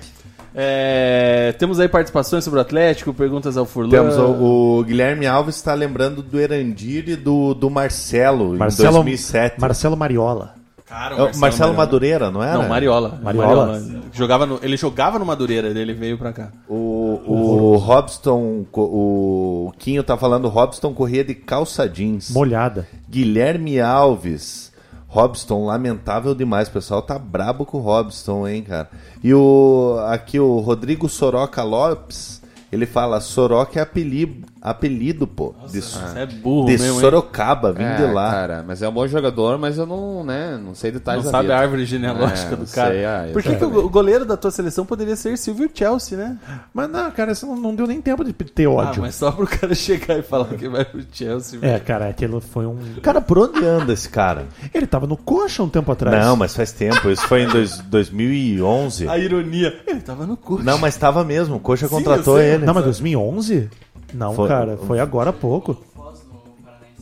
É, temos aí participações sobre o Atlético, perguntas ao Furlan.
Temos o, o Guilherme Alves está lembrando do Erandir e do, do Marcelo, em 2007.
Marcelo Mariola.
É, o Marcelo, Madureira, não era?
É.
Não, Mariola.
Mariola.
Jogava no- ele jogava no Madureira, ele veio pra cá.
O, o Robson, co- o Quinho tá falando, Robson corria de calça jeans.
Molhada.
Guilherme Alves. Robson, lamentável demais, o pessoal tá brabo com o Robson, hein, cara. E o aqui o Rodrigo Soroca Lopes, ele fala Soroca é apelido, apelido pô, de,
Você é burro
de
mesmo, hein?
Sorocaba, vindo de lá.
Cara, mas é um bom jogador, mas eu não, né, não sei
Não
detalhes da
sabe
vida.
a árvore genealógica
É,
do
não
cara.
sei, ah,
Por que, que
exatamente.
o goleiro da tua seleção poderia ser Silvio Chelsea, né?
Mas não, cara, isso não, não deu nem tempo de ter
Ah,
ódio.
mas só pro cara chegar e falar que vai pro Chelsea.
É, cara, aquilo foi um.
Cara, por onde anda esse cara?
Ele tava no coxa um tempo atrás.
Não, mas faz tempo, isso foi em dois- 2011.
A ironia. Ele tava no curso.
Não, mas tava mesmo, o Coxa
Sim,
contratou
eu sei.
ele.
Não, mas 2011? Não,
Foi-
cara, foi agora há pouco.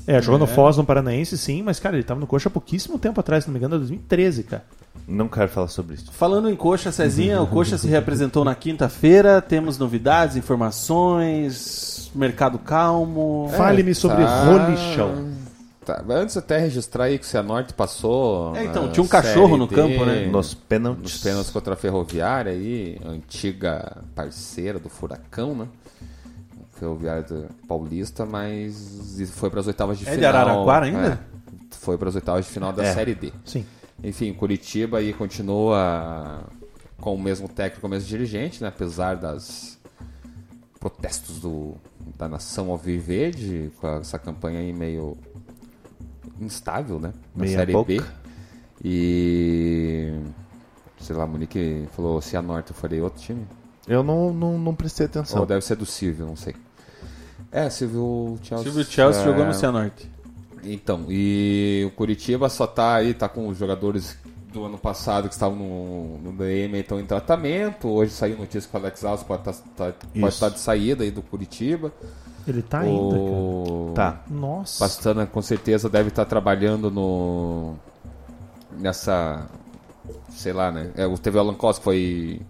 É, jogou no Foz, no Paranaense, sim, mas, cara, ele tava no coxa há pouquíssimo tempo atrás, se não me engano, era 2013, cara.
Não quero falar sobre isso.
Falando em coxa, Cezinha, o coxa se reapresentou na quinta-feira. Temos novidades, informações, mercado
É,
calmo.
Fale-me sobre
tá.
rolichão.
Tá, mas antes até registrar aí que o Cianorte passou.
É, então,
na
tinha um cachorro
Série
no
D,
campo, né?
Nos
Nos
pênaltis.
pênaltis contra a Ferroviária aí, antiga parceira do Furacão, né? Ferroviária do Paulista, mas foi para as oitavas de
É de
final.
Araraquara ainda?
É, foi para as oitavas de final da
É.
Série D.
Sim.
Enfim, Curitiba aí continua com o mesmo técnico, o mesmo dirigente, né? Apesar das protestos do, da nação alviverde, com a- essa campanha aí meio instável, né? Na
Meia
Série
boca.
B. E... Sei lá, a Monique falou Oceanorte, eu falei outro time?
Eu não, não, não prestei atenção.
Ou deve ser do Silvio, não sei. É, Silvio Chelsea.
Silvio Chelsea jogou no
é,
Cianorte.
então, e o Curitiba só tá aí, tá com os jogadores do ano passado que estavam no, no DM estão em tratamento. Hoje saiu notícia que o Alex Alves pode tá- tá-
Isso.
pode estar de saída aí do Curitiba.
Ele tá ainda,
o
Tá.
cara. Nossa.
Pastana com certeza deve estar trabalhando no. nessa. sei lá, né? É, o TV Alan Costa que foi.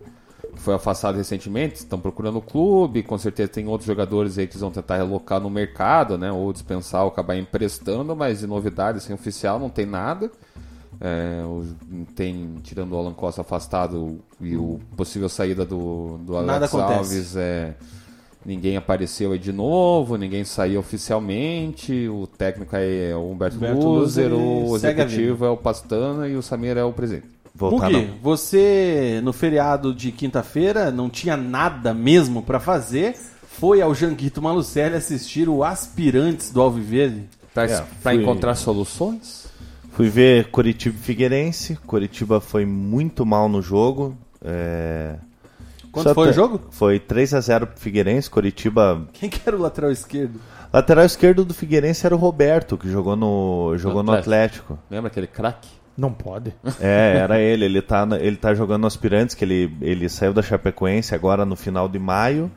que Foi afastado recentemente, estão procurando o clube, com certeza tem outros jogadores aí que eles vão tentar relocar no mercado, né? Ou dispensar ou acabar emprestando, mas de novidade assim, oficial não tem nada. É, os- tem, tirando o Alan Costa afastado e o possível saída do, do Alex
Nada acontece.
Alves, é, ninguém apareceu aí de novo, ninguém saiu oficialmente, o técnico aí é o Humberto,
Humberto
Luzer,
Luzer,
o
e segue a
executivo é o Pastana e o Samir é o presidente.
Voltar
Mugi,
não.
você no feriado de quinta-feira não tinha nada mesmo pra fazer. Foi ao Janguito Malucelli assistir o Aspirantes do Alviverde.
Para
É, fui-
encontrar soluções?
Fui ver Curitiba e Figueirense. Curitiba foi muito mal no jogo. É...
Quanto foi o
te-
jogo?
Foi 3 a 0 pro Figueirense. Curitiba.
Quem que era o lateral esquerdo?
Lateral esquerdo do Figueirense era o Roberto, que jogou no, jogou no Atlético.
Lembra aquele craque?
Não pode.
É, era ele. Ele tá, na- ele tá jogando no Aspirantes, que ele, ele saiu da Chapecoense agora no final de maio.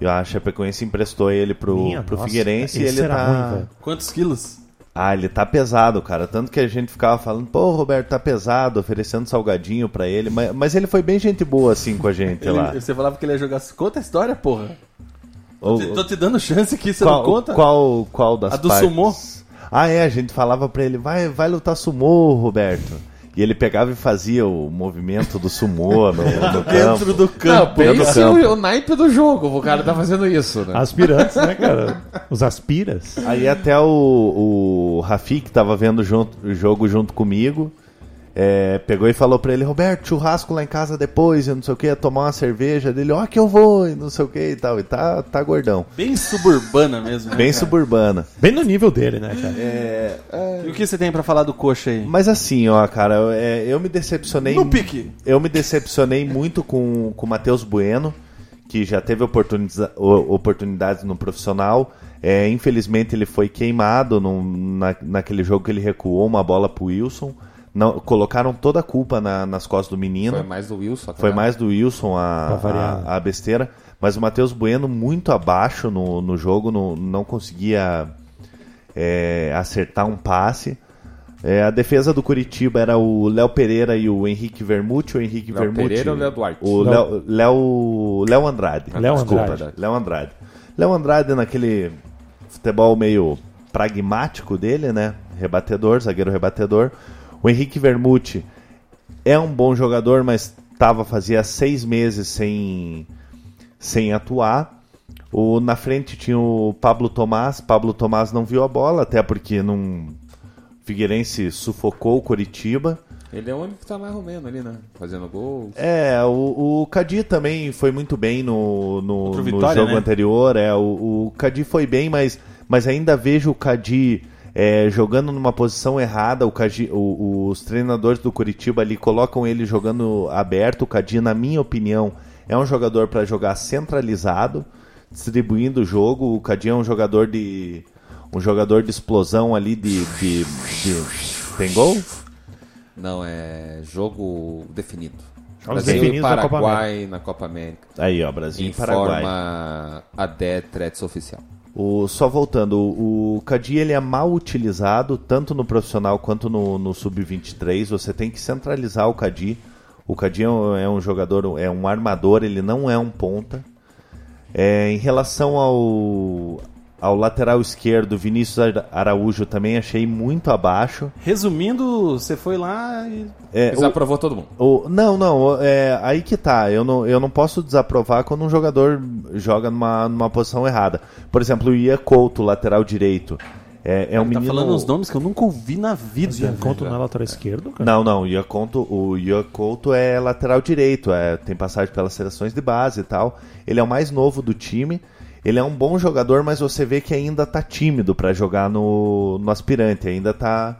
E a Chapecoense emprestou ele pro,
Minha
pro
nossa,
Figueirense e
esse
ele
era
tá.
ruim, velho.
Quantos quilos?
Ah, ele tá pesado, cara. Tanto que a gente ficava falando, pô, Roberto tá pesado, oferecendo salgadinho pra ele. Mas, mas ele foi bem gente boa, assim, com a gente
Ele- tá
lá.
você falava que ele ia jogar. Conta a história, porra.
Ou-
Te- Tô te dando chance aqui, você
qual,
não conta?
Qual, qual das
A do
partes?
sumô?
Ah, é, a gente falava pra ele, vai, vai lutar sumô, Roberto. E ele pegava e fazia o movimento do sumô no, no campo.
Dentro do campo.
Dentro do campo.
assim é
Ah,
o naipe do jogo, o cara tá fazendo isso, né?
Aspirantes, né, cara? Os aspiras.
Aí até o, o Rafi, que tava vendo junto- o jogo junto comigo, é, pegou e falou pra ele, Roberto, churrasco lá em casa depois, eu não sei o que, tomar uma cerveja dele, ó que eu vou, e não sei o que e tal, e tá, tá gordão.
Bem suburbana mesmo. né,
Bem
cara?
suburbana.
Bem no nível dele, né, cara?
E o que você tem pra falar do coxa aí?
Mas assim, ó, cara, eu, é, eu me decepcionei.
No pique.
Eu me decepcionei muito com com o Matheus Bueno, que já teve oportuniza- o- oportunidades no profissional. É, infelizmente ele foi queimado num- na, naquele jogo que ele recuou uma bola pro Wilson. Não- colocaram toda a culpa na- nas costas do menino.
Foi mais do Wilson.
Foi
né?
mais do Wilson
Pra
a,
variar,
a, a besteira. Mas o Matheus Bueno muito abaixo no, no jogo, no- não conseguia é, acertar um passe. É, a defesa do Curitiba era o Léo Pereira e o Henrique Vermucci. O Henrique
Léo
Vermucci.
Pereira ou Léo Duarte?
O Léo, Léo, Léo Andrade.
Léo
Ah, tá. Desculpa,
Andrade.
Léo Andrade. Léo Andrade naquele futebol meio pragmático dele, né? Rebatedor, zagueiro rebatedor. O Henrique Vermucci é um bom jogador, mas tava, fazia seis meses sem, sem atuar. O, na frente tinha o Pablo Tomás. Pablo Tomás não viu a bola, até porque não. Figueirense sufocou o Coritiba.
Ele é o único que tá mais romendo ali, né? Fazendo gol.
É, o, o Cadi também foi muito bem no, no,
Contra
no
o Vitória,
jogo
né?
anterior. É, o, o Cadi foi bem, mas, mas ainda vejo o Cadi é, jogando numa posição errada. O Cadi, o- os treinadores do Curitiba ali colocam ele jogando aberto. O Cadi, na minha opinião, é um jogador para jogar centralizado, distribuindo o jogo. O Cadi é um jogador de. um jogador de explosão ali de- de- de tem gol?
Não, é jogo definido.
Jogos
Brasil e
definidos na Copa
Paraguai na Copa América.
Aí, ó, Brasil e Paraguai.
Informa a DETRETS oficial.
O, só voltando, o, o Cadi ele é mal utilizado tanto no profissional quanto no, no sub-23. Você tem que centralizar o Cadi. O Cadi é, um- é um jogador, é um armador, ele não é um ponta. É, em relação ao, ao lateral esquerdo, Vinícius Ara- Araújo também achei muito abaixo.
Resumindo, você foi lá e.
É,
Mas aprovou todo mundo.
O- não, não, é, aí que tá. Eu não, eu não posso desaprovar quando um jogador joga numa, numa posição errada. Por exemplo, o Ian Couto, lateral direito. É, é um
Tá
menino.
falando uns nomes que eu nunca ouvi na vida. Ah,
Você
tá.
encontra é um na lateral esquerdo, cara?
Não, não, o Ian Couto, o Ian Couto é lateral direito, é, tem passagem pelas seleções de base e tal. Ele é o mais novo do time. Ele é um bom jogador, mas você vê que ainda tá tímido pra jogar no, no aspirante, ainda tá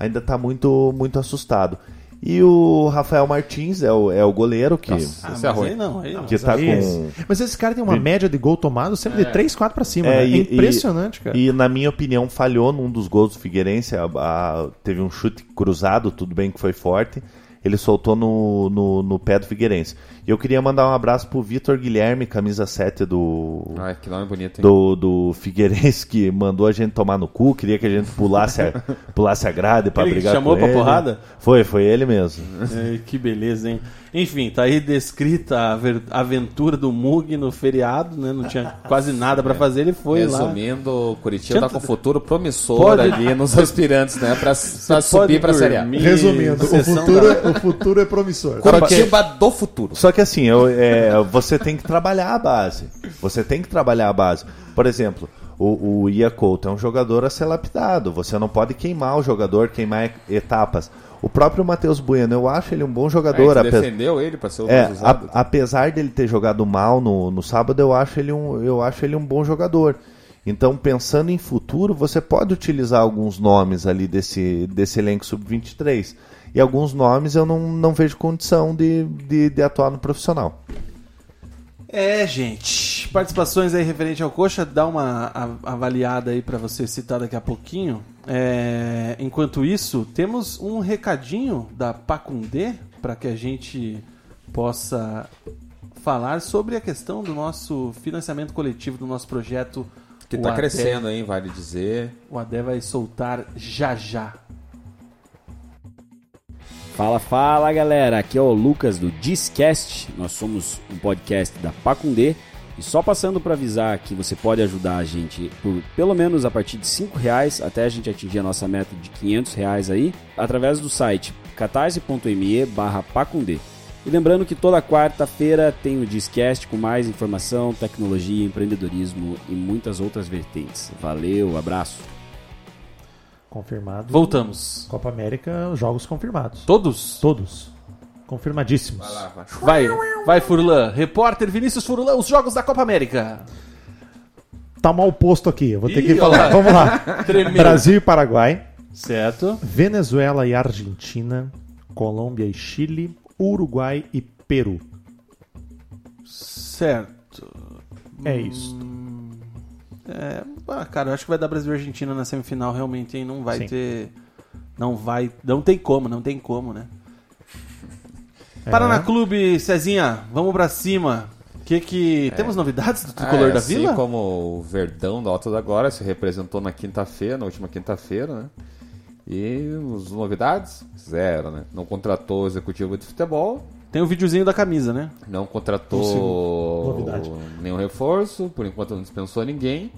ainda tá muito muito assustado. E o Rafael Martins é o, é o goleiro que
Nossa,
Ah,
isso é
mas
ruim.
aí não, aí não.
que tá
Aí-
com
Mas esse cara tem uma média de gol tomado sempre de 3, 4 pra cima. né? É,
e- e-
impressionante, cara.
E na minha opinião falhou num dos gols do Figueirense, a- a- teve um chute cruzado, tudo bem que foi forte, ele soltou no, no, no pé do Figueirense. E eu queria mandar um abraço pro Vitor Guilherme, camisa 7 do
Ai, que nome bonito, hein?
do, do Figueirense que mandou a gente tomar no cu, queria que a gente pulasse a, pulasse a grade pra
Ele que
brigar
chamou
com
pra
ele.
porrada?
Foi, foi ele mesmo.
É, que beleza, hein? Enfim, tá aí descrita a ver- a aventura do Mug no feriado, né? Não tinha quase nada pra fazer, ele foi lá.
Resumindo, o Curitiba tá
Tinha-
com um futuro promissor
Pode-
ali nos aspirantes, né? Pra, pra
Pode
subir pra Série A.
dormir,
Resumindo, o
sessão
futuro,
da-
é- o futuro é promissor.
Curitiba do futuro.
Só que assim, eu- é, você tem que trabalhar a base. Você tem que trabalhar a base. Por exemplo, o, o Ia Couto é um jogador a ser lapidado. Você não pode queimar o jogador, queimar e- etapas. O próprio Matheus Bueno, eu acho ele um bom jogador.
Aí,
apesar-
defendeu ele pra ser o
é,
mais usado.
a- apesar dele ter jogado mal no, no sábado, eu acho, ele um, eu acho ele um bom jogador. Então, pensando em futuro, você pode utilizar alguns nomes ali desse, desse elenco sub-23. E alguns nomes eu não, não vejo condição de, de, de atuar no profissional.
É, gente. Participações aí referente ao Coxa, dá uma a- avaliada aí pra você citar daqui a pouquinho. É, enquanto isso, temos um recadinho da Pacundê para que a gente possa falar sobre a questão do nosso financiamento coletivo do nosso projeto
Que
O
tá
Adé.
crescendo, hein? Vale dizer.
O Adé vai soltar já já.
Fala, fala galera, aqui é o Lucas do Discast, nós somos um podcast da Pacundê e só passando para avisar que você pode ajudar a gente por pelo menos a partir de R$ reais até a gente atingir a nossa meta de R$ reais aí, através do site catarse.me barra Pacundê. E lembrando que toda quarta-feira tem o Discast com mais informação, tecnologia, empreendedorismo e muitas outras vertentes. Valeu, abraço!
Confirmado.
Voltamos.
Copa América, jogos confirmados.
Todos?
Todos. Confirmadíssimos.
Vai, vai Furlan. Repórter Vinícius Furlan, os jogos da Copa América.
Tá mal posto aqui, eu vou ter
Ih,
que
olha
falar.
lá.
Vamos lá.
Tremendo.
Brasil e Paraguai.
Certo.
Venezuela e Argentina, Colômbia e Chile, Uruguai e Peru.
Certo.
É
Hum.
isso.
É, ah, cara, eu acho que vai dar Brasil e Argentina na semifinal realmente, hein? Não vai
Sim.
ter. Não vai. Não tem como, não tem como, né? Paraná Clube, Cezinha, vamos pra cima. Que que. Temos novidades do tricolor
Ah, é,
da
assim
vila?
como o Verdão da Alta da Glória se representou na quinta-feira, na última quinta-feira, né? E as novidades? Zero, né? Não contratou o executivo de futebol,
Tem o videozinho da camisa, né?
não
Consigo.
contratou
Novidade.
nenhum reforço, por enquanto não dispensou ninguém.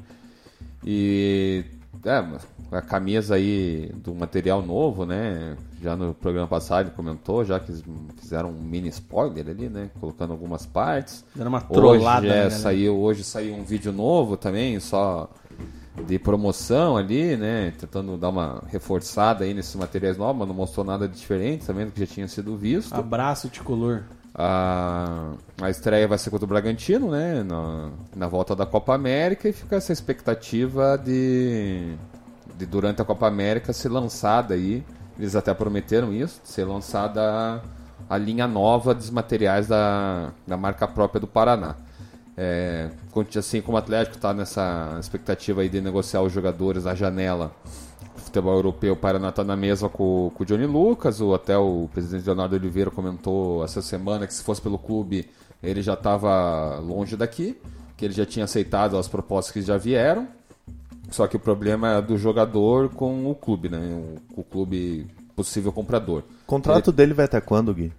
E é, mas a camisa aí do material novo, né? Já no programa passado ele comentou, já que eles fizeram um mini spoiler ali, né? Colocando algumas partes.
Era uma trollada.
Hoje, é,
né,
saiu, hoje saiu um vídeo novo também, só de promoção ali, né? Tentando dar uma reforçada aí nesses materiais novos, mas não mostrou nada de diferente também do que já tinha sido visto.
Abraço tricolor.
A, a estreia vai ser contra o Bragantino, né? Na, na volta da Copa América e fica essa expectativa de, de durante a Copa América ser lançada aí. Eles até prometeram isso, de ser lançada a, a linha nova dos materiais da, da marca própria do Paraná. É, conti- assim como o Atlético está nessa expectativa aí de negociar os jogadores na janela futebol europeu, o Paraná tá na mesa com, com o Johnny Lucas, o, até o presidente Leonardo Oliveira comentou essa semana que se fosse pelo clube ele já estava longe daqui, que ele já tinha aceitado as propostas que já vieram, só que o problema é do jogador com o clube, né? O, o clube possível comprador.
O contrato dele vai até quando, Gui?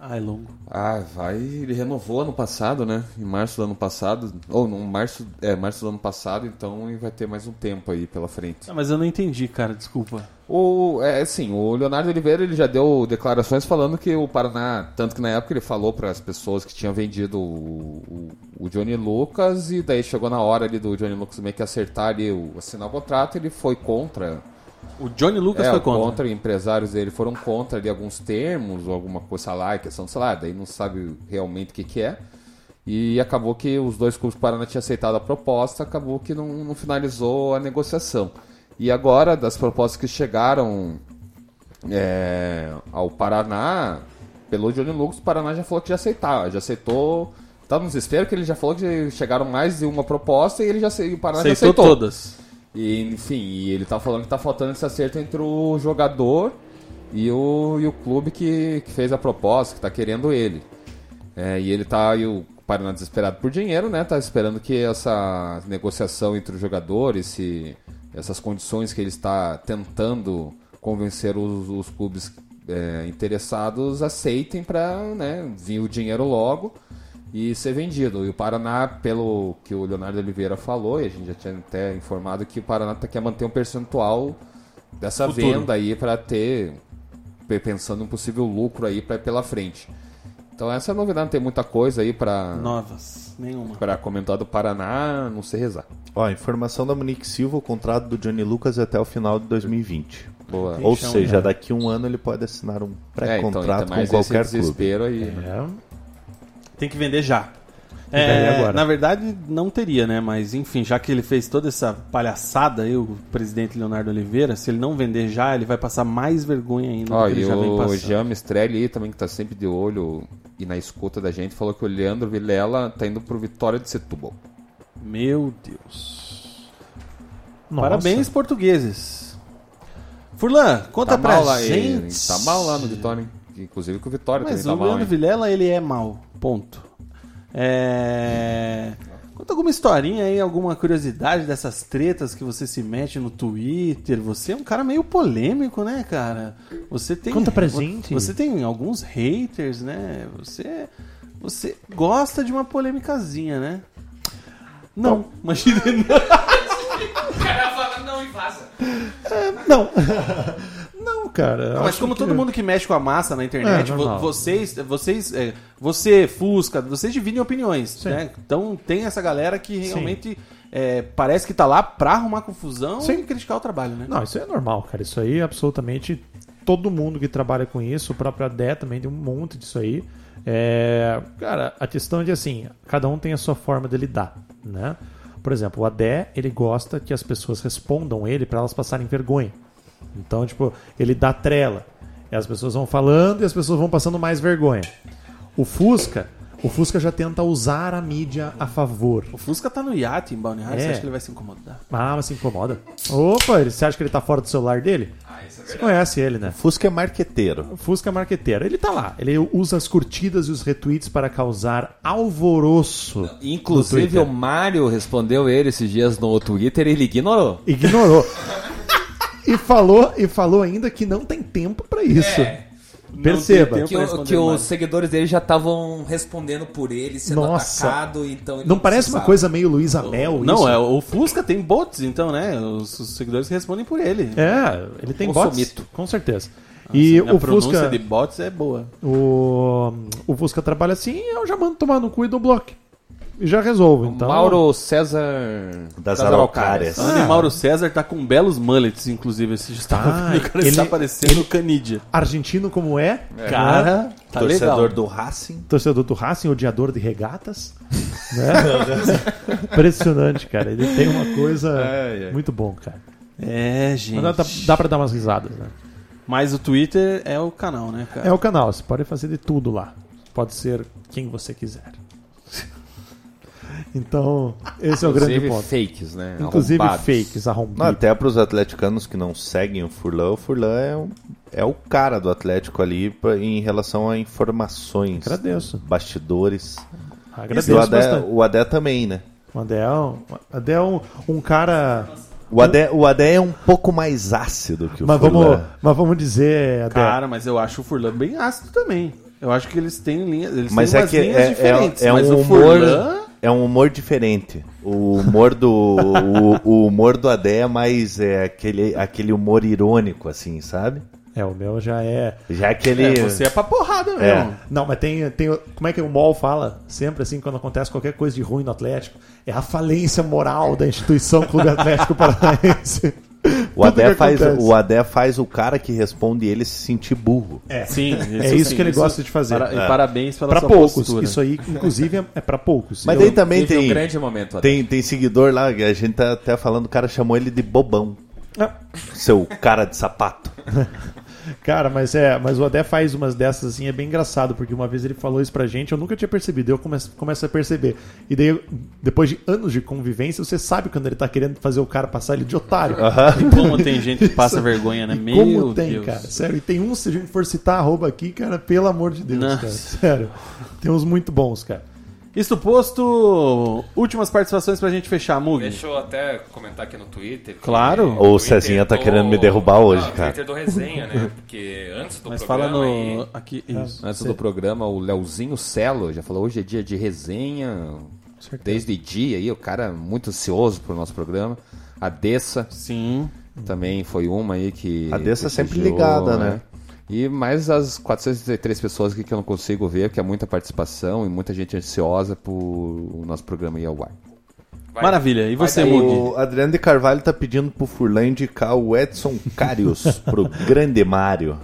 Ah, é longo.
Ah, vai. Ele renovou ano passado, né? Em março do ano passado. Ou não, março. É, março do ano passado, então e vai ter mais um tempo aí pela frente.
Ah, mas eu não entendi, cara, desculpa.
O, é assim, o Leonardo Oliveira ele já deu declarações falando que o Paraná, tanto que na época ele falou para as pessoas que tinham vendido o, o, o Johnny Lucas e daí chegou na hora ali do Johnny Lucas meio que acertar ali, o, assinar o contrato, ele foi contra.
O Johnny Lucas
é,
foi
o
contra.
empresários dele foram contra ali alguns termos ou alguma coisa, salário, questão do salário, daí não sabe realmente o que, que é. E acabou que os dois clubes do Paraná tinham aceitado a proposta, acabou que não, não finalizou a negociação. E agora, das propostas que chegaram é, ao Paraná, pelo Johnny Lucas, o Paraná já falou que já aceitava, já aceitou. Tá no desespero que ele já falou que chegaram mais de uma proposta e ele já acei- o Paraná já
Aceitou
aceitou.
todas.
E, enfim, e ele tá falando que tá faltando esse acerto entre o jogador e o, e o clube que, que fez a proposta, que tá querendo ele. É, e ele tá e o Paraná desesperado por dinheiro, né? Tá esperando que essa negociação entre o jogador, esse, essas condições que ele está tentando convencer os, os clubes é, interessados aceitem para né, vir o dinheiro logo e ser vendido. E o Paraná, pelo que o Leonardo Oliveira falou, e a gente já tinha até informado que o Paraná tá- quer manter um percentual dessa
Futuro.
venda aí para ter pe- pensando em um possível lucro aí para pela frente. Então essa é a novidade, não tem muita coisa aí para
Novas. Nenhuma.
para comentar do Paraná, não sei rezar.
Ó, informação da Monique Silva, o contrato do Johnny Lucas é até o final de 2020.
Boa.
Ou
chão,
seja,
né?
daqui um ano ele pode assinar um
É, então, ainda
pré-contrato com
mais esse
qualquer clube.
desespero aí. né?
É,
Tem que vender já. É,
vender agora.
Na verdade, não teria, né? Mas enfim, já que ele fez toda essa palhaçada aí, o presidente Leonardo Oliveira, se ele não vender já, ele vai passar mais vergonha ainda
Ó,
do que ele
e
já vem
o
passando.
Jean Mistrelli aí também que tá sempre de olho e na escuta da gente falou que o Leandro Vilela tá indo pro Vitória de Setúbal.
Meu Deus.
Nossa.
Parabéns, portugueses. Furlan, conta
tá
pra
mal lá, hein?
gente.
Tá mal lá no Vitória, hein? Inclusive que o Vitória
Mas o
também tá mal.
Leandro
hein?
Vilela, ele é mal. Ponto. É... Conta alguma historinha aí, alguma curiosidade dessas tretas que você se mete no Twitter. Você é um cara meio polêmico, né, cara? Você tem...
Conta pra gente.
Você tem alguns haters, né? Você... Você gosta de uma polêmicazinha, né? Não, imagina.
Não. Não, cara.
Não, mas
acho
como
que-
todo mundo que mexe com a massa na internet,
É,
vo-
normal.
vocês, vocês, é, você, Fusca, vocês dividem opiniões, né? Então tem essa galera que realmente é, parece que tá lá pra arrumar confusão
Sim.
e criticar o trabalho, né?
Não, isso é normal, cara. Isso aí é absolutamente todo mundo que trabalha com isso, o próprio ADE também tem um monte disso aí. É, cara, a questão é de assim, cada um tem a sua forma de lidar, né? Por exemplo, o ADE, ele gosta que as pessoas respondam ele pra elas passarem vergonha. Então, tipo, ele dá trela. E as pessoas vão falando e as pessoas vão passando mais vergonha. O Fusca, o Fusca já tenta usar a mídia a favor.
O Fusca tá no iate em Balneário,
É.
você acha que ele vai se incomodar?
Ah, mas se incomoda. Opa, ele- você acha que ele tá fora do celular dele?
Ah, é
Você conhece ele, né?
Fusca é marqueteiro.
O Fusca é marqueteiro. Ele tá lá. Ele usa as curtidas e os retweets para causar alvoroço. no
Inclusive
Twitter.
o Mário respondeu ele esses dias no Twitter e ele ignorou.
Ignorou. E falou, e falou ainda que não tem tempo pra isso.
É, Não
Perceba.
tem tempo
Que,
pra
o-
responder
que os
mais.
seguidores dele já estavam respondendo por ele, sendo
Nossa.
atacado, então... ele
Não parece
se
uma
sabe.
coisa meio Luísa Mel?
Não,
isso?
é, o Fusca tem bots, então, né? Os, os seguidores que respondem por ele.
É, ele tem bots,
Consumito.
com certeza. e
Minha
o
pronúncia
Fusca,
de bots é boa.
o, o Fusca trabalha assim, eu já mando tomar no cu e dou bloco. E já resolvo, então.
Mauro César...
Das araucárias.
Ah. Mauro César tá com belos mullets, inclusive, esse
Tá,
estava vendo, cara, ele
ele-
tá parecendo o Canidia.
Argentino como é,
Cara,
Ah,
tá
torcedor
legal.
do Racing.
torcedor do Racing, odiador de regatas. né? Impressionante, cara. Ele tem uma coisa muito bom, cara.
É,
Mas
gente.
dá, dá pra dar umas risadas, né?
Mas o Twitter é o canal, né, cara?
É o canal, você pode fazer de tudo lá. Pode ser quem você quiser. Então, esse é o grande
Inclusive
ponto.
fakes, né?
Inclusive
Arrombados.
fakes, arrombidos.
Não, até para os atleticanos que não seguem o Furlan, o Furlan é, o- é o cara do Atlético ali pra- em relação a informações,
Agradeço.
bastidores. E o
Agradeço
Adé,
bastante.
o Adé também, né?
O Adé é um, o Adé é um, um cara.
O Adé, o Adé é um pouco mais ácido que o
Mas vamos,
Furlan.
mas vamos dizer, Adé.
Cara, mas eu acho o Furlan bem ácido também. Eu acho que eles têm linhas, eles
Mas
têm
é
umas
que
linhas
é, é-
diferentes.
é
mas
um
o
humor.
Furlan...
É um humor diferente. O humor do. o, o humor do Adé é mais é, aquele, aquele humor irônico, assim, sabe?
É, o meu já é.
Já aquele.
É, você é pra porrada mesmo.
É.
Não, mas tem, tem. o- Como é que o Mol fala? Sempre assim, quando acontece qualquer coisa de ruim no Atlético, é a falência moral da instituição Clube Atlético Paranaense.
O Adé, faz, o
o
Adé faz o cara que responde ele se sentir burro.
É,
Sim,
é isso que ele gosta de fazer.
É.
Para- e parabéns pela
Pra
sua
poucos.
postura.
Isso aí, inclusive, é, é pra poucos.
Mas
Eu-
daí também
Teve um
tem,
grande momento. até.
tem, tem seguidor lá, que a gente tá até falando, o cara chamou ele de bobão.
Ah,
Seu cara de sapato.
Cara, mas é, mas o Adé faz umas dessas assim, é bem engraçado, porque uma vez ele falou isso pra gente, eu nunca tinha percebido, eu começo, começo a perceber. E daí, depois de anos de convivência, você sabe quando ele tá querendo fazer o cara passar ele de otário.
E como tem gente que passa vergonha, né?
E
Meu
como tem,
Deus.
cara? Sério, e tem uns, se a gente for citar arroba aqui, cara, pelo amor de Deus,
Nossa.
cara. Sério. Tem uns muito bons, cara.
Isso posto, últimas participações pra gente fechar, Mug.
Deixa eu até comentar aqui no Twitter. que-
Claro.
Ô, o
Twitter
Cezinha tá
do-
querendo me derrubar hoje,
Ah,
cara.
Twitter do resenha, né? Porque antes do
Mas fala
programa...
no...
e-
Aqui,
É.
isso.
Antes do programa, o Leozinho Celo já falou, hoje é dia de resenha, desde dia aí, o cara é muito ansioso pro nosso programa. A Dessa
Sim.
também foi uma aí que...
A Dessa é sempre
prestigiou,
ligada, né?
E mais as 433 pessoas aqui que eu não consigo ver, porque é muita participação e muita gente ansiosa por o nosso programa ir ao ar.
Vai.
Maravilha. E você, Mug?
O Adriano de Carvalho tá pedindo pro Furlan indicar o Edson Carius pro grande Mário.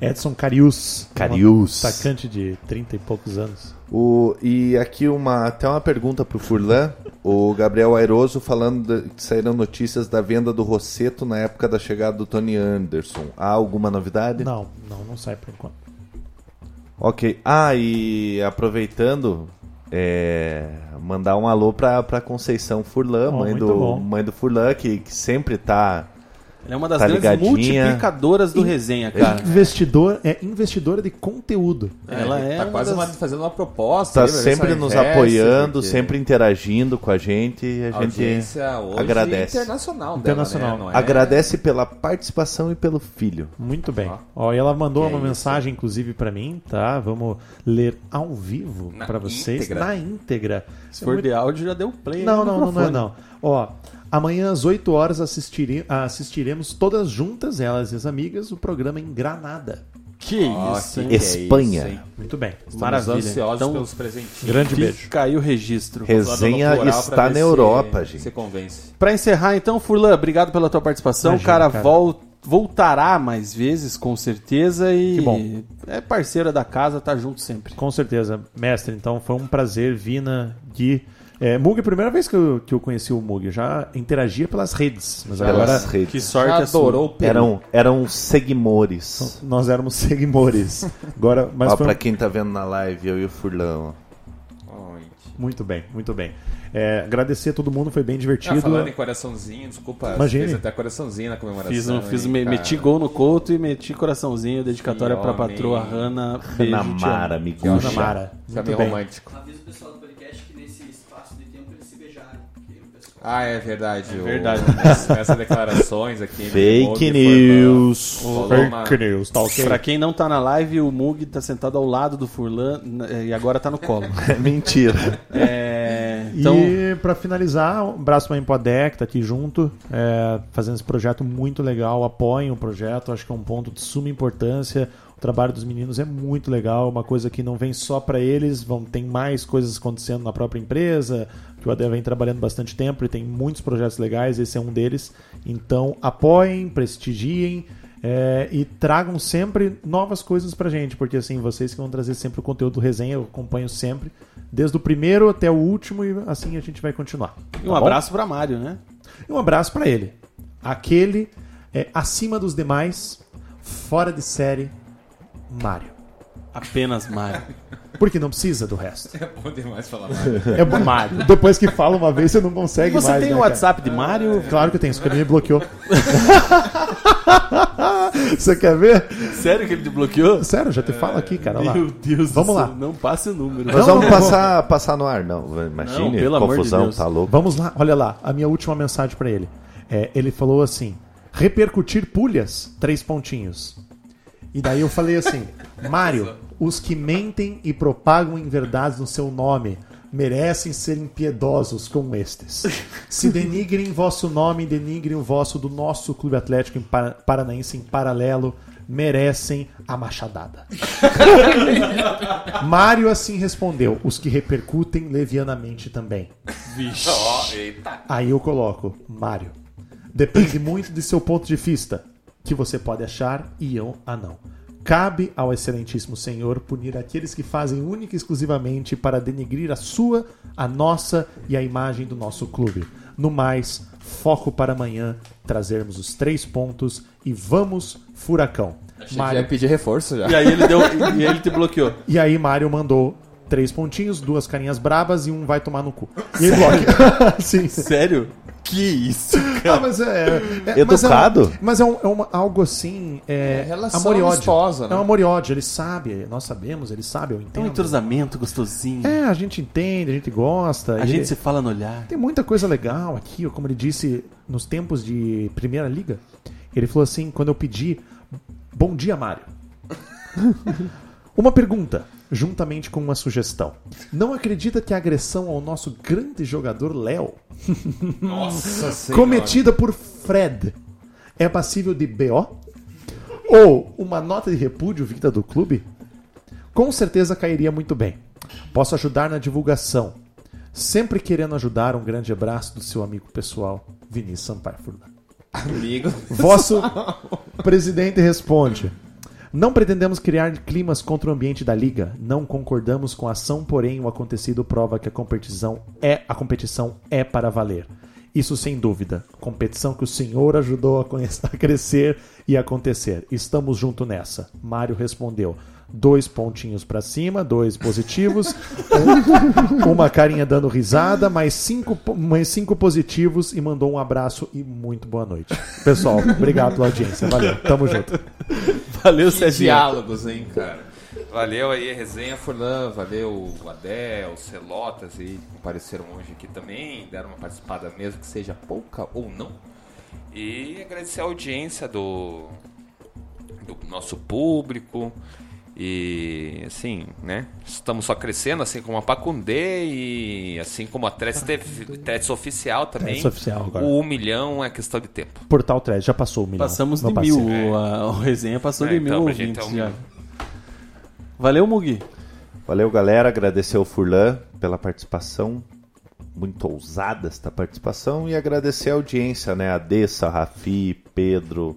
Edson Carius.
Carius.
Um atacante de 30 e poucos anos.
O, e aqui uma, até uma pergunta pro Furlan. O Gabriel Airoso falando de- que saíram notícias da venda do Rosseto na época da chegada do Tony Anderson. Há alguma novidade?
Não, não, não sai por enquanto.
Ok. Ah, e aproveitando, é, mandar um alô pra, pra Conceição Furlan,
Ó,
mãe,
muito
do,
bom.
mãe do Furlan, que, que sempre tá.
Ela é uma das
Tá
grandes
ligadinha.
multiplicadoras do resenha, cara.
Investidor, é investidora de conteúdo.
Ela é
tá
uma
quase
das-
uma- fazendo uma proposta.
Tá
aí, pra ver se
sempre
ela
nos
investe,
apoiando,
porque
sempre interagindo com a gente. E a
A
gente
audiência hoje
agradece.
internacional dela,
Internacional.
né? Não é-
agradece pela participação e pelo filho.
Muito bem. Ó, e ela mandou
que é
uma
isso.
mensagem, inclusive, pra mim, tá? Vamos ler ao vivo
Na
pra vocês,
íntegra?
na íntegra.
Se for de áudio, já deu play.
Não,
no
não, não, não é
microfone.
não. Ó, amanhã às 8 horas assistire- assistiremos todas juntas, elas e as amigas, o programa em Granada.
Que
Ó,
isso, hein?
que é
Espanha.
isso, hein?
Muito bem.
Maravilha.
Estamos ansiosos
Então,
pelos presentinhos.
Grande beijo.
Fica aí o registro.
Resenha
Plural pra
está
ver
na
se-
Europa, gente.
Se convence.
Pra encerrar, então, Furlan, obrigado pela tua participação.
Imagina,
cara,
cara.
vol- voltará mais vezes, com certeza. E
Que bom.
é parceira da casa, tá junto sempre.
Com certeza, mestre. Então foi um prazer, Vina, Gui. É, Mug, primeira vez que eu, que eu conheci o Mug, eu já interagia pelas redes, mas agora
Pelas redes.
Que sorte a sua.
Adorou o Peru.
Eram, eram seguimores.
nós éramos seguimores. Agora, mas
Ó,
foi um-
pra quem tá vendo na live, eu e o Furlão.
muito bem, muito bem. É, agradecer a todo mundo, foi bem divertido.
Ah, falando em coraçãozinho, desculpa.
Imagina.
Fez até coraçãozinho na comemoração.
né? Fiz,
tá?
um, fiz
hein,
me-
cara.
meti gol no Couto e meti coraçãozinho, dedicatória
Que
pra
homem.
patroa Hanna. Beijo,
Ana
te amo.
Mara,
Ana
Miguxa.
Mara.
Fica
Muito
Tá meio
bem.
romântico.
Avisa o pessoal do podcast que nesse espaço de tempo eles se beijaram. porque o pessoal-
Ah, é verdade. o-
verdade.
Essas declarações aqui.
Fake news. Fake news. Tá ok.
Pra quem não tá na live, o Mug tá sentado ao lado do Furlan né, e agora tá no colo.
Mentira.
É, então,
E pra finalizar, um abraço para a Empodec, tá aqui junto, é, fazendo esse projeto muito legal. Apoiem o projeto, acho que é um ponto de suma importância. O trabalho dos meninos é muito legal, uma coisa que não vem só para eles, vão, tem mais coisas acontecendo na própria empresa, que o ADE vem trabalhando bastante tempo e tem muitos projetos legais, esse é um deles. Então apoiem, prestigiem. É, e tragam sempre novas coisas pra gente, porque assim, vocês que vão trazer sempre o conteúdo do resenha, eu acompanho sempre, desde o primeiro até o último, e assim a gente vai continuar.
e um
tá bom?
abraço pra Mário, né?
E um abraço pra ele. Aquele é, acima dos demais, fora de série, Mário.
Apenas Mário.
Porque não precisa do resto.
É bom demais falar.
É bom, Mário. Depois que fala uma vez, você não consegue
Você
mais.
tem
né,
o
cara?
WhatsApp de Mário?
Claro que eu tenho, isso que ele me bloqueou. você quer ver?
Sério que ele te bloqueou?
Sério, já te falo aqui, cara. olha lá.
Meu Deus
Vamos
do
lá.
céu, não passe o número.
Nós
Não,
vamos
não,
passar, passar no ar, não. Imagine,
Não, pelo amor de
confusão,
Deus.
tá louco.
Vamos lá, olha lá, a minha última mensagem pra ele. É, ele falou assim: repercutir pulhas, três pontinhos. E daí eu falei assim: Mário, os que mentem e propagam inverdades no seu nome merecem ser impiedosos como estes. Se denigrem vosso nome, denigrem o vosso do nosso Clube Atlético em Pa- Paranaense em paralelo, merecem a machadada. Mário assim respondeu: os que repercutem levianamente também.
Ó, eita.
Aí eu coloco, Mário. Depende muito de seu ponto de vista, que você pode achar e eu a não. Cabe ao excelentíssimo senhor punir aqueles que fazem única e exclusivamente para denigrir a sua, a nossa e a imagem do nosso clube. No mais, foco para amanhã, trazermos os três pontos e vamos, furacão.
Já
Mário-
pedir reforço já.
E aí ele deu. E ele te bloqueou.
e aí Mário mandou três pontinhos, duas carinhas brabas e um vai tomar no cu. E ele bloqueia. Sim.
Sério? Que isso,
Ah,
cara?
mas é, é-
Educado.
Mas é, um- mas é um- é uma- algo assim. É,
É relação
amor e ódio.
amistosa, né?
É um amor e ódio. Ele sabe, nós sabemos, ele sabe, eu
É um
entendo.
entrosamento gostosinho.
É, a gente entende, a gente gosta.
A
ele-
gente se fala no
É.
olhar.
Tem muita coisa legal aqui, ó, como ele disse nos tempos de Primeira Liga. Ele falou assim: quando eu pedi, bom dia, Mário. Uma pergunta, juntamente com uma sugestão. Não acredita que a agressão ao nosso grande jogador Léo
Nossa senhora.
cometida por Fred é passível de BO? Ou uma nota de repúdio vinda do clube? Com certeza cairia muito bem. Posso ajudar na divulgação. Sempre querendo ajudar, um grande abraço do seu amigo pessoal, Vinícius Sampaio Furlan.
Amigo.
Vosso presidente responde: Não pretendemos criar climas contra o ambiente da liga. Não concordamos com a ação, porém o acontecido prova que a competição é a competição é para valer. Isso sem dúvida. Competição que o senhor ajudou a, conhe- a crescer e acontecer. Estamos junto nessa. Mário respondeu. Dois pontinhos pra cima, dois positivos, um- uma carinha dando risada, mais cinco, po- mais cinco positivos e mandou um abraço e muito boa noite. Pessoal, obrigado pela audiência. Valeu, tamo junto.
Valeu,
Que
Serginho.
diálogos, hein, cara. Valeu aí a resenha, Furlan. Valeu o Adé, o Celotas aí, que apareceram hoje aqui também. Deram uma participada mesmo, que seja pouca ou não. E agradecer a audiência do, do nosso público. E assim, né? Estamos só crescendo, assim como a Pacundê e assim como a Threads TV Threads Oficial também.
Threads Oficial agora.
O um milhão é questão de tempo.
Portal 3, já passou o milhão.
Passamos
Não
de
passei.
mil. A, a resenha passou
É,
de
então,
mil
pra gente é
ouvintes
um
já.
milhão.
Valeu, Mugi.
Valeu, galera. Agradecer ao Furlan pela participação. Muito ousada esta participação. E agradecer a audiência, né? A Dessa, Rafi, Pedro,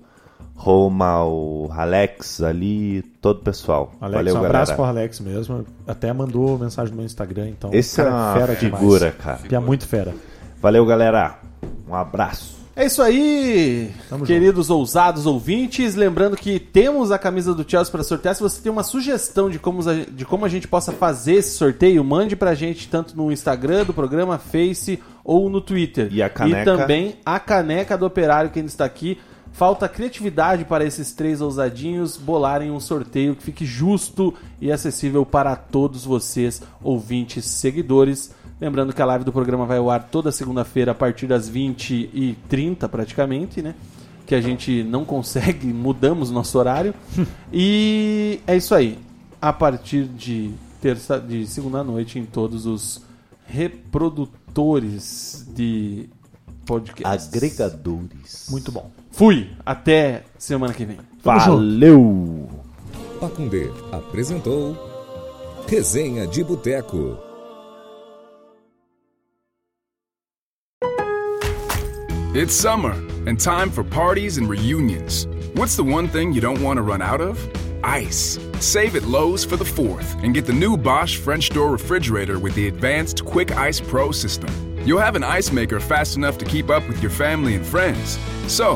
Roma, o Alex ali, todo o pessoal.
Alex,
Valeu,
um
galera.
abraço pro Alex mesmo. Até mandou mensagem no meu Instagram, então.
Esse é
cara
uma
demais.
figura, cara.
Pia muito fera.
Valeu, galera. Um abraço.
É isso aí,
Tamo
queridos ousados ouvintes. Lembrando que temos a camisa do Chelsea para sortear. Se você tem uma sugestão de como, a- de como a gente possa fazer esse sorteio, mande pra gente tanto no Instagram do programa, Face ou no Twitter.
E a caneca?
também a caneca do operário que ainda está aqui. Falta criatividade para esses três ousadinhos bolarem um sorteio que fique justo e acessível para todos vocês, ouvintes, seguidores. Lembrando que a live do programa vai ao ar toda segunda-feira a partir das 20h30 praticamente, né? Que a gente não consegue, mudamos nosso horário. e é isso aí. A partir de terça, de segunda noite em todos os reprodutores de podcasts.
Agregadores.
Muito bom.
Fui, até semana que vem.
Valeu!
Pacundê apresentou Resenha de Boteco.
It's summer and time for parties and reunions. What's the one thing you don't want to run out of? Ice. Save at Lowe's for the 4th and get the new Bosch French door refrigerator with the advanced Quick Ice Pro system. You'll have an ice maker fast enough to keep up with your family and friends. So,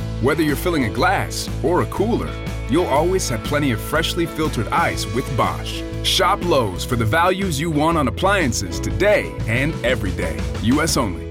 whether you're filling a glass or a cooler, you'll always have plenty of freshly filtered ice with Bosch. Shop Lowe's for the values you want on appliances today and every day. US only.